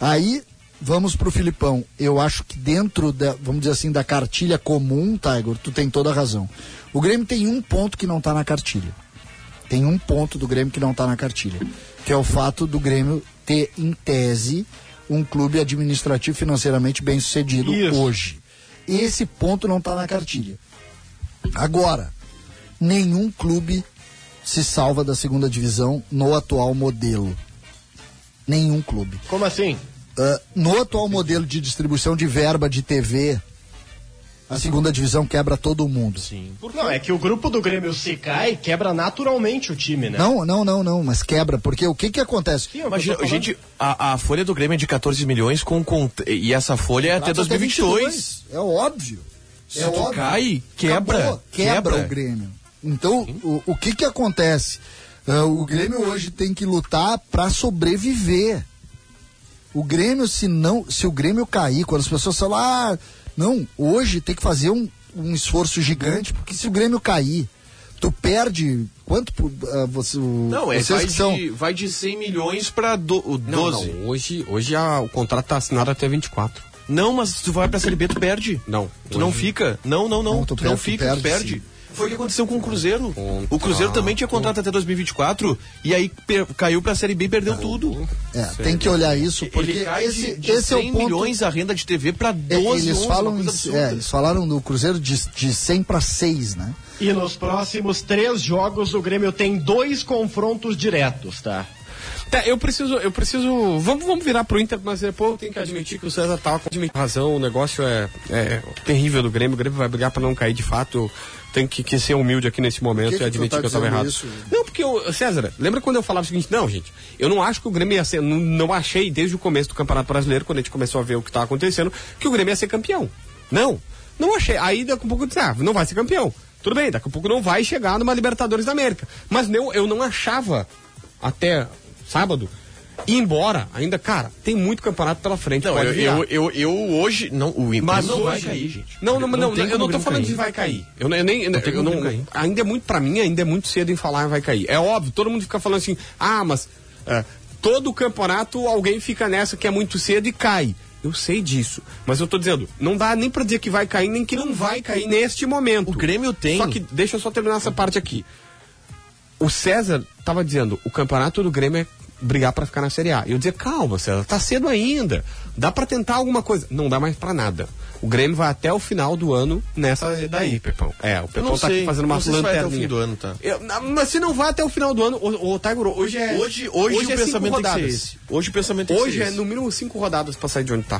[SPEAKER 3] Aí vamos pro Filipão. Eu acho que dentro da, vamos dizer assim, da cartilha comum, Tiger, tu tem toda a razão. O Grêmio tem um ponto que não tá na cartilha. Tem um ponto do Grêmio que não tá na cartilha, que é o fato do Grêmio ter em tese um clube administrativo financeiramente bem sucedido
[SPEAKER 5] Isso.
[SPEAKER 3] hoje. Esse ponto não tá na cartilha. Agora, nenhum clube se salva da segunda divisão no atual modelo. Nenhum clube.
[SPEAKER 5] Como assim?
[SPEAKER 3] Ah, no atual modelo de distribuição de verba de TV, a segunda divisão quebra todo mundo.
[SPEAKER 5] Não, é que o grupo do Grêmio se cai, quebra naturalmente o time, né?
[SPEAKER 3] Não, não, não, não, mas quebra, porque o que que acontece?
[SPEAKER 5] Sim, é o que eu
[SPEAKER 4] Imagina,
[SPEAKER 5] tô falando.
[SPEAKER 4] gente, a, a folha do Grêmio é de 14 milhões com, com- e essa folha é
[SPEAKER 3] tá
[SPEAKER 4] até 2022.
[SPEAKER 3] É óbvio. É
[SPEAKER 4] tu
[SPEAKER 3] óbvio.
[SPEAKER 4] cai, quebra,
[SPEAKER 3] Acabou. Quebra,
[SPEAKER 4] quebra.
[SPEAKER 3] o Grêmio. Então, o, o que que acontece? Ah, o Grêmio hoje tem que lutar para sobreviver. O Grêmio, se não, se o Grêmio cair, quando as pessoas falam, ah, não, hoje tem que fazer um, um esforço gigante, porque se o Grêmio cair, tu perde quanto por, ah, você,
[SPEAKER 4] Não, é,
[SPEAKER 3] vocês
[SPEAKER 4] vai,
[SPEAKER 3] que são
[SPEAKER 4] de, vai de 100 milhões pra do, o 12.
[SPEAKER 2] Não,
[SPEAKER 4] Não,
[SPEAKER 2] não, hoje, hoje a- o contrato tá assinado até 24.
[SPEAKER 4] mas se tu vai pra Série B, tu perde.
[SPEAKER 2] Não.
[SPEAKER 4] Tu não
[SPEAKER 2] Hoje-
[SPEAKER 4] fica. Não, não, não.
[SPEAKER 3] Não,
[SPEAKER 4] tu
[SPEAKER 3] tu
[SPEAKER 4] não
[SPEAKER 3] perde, tu
[SPEAKER 4] fica, tu
[SPEAKER 3] perde,
[SPEAKER 4] perde.
[SPEAKER 3] sim.
[SPEAKER 4] Foi o que aconteceu com o Cruzeiro. O
[SPEAKER 2] Contrato.
[SPEAKER 4] Cruzeiro também tinha contrato até 2024 e aí per- caiu pra Série B e perdeu tudo.
[SPEAKER 3] É, tem que olhar isso, porque
[SPEAKER 4] Ele cai
[SPEAKER 3] esse,
[SPEAKER 4] de, de
[SPEAKER 3] esse é
[SPEAKER 4] 100
[SPEAKER 3] o ponto.
[SPEAKER 4] milhões a renda de TV pra
[SPEAKER 3] É,
[SPEAKER 4] 12
[SPEAKER 3] eles
[SPEAKER 4] 11,
[SPEAKER 3] falam
[SPEAKER 4] uma coisa
[SPEAKER 3] em-
[SPEAKER 4] absurda.
[SPEAKER 3] é, eles falaram do Cruzeiro de, de 100 para 6, né?
[SPEAKER 5] E nos próximos três jogos o Grêmio tem dois confrontos diretos, tá?
[SPEAKER 2] Tá, eu preciso, eu preciso. Vamos, vamos virar pro Inter, mas depois eu tenho que admitir que o César tava com admi- razão. O negócio é, é terrível do Grêmio. O Grêmio vai brigar pra não cair de fato. Eu tenho que, que ser humilde aqui nesse momento
[SPEAKER 3] que
[SPEAKER 2] e
[SPEAKER 3] que tu
[SPEAKER 2] admitir
[SPEAKER 3] tá
[SPEAKER 2] que eu tava
[SPEAKER 3] dizendo
[SPEAKER 2] errado.
[SPEAKER 3] isso?
[SPEAKER 2] Não, porque eu, César, lembra quando eu falava o seguinte, não, gente, eu não acho que o Grêmio ia ser, não, não achei desde o começo do Campeonato Brasileiro, quando a gente começou a ver o que estava acontecendo, que o Grêmio ia ser campeão. Não, não achei. Aí daqui a pouco eu disse, ah, não vai ser campeão. Tudo bem, daqui a pouco não vai chegar numa Libertadores da América. Mas não, eu não achava até sábado. E embora, ainda, cara, tem muito campeonato pela frente.
[SPEAKER 4] Não,
[SPEAKER 2] pode
[SPEAKER 4] eu,
[SPEAKER 2] virar.
[SPEAKER 4] eu, eu, eu hoje. Não, o Inter
[SPEAKER 2] Mas
[SPEAKER 4] não
[SPEAKER 2] hoje...
[SPEAKER 4] vai cair, gente.
[SPEAKER 2] Não, não, não,
[SPEAKER 4] tem
[SPEAKER 2] eu não
[SPEAKER 4] como
[SPEAKER 2] tô
[SPEAKER 4] o Grêmio
[SPEAKER 2] falando
[SPEAKER 4] cair.
[SPEAKER 2] de vai cair. Eu, não- eu nem,
[SPEAKER 4] tem
[SPEAKER 2] eu
[SPEAKER 4] como o
[SPEAKER 2] não-
[SPEAKER 4] Grêmio cair.
[SPEAKER 2] ainda é muito pra mim, ainda é muito cedo em falar vai cair. É óbvio, todo mundo fica falando assim: "Ah, mas é, todo campeonato alguém fica nessa que é muito cedo e cai". Eu sei disso, mas eu tô dizendo, não dá nem pra dizer que vai cair, nem que não vai cair neste momento.
[SPEAKER 4] O Grêmio tem-
[SPEAKER 2] Só que deixa eu só terminar essa parte aqui. O César tava dizendo, o campeonato do Grêmio é brigar pra ficar na Série A. Eu dizia, calma, César, tá cedo ainda. Dá pra tentar alguma coisa. Não dá mais pra nada. O Grêmio vai até o final do ano nessa daí, Pepão. É, o
[SPEAKER 4] Eu
[SPEAKER 2] Pepão
[SPEAKER 4] não
[SPEAKER 2] tá
[SPEAKER 4] sei,
[SPEAKER 2] aqui fazendo
[SPEAKER 4] não
[SPEAKER 2] uma
[SPEAKER 4] sei se vai até o
[SPEAKER 2] lanterninha.
[SPEAKER 4] fim do ano, tá?
[SPEAKER 2] Eu- não, mas se não vai até o final do ano, o, hoje é.
[SPEAKER 4] Hoje, hoje, o
[SPEAKER 2] é cinco
[SPEAKER 4] pensamento tem que ser
[SPEAKER 2] rodadas.
[SPEAKER 4] esse. Hoje o pensamento tem que
[SPEAKER 2] Hoje
[SPEAKER 4] ser
[SPEAKER 2] é
[SPEAKER 4] esse.
[SPEAKER 2] no mínimo cinco rodadas pra sair de onde tá.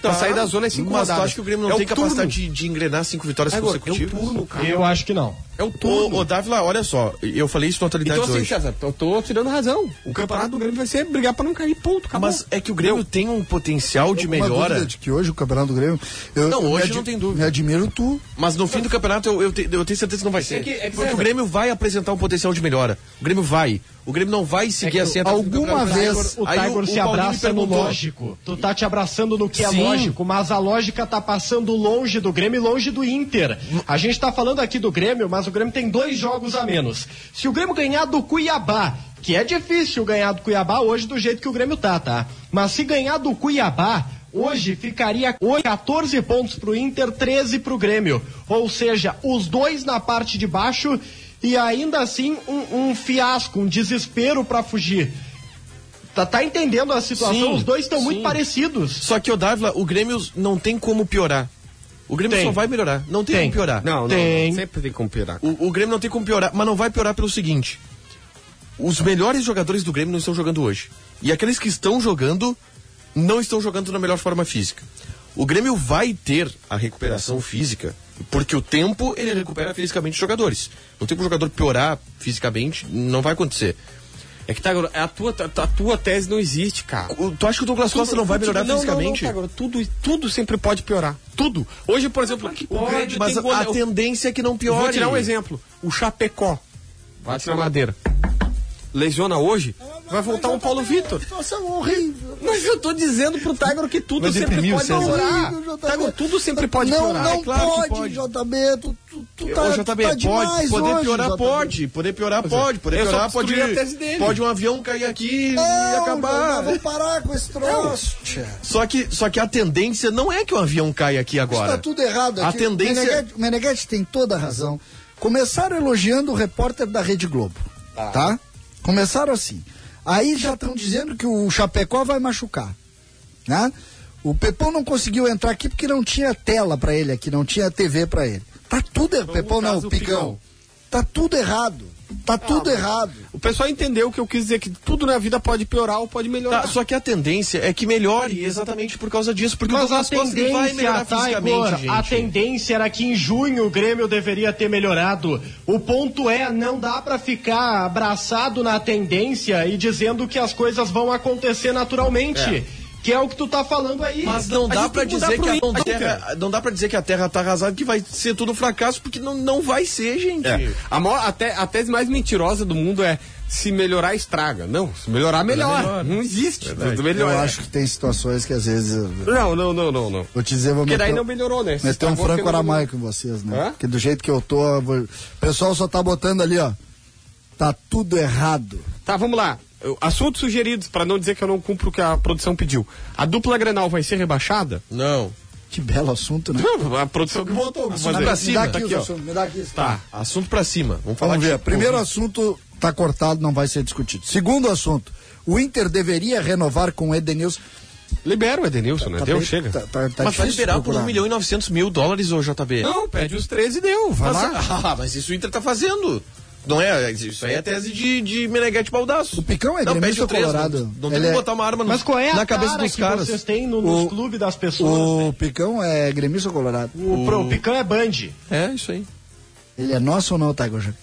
[SPEAKER 4] Tá,
[SPEAKER 2] Pra sair da zona é cinco
[SPEAKER 4] mas tu
[SPEAKER 2] rodadas.
[SPEAKER 4] acha que o Grêmio não
[SPEAKER 2] É
[SPEAKER 4] tem
[SPEAKER 2] turno.
[SPEAKER 4] capacidade de, de engrenar cinco vitórias
[SPEAKER 2] Agora, é o
[SPEAKER 4] consecutivas?
[SPEAKER 2] turno, cara.
[SPEAKER 5] Eu acho que não.
[SPEAKER 2] É o turno.
[SPEAKER 4] Ô, ô Dávila, olha só, eu falei isso totalidade
[SPEAKER 2] Então, assim,
[SPEAKER 4] hoje.
[SPEAKER 2] César, eu tô te dando razão. O campeonato do Grêmio vai ser brigar pra não cair, ponto, acabou.
[SPEAKER 4] Mas é que o Grêmio tem um potencial de
[SPEAKER 3] Uma dúvida
[SPEAKER 4] melhora.
[SPEAKER 3] de que hoje o Campeonato do Grêmio. eu-
[SPEAKER 4] Não,
[SPEAKER 3] eu
[SPEAKER 4] hoje
[SPEAKER 3] me
[SPEAKER 4] não
[SPEAKER 3] ad-
[SPEAKER 4] tem dúvida.
[SPEAKER 3] Me admiro tu.
[SPEAKER 4] Mas no fim do campeonato eu, eu, te- eu tenho certeza que não vai ser.
[SPEAKER 2] que- é que,
[SPEAKER 4] Porque o
[SPEAKER 2] César-
[SPEAKER 4] Grêmio vai apresentar um potencial de melhora. O Grêmio vai. O Grêmio não
[SPEAKER 5] É
[SPEAKER 4] vai seguir assim até o fim do
[SPEAKER 3] alguma
[SPEAKER 4] campeonato.
[SPEAKER 3] vez-
[SPEAKER 5] O
[SPEAKER 4] Aí
[SPEAKER 5] Tiger se
[SPEAKER 4] Paulinho me
[SPEAKER 5] abraça no
[SPEAKER 4] perguntou,
[SPEAKER 5] lógico. Tu tá te abraçando no que é
[SPEAKER 4] Sim.
[SPEAKER 5] lógico, mas a lógica tá passando longe do Grêmio e longe do Inter. A gente tá falando aqui do Grêmio, mas o Grêmio tem dois jogos a menos. Se o Grêmio ganhar do Cuiabá, que é difícil ganhar do Cuiabá hoje do jeito que o Grêmio tá, tá? Mas se ganhar do Cuiabá, hoje ficaria com 14 pontos pro Inter, 13 pro Grêmio. Ou seja, os dois na parte de baixo e ainda assim um, um fiasco, um desespero pra fugir. Tá, tá entendendo a situação?
[SPEAKER 4] Sim,
[SPEAKER 5] Os dois estão muito parecidos.
[SPEAKER 4] Só que o Dávila, o Grêmio não tem como piorar. O Grêmio
[SPEAKER 5] Tem.
[SPEAKER 4] só vai melhorar. Não tem,
[SPEAKER 5] Tem.
[SPEAKER 4] como piorar.
[SPEAKER 2] Não, não,
[SPEAKER 5] Tem.
[SPEAKER 2] não, sempre tem como piorar.
[SPEAKER 4] O, o Grêmio não tem como piorar, mas não vai piorar pelo seguinte. os melhores jogadores do Grêmio não estão jogando hoje. E aqueles que estão jogando não estão jogando na melhor forma física. O Grêmio vai ter a recuperação física, porque o tempo ele recupera fisicamente os jogadores. Não tem como o jogador piorar fisicamente, não vai acontecer.
[SPEAKER 2] É que, Tagoro, a tua, a tua tese não existe, cara.
[SPEAKER 4] O- Tu acha que o Douglas Costa Então não vai melhorar
[SPEAKER 2] Não, não,
[SPEAKER 4] fisicamente?
[SPEAKER 2] não, Tagoro, tudo, tudo sempre pode piorar. Tudo. Hoje, por exemplo, o Grêmio
[SPEAKER 4] Mas
[SPEAKER 2] tem
[SPEAKER 4] a, a
[SPEAKER 2] goleiro-
[SPEAKER 4] tendência é que não piore.
[SPEAKER 2] Vou tirar um exemplo. O Chapecó. Bate na madeira. Lesiona hoje, vai voltar o Paulo Vitor.
[SPEAKER 3] Situação horrível.
[SPEAKER 2] Mas eu tô dizendo pro Tiger que tudo
[SPEAKER 4] Mas
[SPEAKER 2] sempre
[SPEAKER 4] imprimiu,
[SPEAKER 2] pode
[SPEAKER 4] César.
[SPEAKER 2] piorar.
[SPEAKER 3] Horrível, JB.
[SPEAKER 2] Tiger, tudo sempre pode
[SPEAKER 3] não,
[SPEAKER 2] piorar.
[SPEAKER 3] Não,
[SPEAKER 2] É claro que
[SPEAKER 3] pode, JB. Tu, tu, tu tá,
[SPEAKER 4] Ô,
[SPEAKER 3] tu tá
[SPEAKER 4] JB, pode,
[SPEAKER 3] demais
[SPEAKER 4] poder
[SPEAKER 3] hoje,
[SPEAKER 4] piorar
[SPEAKER 3] JB.
[SPEAKER 4] pode, poder piorar pode, poder
[SPEAKER 2] é. eu só
[SPEAKER 4] piorar pode,
[SPEAKER 2] destruí a tese dele.
[SPEAKER 4] pode um avião cair aqui e
[SPEAKER 3] Não,
[SPEAKER 4] acabar.
[SPEAKER 3] não, vamos parar com esse troço, tchê.
[SPEAKER 4] Só que, só que a tendência não é que o avião caia aqui agora.
[SPEAKER 3] Está tudo errado
[SPEAKER 4] A
[SPEAKER 3] aqui.
[SPEAKER 4] tendência- é- tá,
[SPEAKER 3] Meneghetti, o Meneghetti tem toda a razão. Começaram elogiando o repórter da Rede Globo. Tá? Começaram assim. Aí já estão dizendo que o Chapecó vai machucar. Né? O Pepão não conseguiu entrar aqui porque não tinha tela pra ele aqui, não tinha TV pra ele. Tá tudo errado. Pepão não,
[SPEAKER 2] Então, caso, o
[SPEAKER 3] Picão.
[SPEAKER 2] Picão.
[SPEAKER 3] Tá tudo errado. Tá tudo errado.
[SPEAKER 2] O pessoal entendeu o que eu quis dizer, que tudo na vida pode piorar ou pode melhorar.
[SPEAKER 4] Tá, só que a tendência é que melhore exatamente por causa disso, porque o
[SPEAKER 5] Mas a
[SPEAKER 4] Douglas Costa ele vai
[SPEAKER 5] tendência,
[SPEAKER 4] melhorar
[SPEAKER 5] tá,
[SPEAKER 4] fisicamente,
[SPEAKER 5] Igor, a
[SPEAKER 4] gente.
[SPEAKER 5] tendência era que em junho o Grêmio deveria ter melhorado. O ponto é, não dá pra ficar abraçado na tendência e dizendo que as coisas vão acontecer naturalmente. Que é o que tu tá falando aí.
[SPEAKER 4] Mas não
[SPEAKER 2] A
[SPEAKER 4] dá
[SPEAKER 2] gente
[SPEAKER 4] para
[SPEAKER 2] tem que
[SPEAKER 4] dizer que
[SPEAKER 2] mudar
[SPEAKER 4] a é
[SPEAKER 2] pro Inter.
[SPEAKER 4] terra, não dá para dizer que a terra tá arrasada, que vai ser tudo um fracasso, porque não, não vai ser, gente.
[SPEAKER 2] É. A, maior, a, te- a tese mais mentirosa do mundo é se melhorar, estraga. Não, se melhorar, melhora. Não existe.
[SPEAKER 3] Eu
[SPEAKER 2] Melhor, é.
[SPEAKER 3] acho que tem situações que às vezes. eu-
[SPEAKER 2] Não, não, não, não, não.
[SPEAKER 3] Vou te dizer, vou
[SPEAKER 2] Porque daí
[SPEAKER 3] meter-
[SPEAKER 2] não melhorou, né? Se
[SPEAKER 3] Meter um
[SPEAKER 2] estragou,
[SPEAKER 3] franco
[SPEAKER 2] porque não melhorou.
[SPEAKER 3] aramaico em vocês, né?
[SPEAKER 2] Hã?
[SPEAKER 3] Porque do jeito que eu tô, eu vou- o pessoal só tá botando ali, ó. Tá tudo errado.
[SPEAKER 2] Tá, vamos lá. Eu- Assuntos sugeridos, pra não dizer que eu não cumpro o que a produção pediu. A dupla Grenal vai ser rebaixada?
[SPEAKER 4] Não.
[SPEAKER 3] Que belo assunto, né?
[SPEAKER 2] Não, a produção que botou. vou
[SPEAKER 4] Assunto
[SPEAKER 2] fazer.
[SPEAKER 4] pra
[SPEAKER 3] me dá
[SPEAKER 4] cima.
[SPEAKER 3] aqui,
[SPEAKER 4] Tá
[SPEAKER 3] os
[SPEAKER 4] aqui, ó.
[SPEAKER 3] assuntos, me dá aqui. os-
[SPEAKER 2] Tá.
[SPEAKER 4] Assunto pra cima. Vamos falar
[SPEAKER 3] Vamos ver.
[SPEAKER 4] de-
[SPEAKER 3] Primeiro assunto tá cortado, não vai ser discutido. Segundo assunto, o Inter deveria renovar com o Edenilson.
[SPEAKER 2] Libera o Edenilson, né?
[SPEAKER 3] Tá
[SPEAKER 2] Deu,
[SPEAKER 3] bem-
[SPEAKER 2] chega.
[SPEAKER 3] Tá, tá, tá
[SPEAKER 4] Mas vai
[SPEAKER 3] difícil
[SPEAKER 4] liberar por
[SPEAKER 3] procurar.
[SPEAKER 4] 1 milhão e 900 mil dólares ô JB.
[SPEAKER 2] Não, pede os 13 e deu. Vai
[SPEAKER 4] mas,
[SPEAKER 2] lá.
[SPEAKER 4] [laughs] ah, mas isso o Inter tá fazendo. Não é? Isso aí é tese de, de Meneghete Baldaço.
[SPEAKER 3] O Picão é
[SPEAKER 4] não,
[SPEAKER 3] gremista
[SPEAKER 4] pede o três,
[SPEAKER 3] colorado.
[SPEAKER 4] Não, não tem
[SPEAKER 3] Ele
[SPEAKER 4] que
[SPEAKER 3] é-
[SPEAKER 4] botar uma arma no-
[SPEAKER 5] Mas qual é a
[SPEAKER 4] na cabeça
[SPEAKER 5] cara
[SPEAKER 4] dos
[SPEAKER 5] que
[SPEAKER 4] caras.
[SPEAKER 5] vocês têm no, nos
[SPEAKER 3] O-
[SPEAKER 5] clubes das pessoas?
[SPEAKER 3] O Picão é gremista ou colorado?
[SPEAKER 5] O, pro- o Picão é Band.
[SPEAKER 4] É, isso aí.
[SPEAKER 3] Ele é nosso ou não, Taigoja?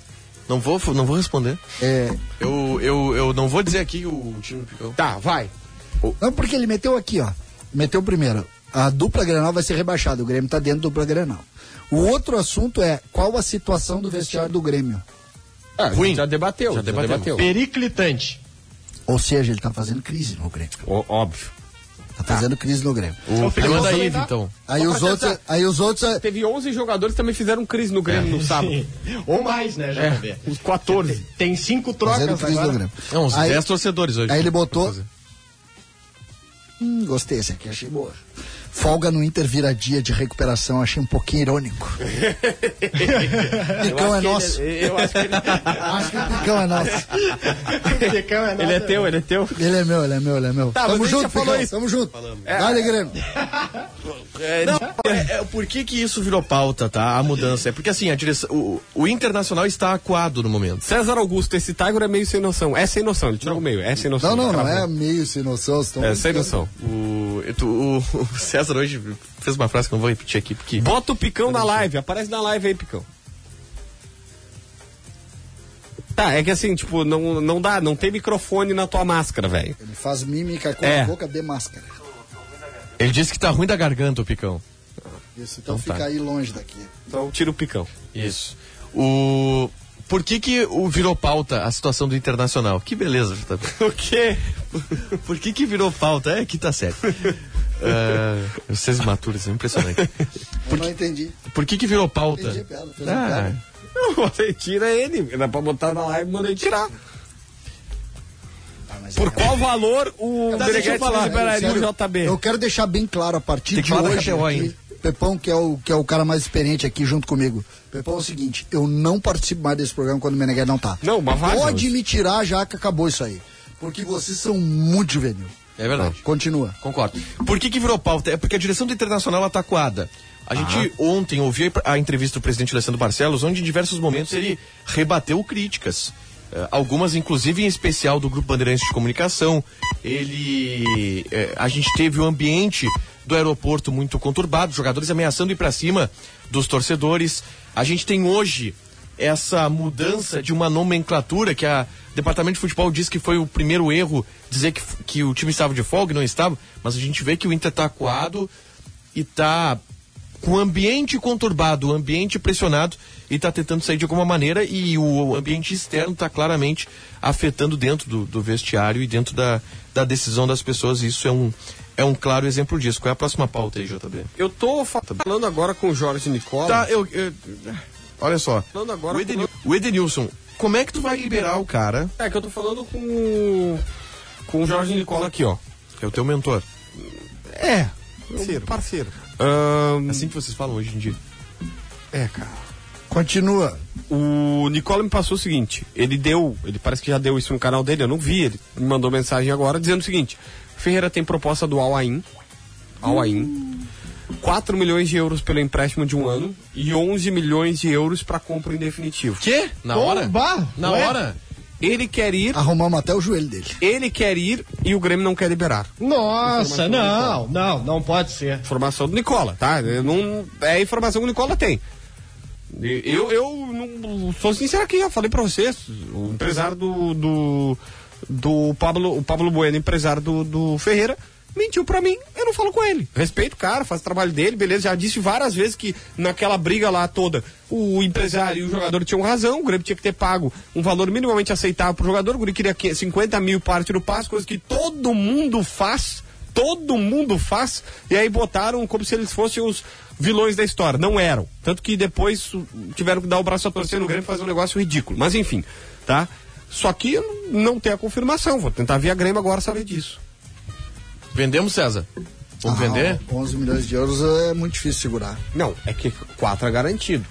[SPEAKER 4] Não vou, não vou responder.
[SPEAKER 3] É.
[SPEAKER 4] Eu, eu, eu não vou dizer aqui o time do Picão.
[SPEAKER 2] Tá, vai.
[SPEAKER 3] Não, porque ele meteu aqui, ó. Meteu primeiro. A dupla Grenal vai ser rebaixada. O Grêmio tá dentro da dupla Grenal. O outro assunto é qual a situação do vestiário do Grêmio.
[SPEAKER 2] Ah,
[SPEAKER 4] Ruim.
[SPEAKER 2] Já debateu.
[SPEAKER 4] É, Já
[SPEAKER 2] Já debateu.
[SPEAKER 4] debateu.
[SPEAKER 5] Periclitante.
[SPEAKER 3] Ou seja, ele tá fazendo crise no Grêmio.
[SPEAKER 2] Ó- óbvio.
[SPEAKER 3] Tá fazendo crise no Grêmio.
[SPEAKER 5] Ô, Picão,
[SPEAKER 4] Manda
[SPEAKER 5] só
[SPEAKER 4] aí,
[SPEAKER 5] me dá-
[SPEAKER 4] então.
[SPEAKER 3] Aí os,
[SPEAKER 2] pra
[SPEAKER 3] outros,
[SPEAKER 2] tentar.
[SPEAKER 3] aí os outros. é
[SPEAKER 2] Teve 11 jogadores que também fizeram crise no Grêmio
[SPEAKER 5] É.
[SPEAKER 2] no sábado.
[SPEAKER 5] Sim. Ou mais, né, JB?
[SPEAKER 2] É, os 14.
[SPEAKER 5] Tem cinco
[SPEAKER 3] Fazendo
[SPEAKER 5] trocas
[SPEAKER 3] crise no
[SPEAKER 5] [laughs] agora.
[SPEAKER 3] Grêmio.
[SPEAKER 2] É,
[SPEAKER 4] Não, uns
[SPEAKER 3] aí,
[SPEAKER 4] 10 torcedores hoje.
[SPEAKER 3] aí ele botou. Hum, gostei, esse aqui achei boa. Folga no Inter vira dia de recuperação, achei um
[SPEAKER 2] [laughs]
[SPEAKER 3] pouquinho irônico.
[SPEAKER 2] Eu
[SPEAKER 3] Picão
[SPEAKER 2] acho
[SPEAKER 3] é
[SPEAKER 2] que
[SPEAKER 3] nosso.
[SPEAKER 2] ele- eu acho que ele, tá-
[SPEAKER 3] Acho que o Picão é nosso.
[SPEAKER 5] Picão é
[SPEAKER 2] ele é
[SPEAKER 5] nada.
[SPEAKER 2] teu, ele é teu.
[SPEAKER 3] Ele é meu, ele é meu, ele é meu.
[SPEAKER 2] Tá, mas a
[SPEAKER 3] tamo
[SPEAKER 2] gente
[SPEAKER 3] junto,
[SPEAKER 2] já falou
[SPEAKER 3] Picão,
[SPEAKER 2] isso.
[SPEAKER 3] tamo junto. Dale, Grêmio.
[SPEAKER 4] É, é, por que que isso virou pauta, tá? A mudança. É porque assim, a direção, o, o Internacional está aquado no momento.
[SPEAKER 2] César Augusto, esse Tiger é meio sem noção. É sem noção, ele tirou o meio. É sem
[SPEAKER 3] Não,
[SPEAKER 2] noção.
[SPEAKER 3] não, não
[SPEAKER 2] Cravou.
[SPEAKER 3] é meio sem noção. vocês tão
[SPEAKER 2] É sem
[SPEAKER 3] brincando.
[SPEAKER 2] noção.
[SPEAKER 4] O, eu tô- o, [laughs] o César hoje fez uma frase que eu não vou repetir aqui, porque...
[SPEAKER 2] Bota o Picão na live, aparece na live aí, Picão. Tá, é que assim, tipo, não, não dá, não tem microfone na tua máscara, velho.
[SPEAKER 3] Ele faz mímica com
[SPEAKER 2] É.
[SPEAKER 3] a boca de máscara.
[SPEAKER 4] Ele disse que tá ruim da garganta, o Picão.
[SPEAKER 3] Isso,
[SPEAKER 4] Então
[SPEAKER 3] então,
[SPEAKER 4] tá.
[SPEAKER 3] fica aí longe daqui.
[SPEAKER 2] Então tira o Picão.
[SPEAKER 4] Isso. O... Por que que o virou pauta a situação do Internacional? Que beleza,
[SPEAKER 2] [laughs]
[SPEAKER 4] JB.
[SPEAKER 2] O quê?
[SPEAKER 4] Por que que virou pauta? É que
[SPEAKER 2] [laughs]
[SPEAKER 4] tá sério. É, vocês maturos, é impressionante.
[SPEAKER 3] Eu não entendi.
[SPEAKER 4] Por que que virou pauta?
[SPEAKER 3] Entendi a piada, fez uma
[SPEAKER 4] Ah,
[SPEAKER 3] piada.
[SPEAKER 2] Você tira ele, dá pra botar na live e manda ele tirar.
[SPEAKER 3] Ah, mas
[SPEAKER 2] Por
[SPEAKER 3] é-
[SPEAKER 2] qual
[SPEAKER 5] né?
[SPEAKER 2] valor o
[SPEAKER 4] Tá, deixa eu
[SPEAKER 2] Meneghetti
[SPEAKER 4] falar.
[SPEAKER 2] liberaria o
[SPEAKER 3] Sério,
[SPEAKER 2] JB?
[SPEAKER 3] Eu quero deixar bem claro a partir
[SPEAKER 4] Tem que é
[SPEAKER 3] de
[SPEAKER 4] falar da
[SPEAKER 3] hoje.
[SPEAKER 4] KTO
[SPEAKER 3] aqui,
[SPEAKER 4] ainda.
[SPEAKER 3] Pepão, que é, o, que é o cara mais experiente aqui junto comigo. Pepão é o seguinte: eu não participo mais desse programa quando o Meneghel não tá.
[SPEAKER 2] Não, mas vaza.
[SPEAKER 3] Pode me tirar já que acabou isso aí. Porque vocês são muito juvenil.
[SPEAKER 4] É verdade.
[SPEAKER 3] Continua.
[SPEAKER 4] Concordo. Por que, que virou pauta? É porque a direção do Internacional ela tá coada. A gente ontem ouviu a entrevista do presidente Alessandro Barcelos, onde em diversos momentos ele rebateu críticas. eh, algumas inclusive em especial do Grupo Bandeirantes de Comunicação. Ele, eh, a gente teve o ambiente do aeroporto muito conturbado, jogadores ameaçando ir para cima dos torcedores. A gente tem hoje essa mudança de uma nomenclatura que a Departamento de Futebol diz que foi o primeiro erro dizer que, f- que o time estava de folga e não estava, mas a gente vê que o Inter está acuado e está com o ambiente conturbado, o ambiente pressionado e está tentando sair de alguma maneira e o ambiente externo está claramente afetando dentro do, do vestiário e dentro da, da decisão das pessoas. Isso é um, é um claro exemplo disso. Qual é a próxima pauta aí, JB?
[SPEAKER 2] Eu tô fa- falando agora com o Jorge Nicola.
[SPEAKER 4] Tá, eu. eu- olha só.
[SPEAKER 2] Falando agora
[SPEAKER 4] o, Edenil- o Edenilson, como é que tu vai liberar o cara,
[SPEAKER 2] É que eu tô falando com, o- com o Jorge Nicola aqui, ó.
[SPEAKER 4] que é o teu mentor?
[SPEAKER 2] É. Parceiro. Parceiro.
[SPEAKER 4] Assim que vocês falam hoje em dia.
[SPEAKER 2] é, cara.
[SPEAKER 3] Continua.
[SPEAKER 2] O Nicola me passou o seguinte: ele deu, ele parece que já deu isso no canal dele, eu não vi, ele me mandou mensagem agora dizendo o seguinte: Ferreira tem proposta do Alain, Alain, 4 milhões de euros pelo empréstimo de um ano e 11 milhões de euros pra compra em definitivo.
[SPEAKER 7] Quê? Na hora?
[SPEAKER 5] Bomba!
[SPEAKER 7] Na
[SPEAKER 5] Ué?
[SPEAKER 7] hora?
[SPEAKER 2] Ele quer ir,
[SPEAKER 3] Arrumamos até o joelho dele.
[SPEAKER 2] ele quer ir e o Grêmio não quer liberar.
[SPEAKER 5] Nossa, não, não, não pode ser.
[SPEAKER 2] Informação do Nicola, tá? Eu não, é a informação que o Nicola tem. E- Eu, eu não, sou sincero aqui, já falei pra vocês. O empresário do. do, do Pablo, o Pablo Bueno, empresário do, do Ferreira, mentiu pra mim, eu não falo com ele. Respeito o cara, faz o trabalho dele, beleza. Já disse várias vezes que naquela briga lá toda, o empresário e o jogador tinham razão, o Grêmio tinha que ter pago um valor minimamente aceitável pro jogador. O Guri queria que- 50 mil parte do passe, coisa que todo mundo faz. Todo mundo faz. E aí botaram como se eles fossem os vilões da história. Não eram. Tanto que depois uh, tiveram que dar o braço a torcer no Grêmio e fazer um negócio ridículo. Mas enfim, tá? Só que eu não tem a confirmação. Vou tentar via Grêmio agora saber disso.
[SPEAKER 7] Vendemos, César? Vamos vender?
[SPEAKER 3] Ah, 11 milhões de euros é muito difícil segurar.
[SPEAKER 2] Não, é que 4 é garantido.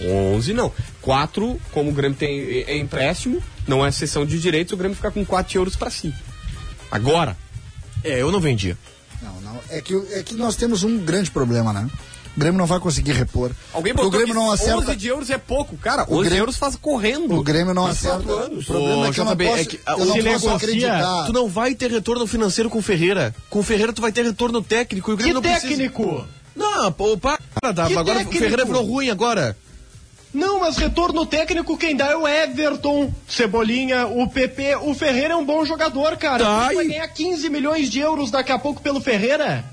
[SPEAKER 2] 11 não. 4, como o Grêmio tem é empréstimo, não é sessão de direitos, o Grêmio fica com 4 euros pra si. Agora.
[SPEAKER 4] É, eu não vendia.
[SPEAKER 3] Não, não. É que, é que nós temos um grande problema, né? O Grêmio não vai conseguir repor.
[SPEAKER 2] Alguém botou
[SPEAKER 3] Porque o Grêmio
[SPEAKER 2] que
[SPEAKER 3] não
[SPEAKER 2] 11
[SPEAKER 3] acerta.
[SPEAKER 2] de euros é pouco, cara. 11
[SPEAKER 3] Grêmio-
[SPEAKER 2] euros faz correndo.
[SPEAKER 3] O Grêmio não
[SPEAKER 2] Faz
[SPEAKER 3] acerta.
[SPEAKER 2] quatro anos.
[SPEAKER 3] O problema é que eu não
[SPEAKER 4] JB,
[SPEAKER 3] posso,
[SPEAKER 4] é que, ah,
[SPEAKER 3] eu não
[SPEAKER 5] se
[SPEAKER 3] posso
[SPEAKER 5] negocia,
[SPEAKER 3] acreditar.
[SPEAKER 4] Tá. Tu não vai ter retorno financeiro com o Ferreira. Com o Ferreira tu vai ter retorno técnico. E o Grêmio
[SPEAKER 5] Que
[SPEAKER 4] não precisa...
[SPEAKER 5] técnico!
[SPEAKER 4] Não, pô, para, Dava.
[SPEAKER 5] Que
[SPEAKER 4] Agora
[SPEAKER 5] técnico?
[SPEAKER 4] o Ferreira virou ruim agora.
[SPEAKER 5] Não, mas retorno técnico quem dá é o Everton, Cebolinha, o PP. O Ferreira é um bom jogador, cara.
[SPEAKER 4] Tá,
[SPEAKER 5] Vai
[SPEAKER 4] e-
[SPEAKER 5] ganhar 15 milhões de euros daqui a pouco pelo Ferreira?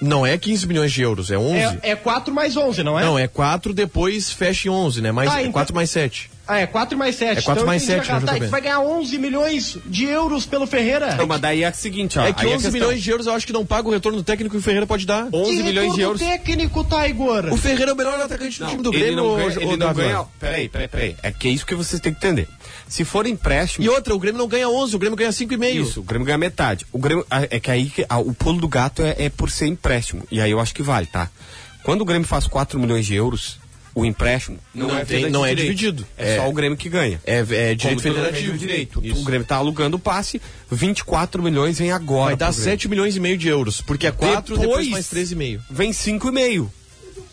[SPEAKER 4] Não é 15 milhões de euros, é 11.
[SPEAKER 5] É, é 4 mais 11, não é?
[SPEAKER 4] Não, é 4, depois fecha em 11, né? Mais,
[SPEAKER 5] Ah,
[SPEAKER 4] é
[SPEAKER 5] então-
[SPEAKER 4] 4 mais 7.
[SPEAKER 5] Ah, é 4 mais 7.
[SPEAKER 4] É quatro mais sete, né,
[SPEAKER 5] tá,
[SPEAKER 4] JB?
[SPEAKER 5] tu vai ganhar 11 milhões de euros pelo Ferreira?
[SPEAKER 2] Não, mas daí é o seguinte, ó.
[SPEAKER 4] É que
[SPEAKER 2] aí a
[SPEAKER 4] 11
[SPEAKER 2] questão-
[SPEAKER 4] milhões de euros eu acho que não paga o retorno técnico que o Ferreira pode dar.
[SPEAKER 5] Que
[SPEAKER 2] 11 milhões de
[SPEAKER 5] retorno
[SPEAKER 2] euros.
[SPEAKER 5] técnico, tá, Igor?
[SPEAKER 4] O Ferreira é o melhor atacante do time do Grêmio,
[SPEAKER 2] ele não ganha,
[SPEAKER 4] ô-
[SPEAKER 2] ele
[SPEAKER 4] ô,
[SPEAKER 2] não
[SPEAKER 4] Dava.
[SPEAKER 2] ganha. Peraí, peraí, peraí. É que é isso que vocês têm que entender. Se for empréstimo.
[SPEAKER 4] E outra, o Grêmio não ganha 11, o Grêmio ganha 5,5.
[SPEAKER 2] Isso, o Grêmio ganha metade. O Grêmio, a- é que aí que- a- o pulo do gato é, é por ser empréstimo. E aí eu acho que vale, tá? Quando o Grêmio faz 4 milhões de euros, o empréstimo não,
[SPEAKER 4] Não
[SPEAKER 2] é,
[SPEAKER 4] tem-
[SPEAKER 2] feito
[SPEAKER 4] não
[SPEAKER 2] de
[SPEAKER 4] é
[SPEAKER 2] direito.
[SPEAKER 4] dividido.
[SPEAKER 2] É,
[SPEAKER 4] É.
[SPEAKER 2] só o Grêmio que ganha.
[SPEAKER 4] É, é
[SPEAKER 2] Como
[SPEAKER 4] direito
[SPEAKER 2] todo
[SPEAKER 4] federativo.
[SPEAKER 2] mundo direito.
[SPEAKER 4] Isso.
[SPEAKER 2] O Grêmio tá alugando o passe, 24 milhões vem agora.
[SPEAKER 4] Vai dar
[SPEAKER 2] pro Grêmio.
[SPEAKER 4] 7 milhões e meio de euros, porque é 4, depois, mais 3,5.
[SPEAKER 2] Vem 5,5.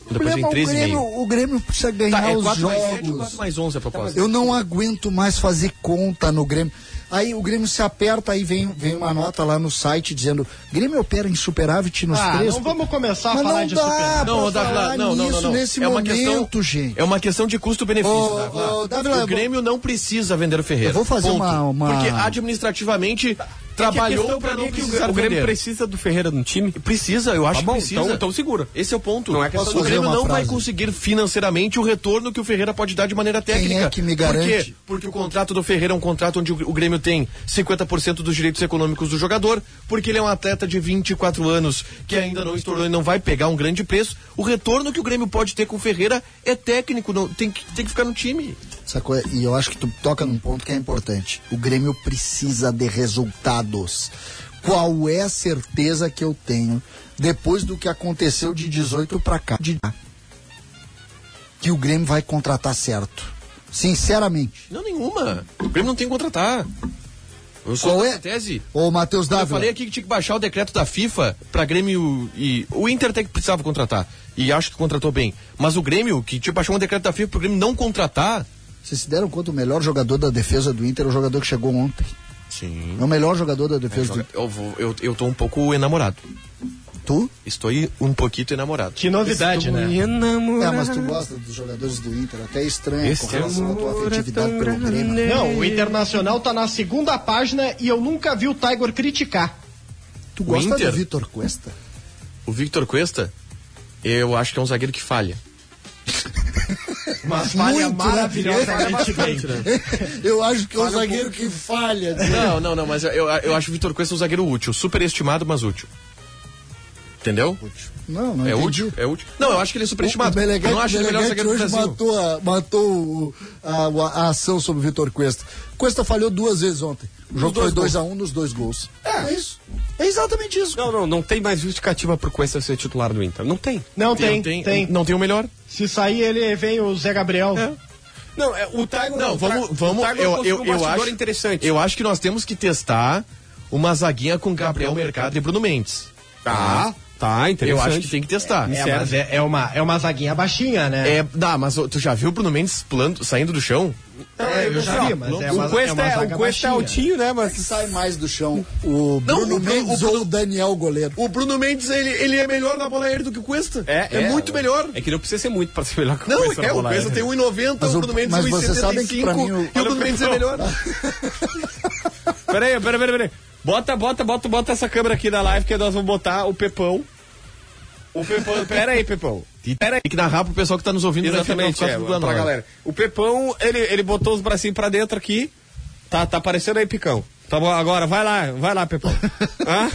[SPEAKER 3] O
[SPEAKER 4] Depois
[SPEAKER 3] problema
[SPEAKER 4] vem
[SPEAKER 3] é o
[SPEAKER 4] 13,5.
[SPEAKER 3] Grêmio, o Grêmio precisa ganhar
[SPEAKER 4] Tá, é
[SPEAKER 3] os
[SPEAKER 4] 4 mais 7,
[SPEAKER 3] jogos.
[SPEAKER 4] 4 mais 11 a proposta.
[SPEAKER 3] Eu não aguento mais fazer conta no Grêmio. Aí o Grêmio se aperta, aí vem, vem uma nota lá no site dizendo Grêmio opera em superávit nos
[SPEAKER 5] Ah,
[SPEAKER 3] três.
[SPEAKER 5] não vamos começar a
[SPEAKER 3] Mas
[SPEAKER 5] falar
[SPEAKER 3] não
[SPEAKER 5] de
[SPEAKER 3] dá.
[SPEAKER 5] superávit.
[SPEAKER 4] Não, ô,
[SPEAKER 3] pra
[SPEAKER 4] Dávila,
[SPEAKER 3] falar
[SPEAKER 4] não, não,
[SPEAKER 3] nisso
[SPEAKER 4] não, não.
[SPEAKER 3] nesse
[SPEAKER 4] é uma
[SPEAKER 3] momento,
[SPEAKER 4] questão,
[SPEAKER 3] gente.
[SPEAKER 4] É uma questão de custo-benefício.
[SPEAKER 3] Ô,
[SPEAKER 4] Dávila.
[SPEAKER 3] ô, Dávila,
[SPEAKER 4] o Grêmio não precisa vender o Ferreira.
[SPEAKER 3] Eu vou fazer uma- uma- É
[SPEAKER 4] Porque administrativamente trabalhou para não
[SPEAKER 2] é que o
[SPEAKER 4] precisar
[SPEAKER 2] Grêmio- o Grêmio
[SPEAKER 4] vender.
[SPEAKER 2] precisa do Ferreira no time.
[SPEAKER 4] Precisa, eu acho
[SPEAKER 2] Tá bom,
[SPEAKER 4] que precisa.
[SPEAKER 2] então- então segura.
[SPEAKER 4] Esse é o ponto.
[SPEAKER 2] Não é questão
[SPEAKER 3] Posso
[SPEAKER 4] o
[SPEAKER 3] fazer
[SPEAKER 4] Grêmio
[SPEAKER 3] uma
[SPEAKER 4] não vai
[SPEAKER 3] frase?
[SPEAKER 4] conseguir financeiramente o retorno que o Ferreira pode dar de maneira técnica.
[SPEAKER 3] é que me
[SPEAKER 4] Por
[SPEAKER 3] garante?
[SPEAKER 4] quê? Porque o contrato do Ferreira é um contrato onde o o Grêmio tem 50% dos direitos econômicos do jogador, porque ele é um atleta de 24 anos que ainda não estourou e não vai pegar um grande preço. O retorno que o Grêmio pode ter com o Ferreira é técnico, não, tem, que, tem que ficar no time.
[SPEAKER 3] Essa coisa- e eu acho que tu toca num ponto que é importante. O Grêmio precisa de resultados. Qual é a certeza que eu tenho depois do que aconteceu de 18 pra cá? de- que o Grêmio vai contratar certo. Sinceramente.
[SPEAKER 4] Não, nenhuma. O Grêmio não tem que contratar. Eu sou
[SPEAKER 3] Qual
[SPEAKER 4] da
[SPEAKER 3] é?
[SPEAKER 4] tese.
[SPEAKER 3] Ô, Matheus
[SPEAKER 4] Eu
[SPEAKER 3] Dávila.
[SPEAKER 4] falei aqui que tinha que baixar o decreto da FIFA pra Grêmio e. O Inter até que precisava contratar. E acho que contratou bem. Mas o Grêmio, que tinha que baixar um decreto da FIFA pro Grêmio não contratar,
[SPEAKER 3] Vocês se deram conta, o melhor jogador da defesa do Inter é o jogador que chegou ontem.
[SPEAKER 4] Sim.
[SPEAKER 3] É o melhor jogador da defesa do
[SPEAKER 4] Joga-
[SPEAKER 3] Inter.
[SPEAKER 4] Eu, vou, eu, eu tô um pouco enamorado.
[SPEAKER 3] Tu?
[SPEAKER 4] Estou um pouquinho enamorado.
[SPEAKER 5] Que novidade, né?
[SPEAKER 3] É, mas tu gosta dos jogadores do Inter, até é estranho com
[SPEAKER 4] é
[SPEAKER 3] relação à tua afetividade pelo Grêmio.
[SPEAKER 4] né.
[SPEAKER 5] Não, o Internacional tá na segunda página e eu nunca vi o Tiger criticar.
[SPEAKER 3] Tu gosta
[SPEAKER 4] Inter?
[SPEAKER 3] do Vitor Cuesta?
[SPEAKER 4] O Victor Cuesta, eu acho que é um zagueiro que falha.
[SPEAKER 5] Mas falha
[SPEAKER 3] Muito, né?
[SPEAKER 5] maravilhosamente bem.
[SPEAKER 3] [laughs] Eu acho que é um zagueiro que falha. né?
[SPEAKER 4] Não, não, não, mas eu, eu acho o Vitor Cuesta um zagueiro útil. Superestimado, mas útil. Entendeu?
[SPEAKER 3] Não, não
[SPEAKER 4] É
[SPEAKER 3] entendi.
[SPEAKER 4] útil, é útil. Não, eu acho que ele é
[SPEAKER 3] O
[SPEAKER 4] superestimado.
[SPEAKER 3] Meneghetti-
[SPEAKER 4] eu não acho ele o melhor
[SPEAKER 3] Meneghetti
[SPEAKER 4] zagueiro do
[SPEAKER 3] hoje
[SPEAKER 4] Brasil.
[SPEAKER 3] matou, a, matou o- a, a ação sobre o Vitor Cuesta. Cuesta falhou duas vezes ontem. O jogo foi 2x1 nos dois gols. É, isso. É exatamente isso.
[SPEAKER 2] Não, não, não tem mais justificativa pro Cuesta ser titular do Inter. Não tem.
[SPEAKER 5] Não tem,
[SPEAKER 4] Não
[SPEAKER 5] tem,
[SPEAKER 4] Não tem o melhor.
[SPEAKER 5] Se sair ele, vem o Zé Gabriel.
[SPEAKER 2] Não, é, o Tiger
[SPEAKER 4] Não, vamos, vamos.
[SPEAKER 2] o Tiger
[SPEAKER 4] Eu,
[SPEAKER 2] conseguiu
[SPEAKER 4] eu,
[SPEAKER 2] um
[SPEAKER 4] eu
[SPEAKER 2] bastidor
[SPEAKER 4] acho
[SPEAKER 2] interessante.
[SPEAKER 4] Eu acho que nós temos que testar uma zaguinha com Gabriel Mercado e Bruno Mendes. ah,
[SPEAKER 2] Tá, tá,
[SPEAKER 4] Eu
[SPEAKER 2] interessante.
[SPEAKER 4] acho que tem que testar.
[SPEAKER 5] É, mas é, é uma, é uma zaguinha baixinha, né?
[SPEAKER 4] É, dá, mas ô, tu já viu o Bruno Mendes pulando, saindo do chão?
[SPEAKER 5] É, eu já vi, mas é uma,
[SPEAKER 2] o Cuesta
[SPEAKER 5] é, uma
[SPEAKER 2] é,
[SPEAKER 5] zaga
[SPEAKER 2] o Cuesta é
[SPEAKER 5] baixinha.
[SPEAKER 2] altinho, né, mas...
[SPEAKER 3] Sai mais do chão o Bruno
[SPEAKER 4] o Bruno-
[SPEAKER 3] Mendes
[SPEAKER 4] o Bruno-
[SPEAKER 3] ou o Daniel Goleiro.
[SPEAKER 4] O Bruno Mendes, ele, ele é melhor na bola aérea do que o Cuesta. muito melhor.
[SPEAKER 2] É que não precisa ser muito pra ser melhor que o
[SPEAKER 4] Não,
[SPEAKER 2] Cuesta.
[SPEAKER 4] é,
[SPEAKER 2] na
[SPEAKER 4] o
[SPEAKER 2] bola
[SPEAKER 4] Cuesta
[SPEAKER 2] aérea.
[SPEAKER 4] tem 1,90,
[SPEAKER 3] Mas
[SPEAKER 4] o
[SPEAKER 3] o-
[SPEAKER 4] Bruno Mendes
[SPEAKER 3] mas vocês sabem que pra
[SPEAKER 4] 1,75
[SPEAKER 3] mim o-
[SPEAKER 4] e o Bruno Mendes é melhor. tá-
[SPEAKER 2] Peraí, peraí, peraí, peraí. Bota, bota, bota, bota essa câmera aqui da live que nós vamos botar o Pepão. O Pepão, peraí, Pepão.
[SPEAKER 4] E Tem que narrar pro pessoal que tá nos ouvindo né,
[SPEAKER 2] Exatamente,
[SPEAKER 4] Fernando,
[SPEAKER 2] é,
[SPEAKER 4] quatro
[SPEAKER 2] pra
[SPEAKER 4] vírgula nove.
[SPEAKER 2] galera. O Pepão, ele, ele botou os bracinhos pra dentro aqui. Tá, tá aparecendo aí, Picão. Tá bom, agora vai lá, vai lá,
[SPEAKER 3] [laughs]
[SPEAKER 2] Pepão. Hã?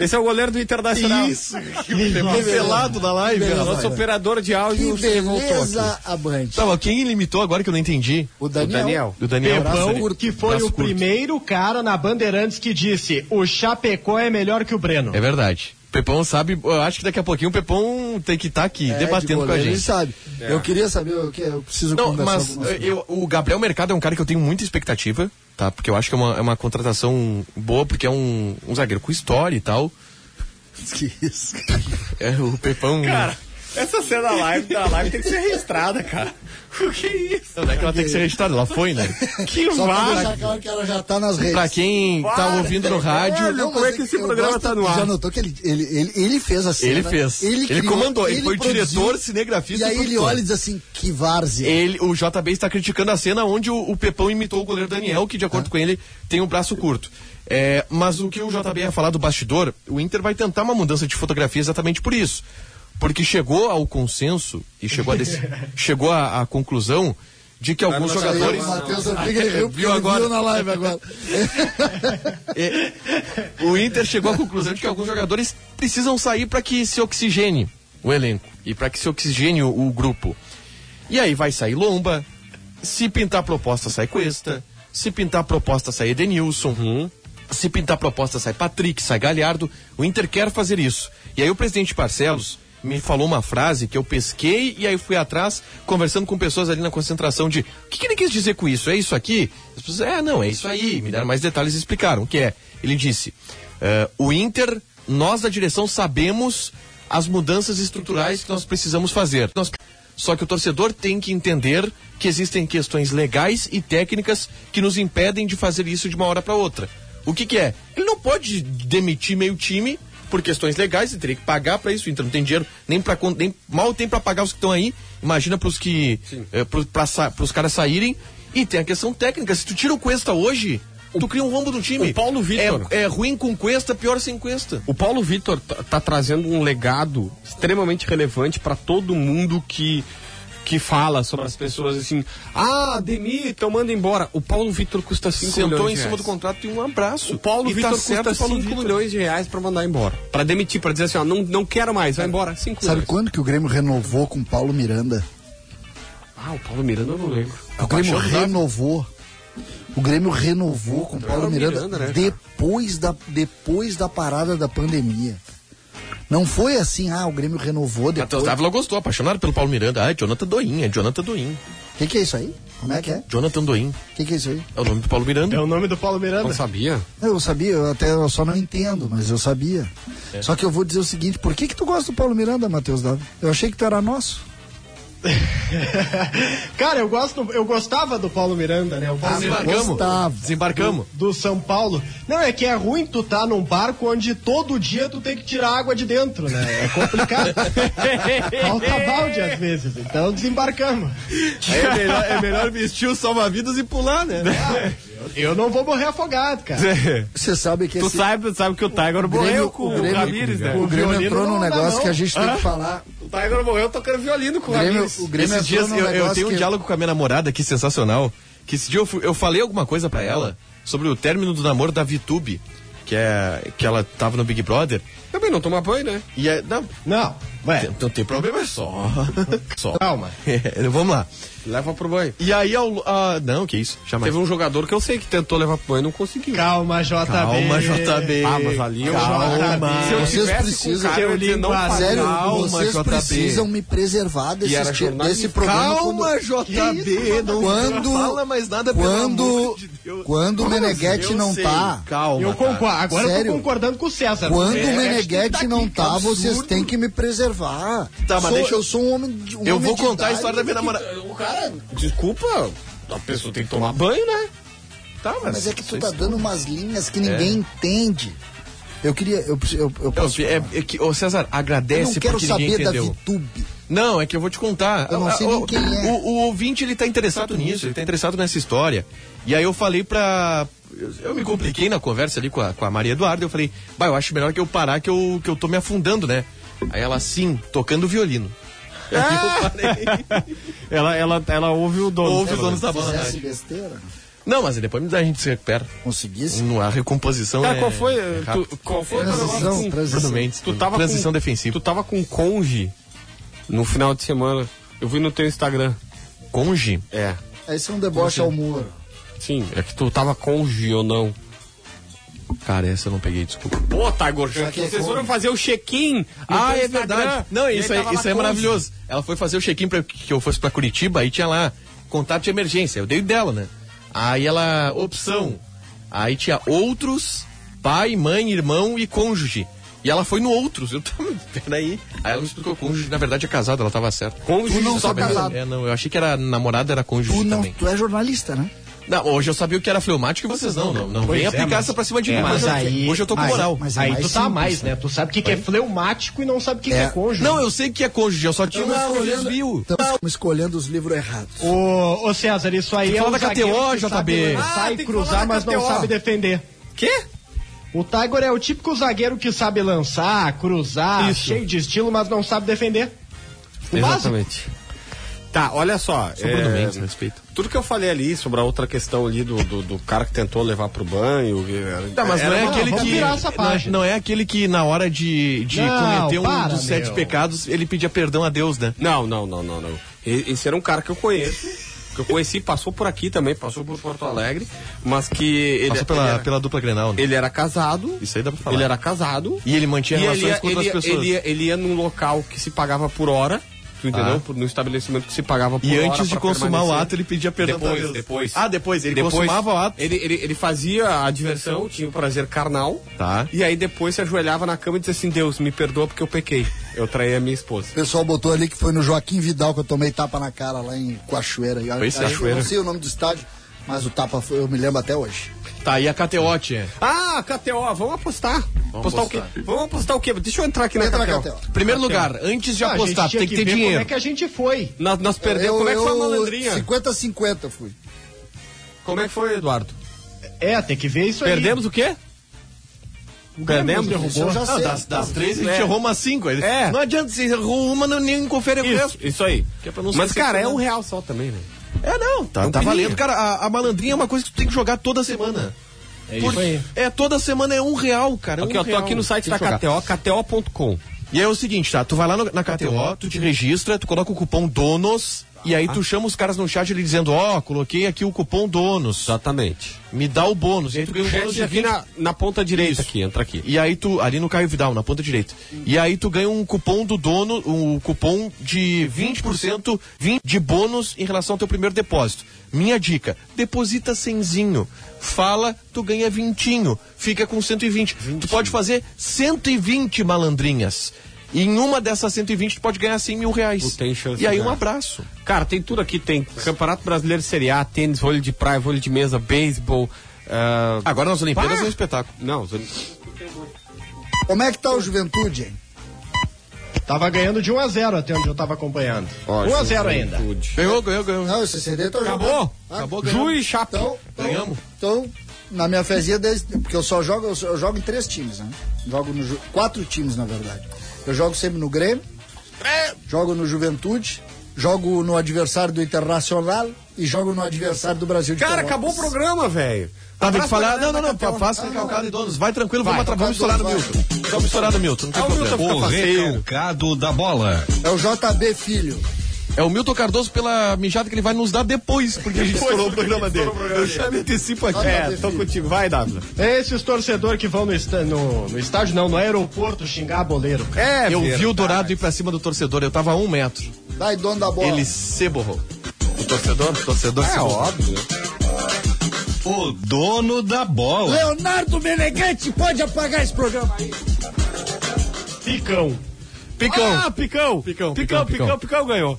[SPEAKER 2] Esse é o goleiro do Internacional. [laughs]
[SPEAKER 4] Isso, que pelado da live.
[SPEAKER 3] Beleza.
[SPEAKER 4] cara.
[SPEAKER 2] Nosso operador de áudio
[SPEAKER 3] Que
[SPEAKER 2] voltou aqui.
[SPEAKER 3] beleza abante.
[SPEAKER 4] Tá, mas quem ele imitou agora que eu não entendi?
[SPEAKER 3] O Daniel.
[SPEAKER 2] Daniel.
[SPEAKER 4] O Daniel.
[SPEAKER 3] Braço
[SPEAKER 5] Pepão,
[SPEAKER 3] curto,
[SPEAKER 5] que foi
[SPEAKER 4] braço
[SPEAKER 5] o
[SPEAKER 4] curto.
[SPEAKER 5] primeiro cara na Bandeirantes que disse o Chapecó é melhor que o Breno.
[SPEAKER 4] É verdade. Pepão sabe, eu acho que daqui a pouquinho o Pepão tem que estar aqui
[SPEAKER 3] É, de
[SPEAKER 4] debatendo com a
[SPEAKER 3] goleiro, ele
[SPEAKER 4] gente. É.
[SPEAKER 3] sabe. Eu queria saber, eu, que- é, eu preciso
[SPEAKER 4] Não,
[SPEAKER 3] conversar
[SPEAKER 4] mas [laughs]
[SPEAKER 3] com você.
[SPEAKER 4] eu- o Gabriel Mercado é um cara que eu tenho muita expectativa, tá? Porque eu acho que é uma, é uma contratação boa, porque é um, um zagueiro com história e tal.
[SPEAKER 3] Que isso.
[SPEAKER 4] É o Pepão.
[SPEAKER 2] Cara, essa cena da live, da live tem que ser registrada,
[SPEAKER 4] [laughs]
[SPEAKER 2] cara. O que é isso?
[SPEAKER 4] Não, não é que ela tem que ser registrada, ela foi, né?
[SPEAKER 2] Que
[SPEAKER 3] Só pra
[SPEAKER 2] vaga.
[SPEAKER 3] deixar claro que ela já tá nas redes.
[SPEAKER 4] pra quem tá ouvindo no rádio.
[SPEAKER 2] Velho, como
[SPEAKER 3] mas
[SPEAKER 2] é que esse
[SPEAKER 3] eu
[SPEAKER 2] programa tá no ar?
[SPEAKER 3] Já notou que ele, ele, ele, ele fez a cena.
[SPEAKER 4] Ele fez. Ele comandou, ele foi o diretor, cinegrafista
[SPEAKER 3] E
[SPEAKER 4] e
[SPEAKER 3] aí ele
[SPEAKER 4] produtor.
[SPEAKER 3] olha e diz assim, que várzea.
[SPEAKER 4] Ele, o JB está criticando a cena onde o, o Pepão imitou o goleiro Daniel, que de acordo com ele tem um braço curto. É, mas o que o JB ia falar do bastidor, o Inter vai tentar uma mudança de fotografia exatamente por isso. Porque chegou ao consenso e chegou à deci- chegou à- à conclusão de que alguns
[SPEAKER 3] Aí
[SPEAKER 4] jogadores.
[SPEAKER 3] O Matheus Ortega
[SPEAKER 4] [laughs]
[SPEAKER 3] ele riu porque ele
[SPEAKER 4] agora?
[SPEAKER 3] viu na live agora.
[SPEAKER 4] É, o Inter chegou à conclusão de que alguns jogadores precisam sair para que se oxigene o elenco e para que se oxigene o, o grupo. E aí vai sair Lomba, se pintar proposta sai Cuesta, se pintar proposta sai Edenilson, se pintar proposta sai Patrick, sai Galhardo. O Inter quer fazer isso. E aí o presidente Barcelos me falou uma frase que eu pesquei e aí fui atrás conversando com pessoas ali na concentração de o que, que ele quis dizer com isso? É isso aqui? As pessoas, é, não, é isso aí. Me deram mais detalhes e explicaram o que é. Ele disse, "Eh, o Inter, nós da direção sabemos as mudanças estruturais que nós precisamos fazer. Nós- Só que o torcedor tem que entender que existem questões legais e técnicas que nos impedem de fazer isso de uma hora para outra. O que, que é? Ele não pode demitir meio time por questões legais, ele teria que pagar para isso, então não tem dinheiro nem para nem mal tem para pagar os que estão aí. Imagina para os que eh, pro- pra sa- pros caras saírem e tem a questão técnica. Se tu tira o Cuesta hoje, tu cria um rombo no time.
[SPEAKER 2] o Paulo Vitor.
[SPEAKER 4] é, é ruim com Cuesta, pior sem Cuesta.
[SPEAKER 2] O Paulo Vitor tá, tá trazendo um legado extremamente relevante para todo mundo que que fala sobre as pessoas assim, ah, demitam, manda embora. O Paulo Vitor custa 5 milhões.
[SPEAKER 4] Sentou em
[SPEAKER 2] de
[SPEAKER 4] cima
[SPEAKER 2] reais.
[SPEAKER 4] do contrato e um abraço.
[SPEAKER 2] O Paulo
[SPEAKER 4] E tá
[SPEAKER 2] Vitor
[SPEAKER 4] certo
[SPEAKER 2] custa
[SPEAKER 4] o Paulo
[SPEAKER 2] 5
[SPEAKER 4] Vitor.
[SPEAKER 2] milhões de reais para mandar embora, para demitir, para dizer assim, ó, não, não quero mais,
[SPEAKER 4] É.
[SPEAKER 2] vai embora, 5
[SPEAKER 3] [laughs] Sabe
[SPEAKER 2] milhões.
[SPEAKER 3] quando que o Grêmio renovou com o Paulo Miranda?
[SPEAKER 2] Ah, o Paulo Miranda eu não lembro.
[SPEAKER 4] É
[SPEAKER 3] O Grêmio renovou. O Grêmio renovou com o Paulo Miranda,
[SPEAKER 2] Miranda, né, cara?
[SPEAKER 3] depois, da, depois da parada da pandemia. Não foi assim, ah, o Grêmio renovou
[SPEAKER 4] Matheus tá.
[SPEAKER 3] depois.
[SPEAKER 4] Dávila então, gostou, apaixonado pelo Paulo Miranda. Ah, é Jonathan Doin, é Jonathan Doin.
[SPEAKER 3] O que, que é isso aí? Como é que é?
[SPEAKER 4] Jonathan Doin
[SPEAKER 3] O que, que é isso aí?
[SPEAKER 4] é o nome do Paulo Miranda.
[SPEAKER 5] É o nome do Paulo
[SPEAKER 2] Não
[SPEAKER 5] Miranda.
[SPEAKER 2] sabia?
[SPEAKER 3] Eu sabia, eu até eu só não entendo, mas eu sabia. Só que eu vou dizer o seguinte, por que que tu gosta do Paulo Miranda, Matheus Dávila? Eu achei que tu era nosso.
[SPEAKER 5] [laughs] Cara, eu gosto, eu gostava do Paulo Miranda, né? O
[SPEAKER 3] Ah,
[SPEAKER 5] Paulo Miranda
[SPEAKER 3] Gustavo.
[SPEAKER 4] Desembarcamos.
[SPEAKER 5] do São Paulo. Não, é que é ruim tu tá num barco onde todo dia tu tem que tirar água de dentro, né? É
[SPEAKER 3] [laughs]
[SPEAKER 5] complicado. Falta balde às vezes, então desembarcamos.
[SPEAKER 4] É melhor, é melhor vestir o salva-vidas e pular, né?
[SPEAKER 5] Ah, Eu não vou morrer afogado, cara.
[SPEAKER 3] Você sabe que
[SPEAKER 2] Tu
[SPEAKER 3] esse,
[SPEAKER 2] sabe, sabe que o Tiger morreu com o, Ramires, né?
[SPEAKER 3] o Grêmio
[SPEAKER 5] violino
[SPEAKER 3] entrou num
[SPEAKER 5] não dá,
[SPEAKER 3] negócio
[SPEAKER 5] não.
[SPEAKER 3] que a gente tem que falar.
[SPEAKER 2] O
[SPEAKER 4] tá,
[SPEAKER 2] Tiger morreu tocando violino com
[SPEAKER 3] O Grêmio, o Grêmio
[SPEAKER 4] Esses
[SPEAKER 3] entrou
[SPEAKER 4] dias
[SPEAKER 3] num
[SPEAKER 4] eu, eu
[SPEAKER 3] negócio
[SPEAKER 4] tenho um
[SPEAKER 3] que-
[SPEAKER 4] diálogo com a minha namorada aqui sensacional. Que esse dia eu, fui- eu falei alguma coisa pra ela sobre o término do namoro da Vitube, que é que ela tava no Big Brother.
[SPEAKER 2] Também não toma banho, né?
[SPEAKER 4] E é, não,
[SPEAKER 5] Não,
[SPEAKER 4] tem-
[SPEAKER 5] ué,
[SPEAKER 4] não tem problema, é só. só.
[SPEAKER 5] calma.
[SPEAKER 4] É, [laughs] vamos lá.
[SPEAKER 2] Leva pro banho.
[SPEAKER 4] E aí ao, ah, não, que isso? Chama.
[SPEAKER 2] Teve um jogador que eu sei que tentou levar pro banho e não conseguiu.
[SPEAKER 5] Calma, JB.
[SPEAKER 4] Calma, JB.
[SPEAKER 2] Ah, mas ali eu
[SPEAKER 5] Calma.
[SPEAKER 2] Se eu
[SPEAKER 3] Vocês
[SPEAKER 2] tivesse
[SPEAKER 3] precisam-
[SPEAKER 2] com o cara, eu dizia, não
[SPEAKER 5] Calma,
[SPEAKER 2] faz
[SPEAKER 3] Sério,
[SPEAKER 2] mal,
[SPEAKER 3] vocês
[SPEAKER 4] JB.
[SPEAKER 3] precisam me preservar
[SPEAKER 2] E era
[SPEAKER 3] desse, ti-
[SPEAKER 2] jornalista.
[SPEAKER 3] desse programa.
[SPEAKER 4] Calma, JB, não
[SPEAKER 3] quando,
[SPEAKER 4] fala mais nada pelo amor
[SPEAKER 3] quando,
[SPEAKER 4] de
[SPEAKER 3] quando,
[SPEAKER 4] Deus.
[SPEAKER 3] o Meneghetti
[SPEAKER 4] Eu
[SPEAKER 3] não
[SPEAKER 4] sei,
[SPEAKER 3] tá,
[SPEAKER 4] Calma.
[SPEAKER 5] Eu
[SPEAKER 4] tá?
[SPEAKER 5] concordo. Agora eu
[SPEAKER 3] Sério?
[SPEAKER 5] tô concordando com o César.
[SPEAKER 3] quando
[SPEAKER 5] É,
[SPEAKER 3] o Meneghetti
[SPEAKER 4] tá aqui,
[SPEAKER 3] não
[SPEAKER 4] que
[SPEAKER 3] tá,
[SPEAKER 4] absurdo.
[SPEAKER 3] vocês têm que me preservar.
[SPEAKER 4] Tá, mas
[SPEAKER 3] sou,
[SPEAKER 4] deixa eu-
[SPEAKER 3] eu sou um homem de um
[SPEAKER 4] Eu
[SPEAKER 3] homem
[SPEAKER 4] vou
[SPEAKER 3] de
[SPEAKER 4] contar a
[SPEAKER 3] idade.
[SPEAKER 4] história da minha namorada.
[SPEAKER 2] O cara, desculpa, a pessoa tem que tomar banho, né?
[SPEAKER 4] Tá,
[SPEAKER 3] Mas é que tu tá dando umas linhas que ninguém entende. Eu queria, eu, preciso- eu, eu
[SPEAKER 4] Não,
[SPEAKER 3] posso falar.
[SPEAKER 4] É. é, é que, ô César,
[SPEAKER 3] Eu
[SPEAKER 4] agradece
[SPEAKER 3] não quero
[SPEAKER 4] porque ninguém
[SPEAKER 3] saber da
[SPEAKER 4] entendeu.
[SPEAKER 3] VTube.
[SPEAKER 4] Não, é que eu vou te contar.
[SPEAKER 3] Eu não sei
[SPEAKER 4] Ah,
[SPEAKER 3] nem
[SPEAKER 4] o,
[SPEAKER 3] quem é.
[SPEAKER 4] O, o ouvinte, ele tá interessado nisso, ele tá interessado nessa história. E aí eu falei pra... eu- Eu me compliquei na conversa ali com a, com a Maria Eduarda, eu falei, bah, eu acho melhor que eu parar que eu, que eu tô me afundando, né? Aí ela, sim, tocando violino. [laughs] Aí eu parei,
[SPEAKER 2] Ela, ela, ela Ah! [laughs] ouve o dono.
[SPEAKER 4] ouve os donos da bola.
[SPEAKER 3] Fizesse besteira,
[SPEAKER 4] Não, mas depois a gente se recupera.
[SPEAKER 3] conseguisse.
[SPEAKER 4] No- A recomposição
[SPEAKER 2] Cara,
[SPEAKER 4] é...
[SPEAKER 2] qual foi?
[SPEAKER 4] é
[SPEAKER 2] tu-
[SPEAKER 4] rápida.
[SPEAKER 2] qual foi o
[SPEAKER 3] Transição,
[SPEAKER 2] negócio com-
[SPEAKER 3] transição.
[SPEAKER 4] Bruno Mendes,
[SPEAKER 2] Tu tava
[SPEAKER 4] transição
[SPEAKER 2] com,
[SPEAKER 4] defensiva.
[SPEAKER 2] Tu tava com conge no final de semana. Eu vi no teu Instagram.
[SPEAKER 4] Conge?
[SPEAKER 2] É.
[SPEAKER 3] Esse é um deboche ao muro.
[SPEAKER 2] Sim, é que tu tava conge ou não.
[SPEAKER 4] Cara, essa eu não peguei, desculpa.
[SPEAKER 2] Pô, Tiger,
[SPEAKER 3] que é
[SPEAKER 2] vocês
[SPEAKER 3] conge.
[SPEAKER 2] foram fazer o check-in.
[SPEAKER 4] Ah, é verdade. Não, isso, aí, isso aí é
[SPEAKER 2] maravilhoso.
[SPEAKER 4] maravilhoso. Ela foi fazer o check-in pra que eu fosse pra Curitiba e tinha lá contato de emergência. Eu dei o dela, né? Aí ela, opção. Aí tinha outros, pai, mãe, irmão e cônjuge. E ela foi no outros. Eu tava, [laughs] peraí. Aí ela me explicou cônjuge, na verdade é casado, ela tava certa.
[SPEAKER 2] Cônjuge
[SPEAKER 3] Tu não
[SPEAKER 2] só
[SPEAKER 3] sou
[SPEAKER 2] mesmo.
[SPEAKER 3] casado.
[SPEAKER 4] É, não, eu achei que era namorada, era cônjuge
[SPEAKER 3] Tu, não,
[SPEAKER 4] também.
[SPEAKER 3] tu é jornalista, né?
[SPEAKER 4] Não, hoje eu sabia o que era fleumático e vocês não, não. Não
[SPEAKER 5] Pois
[SPEAKER 4] vem
[SPEAKER 5] é,
[SPEAKER 4] aplicar
[SPEAKER 5] mas-
[SPEAKER 4] essa pra cima de
[SPEAKER 5] É,
[SPEAKER 4] mim.
[SPEAKER 5] mas
[SPEAKER 4] hoje, eu-
[SPEAKER 5] aí-
[SPEAKER 4] hoje eu tô com
[SPEAKER 5] mas-
[SPEAKER 4] moral.
[SPEAKER 3] mas é
[SPEAKER 5] Aí
[SPEAKER 3] mais
[SPEAKER 5] tu tá
[SPEAKER 3] simples,
[SPEAKER 5] mais, né? Tu sabe o que, que é fleumático e não sabe o que, que é
[SPEAKER 3] É.
[SPEAKER 5] cônjuge.
[SPEAKER 4] Não, eu sei que é cônjuge, eu só tinha
[SPEAKER 3] Estamos
[SPEAKER 4] um
[SPEAKER 3] escolhendo-
[SPEAKER 4] desvio.
[SPEAKER 3] Então, Estamos escolhando os livros errados.
[SPEAKER 5] Ô, ô César, isso aí
[SPEAKER 4] Tem que
[SPEAKER 5] é
[SPEAKER 4] falar
[SPEAKER 5] um
[SPEAKER 4] da
[SPEAKER 5] zagueiro
[SPEAKER 4] KTO,
[SPEAKER 5] que
[SPEAKER 4] JB.
[SPEAKER 5] sabe
[SPEAKER 2] Ah,
[SPEAKER 5] lançar
[SPEAKER 2] tem
[SPEAKER 5] e
[SPEAKER 2] que
[SPEAKER 5] cruzar,
[SPEAKER 2] falar da
[SPEAKER 5] mas não
[SPEAKER 2] KTO.
[SPEAKER 5] sabe defender.
[SPEAKER 2] Quê?
[SPEAKER 5] O Tiger é o típico zagueiro que sabe lançar, cruzar,
[SPEAKER 2] Isso.
[SPEAKER 5] cheio de estilo, mas não sabe defender. O básico.
[SPEAKER 2] Exatamente. Tá, olha só.
[SPEAKER 4] Sou Bruno
[SPEAKER 2] é,
[SPEAKER 4] Mendes, respeito.
[SPEAKER 2] Tudo que eu falei ali sobre a outra questão ali do, do, do cara que tentou levar pro banho. e-
[SPEAKER 4] Tá, mas não
[SPEAKER 2] era-
[SPEAKER 4] é
[SPEAKER 5] não,
[SPEAKER 4] aquele
[SPEAKER 5] vamos
[SPEAKER 4] que.
[SPEAKER 5] virar essa página.
[SPEAKER 4] não, não é aquele que na hora de, de
[SPEAKER 5] Não,
[SPEAKER 4] cometer um
[SPEAKER 5] para,
[SPEAKER 4] dos sete
[SPEAKER 5] meu.
[SPEAKER 4] pecados, ele pedia perdão a Deus, né?
[SPEAKER 2] Não, não, não, não, não. E- Esse era um cara que eu conheço. Que eu conheci, passou por aqui também, passou por Porto Alegre, mas que ele,
[SPEAKER 4] Passou pela,
[SPEAKER 2] ele, era,
[SPEAKER 4] pela dupla Grenal, né?
[SPEAKER 2] ele era casado.
[SPEAKER 4] Isso aí dá pra falar.
[SPEAKER 2] Ele era casado.
[SPEAKER 4] E ele mantinha
[SPEAKER 2] E
[SPEAKER 4] relações
[SPEAKER 2] ele ia,
[SPEAKER 4] com outras
[SPEAKER 2] ele ia-
[SPEAKER 4] pessoas.
[SPEAKER 2] Ele ia, ele ia num local que se pagava por hora, tu entendeu?
[SPEAKER 4] Ah.
[SPEAKER 2] Por- no estabelecimento que se pagava por
[SPEAKER 4] E
[SPEAKER 2] hora.
[SPEAKER 4] antes de
[SPEAKER 2] pra
[SPEAKER 4] consumar o
[SPEAKER 2] permanecer.
[SPEAKER 4] ato, ele pedia perdão a
[SPEAKER 2] Depois,
[SPEAKER 4] Deus.
[SPEAKER 2] depois.
[SPEAKER 4] Ah, depois. Ele
[SPEAKER 2] Depois,
[SPEAKER 4] consumava o ato.
[SPEAKER 2] Ele, ele, ele fazia a diversão, tinha o prazer carnal.
[SPEAKER 4] Tá.
[SPEAKER 2] E aí depois se ajoelhava na cama e dizia assim: Deus, me perdoa porque eu pequei. Eu traí a minha esposa.
[SPEAKER 3] O pessoal botou ali que foi no Joaquim Vidal que eu tomei tapa na cara lá em Coachoeira. E olha-
[SPEAKER 4] Foi isso,
[SPEAKER 3] eu
[SPEAKER 4] Cachoeira.
[SPEAKER 3] Não sei o nome do estádio, mas o tapa foi, eu me lembro até hoje.
[SPEAKER 4] Tá, e a Cateote é.
[SPEAKER 2] Ah, KTO, vamos apostar. apostar, o quê? Vamos apostar o quê? Deixa eu entrar aqui na
[SPEAKER 3] Entra na
[SPEAKER 2] KTO.
[SPEAKER 3] KTO.
[SPEAKER 4] Primeiro lugar, antes de
[SPEAKER 5] Ah, a gente
[SPEAKER 4] apostar,
[SPEAKER 5] tinha
[SPEAKER 4] tem que ter
[SPEAKER 5] ver
[SPEAKER 4] dinheiro.
[SPEAKER 5] Como é que a gente foi?
[SPEAKER 2] Nós, nós perdemos.
[SPEAKER 3] Eu-
[SPEAKER 2] como é que foi a
[SPEAKER 3] eu-
[SPEAKER 2] malandrinha?
[SPEAKER 3] 50-50 fui.
[SPEAKER 2] Como é que foi, Eduardo?
[SPEAKER 5] É, tem que ver isso
[SPEAKER 2] Perdemos o quê?
[SPEAKER 5] aí.
[SPEAKER 2] perdemos?
[SPEAKER 3] Isso eu já
[SPEAKER 4] Não,
[SPEAKER 3] sei.
[SPEAKER 4] das,
[SPEAKER 5] tá,
[SPEAKER 4] das três, a gente
[SPEAKER 2] É.
[SPEAKER 4] errou umas cinco. Ele-
[SPEAKER 2] É.
[SPEAKER 4] Não adianta, você errou uma, não, nem confere o resto.
[SPEAKER 2] Isso, isso aí.
[SPEAKER 4] Que é pra não
[SPEAKER 2] Mas,
[SPEAKER 4] ser
[SPEAKER 2] cara, é
[SPEAKER 4] decepcionado.
[SPEAKER 2] um real só também, velho.
[SPEAKER 4] É, não, tá, tá
[SPEAKER 2] pininho.
[SPEAKER 4] valendo. Cara, a, a malandrinha é uma coisa que tu tem que jogar toda semana. É
[SPEAKER 5] isso aí.
[SPEAKER 4] É, toda semana é um real, cara. é
[SPEAKER 2] Aqui,
[SPEAKER 4] um
[SPEAKER 2] ó, tô
[SPEAKER 4] real.
[SPEAKER 2] aqui no site
[SPEAKER 4] Tem
[SPEAKER 2] da
[SPEAKER 4] que
[SPEAKER 2] KTO,
[SPEAKER 4] jogar.
[SPEAKER 2] KTO.com.
[SPEAKER 4] E aí é o seguinte, tá? Tu vai lá no- na KTO, tu te registra, tu coloca o cupom DONOS,
[SPEAKER 2] Tá.
[SPEAKER 4] e aí tu chama os caras no chat ele dizendo, ó, coloquei aqui o cupom DONOS,
[SPEAKER 2] Exatamente.
[SPEAKER 4] me dá o bônus. E aí tu ganha um
[SPEAKER 2] Gente,
[SPEAKER 4] bônus de
[SPEAKER 2] Tá. aqui
[SPEAKER 4] 20.
[SPEAKER 2] na, na ponta direita aqui, entra aqui.
[SPEAKER 4] E aí tu, ali no Caio Vidal, na ponta direita. E aí tu ganha um cupom do dono, um cupom de 20% 20 de bônus em relação ao teu primeiro depósito. Minha dica, deposita cenzinho. Fala, tu ganha vintinho. Fica com 120. Tu pode fazer 120 malandrinhas. E em uma dessas 120 tu pode ganhar 100 mil reais.
[SPEAKER 2] Tu tem chance,
[SPEAKER 4] e aí
[SPEAKER 2] né?
[SPEAKER 4] um abraço.
[SPEAKER 2] Cara, tem tudo aqui, tem Campeonato Brasileiro Série A, tênis, vôlei de praia, vôlei de mesa, beisebol. ah,
[SPEAKER 4] Agora nas Olimpíadas
[SPEAKER 2] Bah!
[SPEAKER 4] é um espetáculo.
[SPEAKER 2] Não, Zoli-
[SPEAKER 3] Como é que tá o Juventude, hein?
[SPEAKER 5] Tava ganhando de 1 a 0 até onde eu tava acompanhando. 1 a 0 ainda.
[SPEAKER 4] Ganhou, ganhou, ganhou.
[SPEAKER 3] Não, o CCD
[SPEAKER 2] Então,
[SPEAKER 3] tá
[SPEAKER 2] Acabou?
[SPEAKER 3] Ah,
[SPEAKER 4] Acabou, ganhou.
[SPEAKER 2] Juiz, Chape.
[SPEAKER 3] Então, então-
[SPEAKER 4] Ganhamos.
[SPEAKER 3] Então, na minha fezinha, desde- porque eu só jogo, eu, só- eu jogo em três times, né? Jogo no, Ju- quatro times, na verdade. Eu jogo sempre no Grêmio, jogo no Juventude, jogo no adversário do Internacional e jogo no adversário do Brasil de
[SPEAKER 2] Cara,
[SPEAKER 3] Pelotas.
[SPEAKER 2] acabou o programa, velho.
[SPEAKER 4] Tá, tem que
[SPEAKER 2] Abraço
[SPEAKER 4] falar.
[SPEAKER 2] pra galera
[SPEAKER 4] Não, não,
[SPEAKER 2] da
[SPEAKER 4] não.
[SPEAKER 2] Capela.
[SPEAKER 4] Faça recalcado e donos. Vai tranquilo, vamos
[SPEAKER 3] Vai,
[SPEAKER 4] atrapalhar. Vamos estourar no
[SPEAKER 3] vai.
[SPEAKER 4] Milton. Vamos estourar no Milton, não tem
[SPEAKER 2] Ah, o
[SPEAKER 4] problema.
[SPEAKER 2] Milton
[SPEAKER 1] O
[SPEAKER 2] fica faceiro.
[SPEAKER 1] recalcado da bola.
[SPEAKER 3] É o JB Filho.
[SPEAKER 4] É o Milton Cardoso pela mijada que ele vai nos dar depois, porque a gente estourou o programa dele. Eu já me antecipo aqui.
[SPEAKER 2] É, tô contigo. Vai, Dado.
[SPEAKER 5] Esses torcedores que vão no, esta- no- no estádio, não, no aeroporto xingar boleiro. cara.
[SPEAKER 2] É,
[SPEAKER 4] Eu
[SPEAKER 2] Vieira.
[SPEAKER 4] vi o Dourado ir pra cima do torcedor, eu tava a um metro.
[SPEAKER 3] Vai, dono da bola.
[SPEAKER 4] Ele se borrou. O torcedor, o torcedor se
[SPEAKER 2] É
[SPEAKER 4] borrou.
[SPEAKER 2] óbvio.
[SPEAKER 1] O dono da bola.
[SPEAKER 3] Leonardo Meneghetti pode apagar esse programa.
[SPEAKER 5] Picão.
[SPEAKER 4] Picão.
[SPEAKER 2] Ah, picão. Picão,
[SPEAKER 4] Picão,
[SPEAKER 2] picão,
[SPEAKER 4] picão, picão.
[SPEAKER 2] picão, picão ganhou.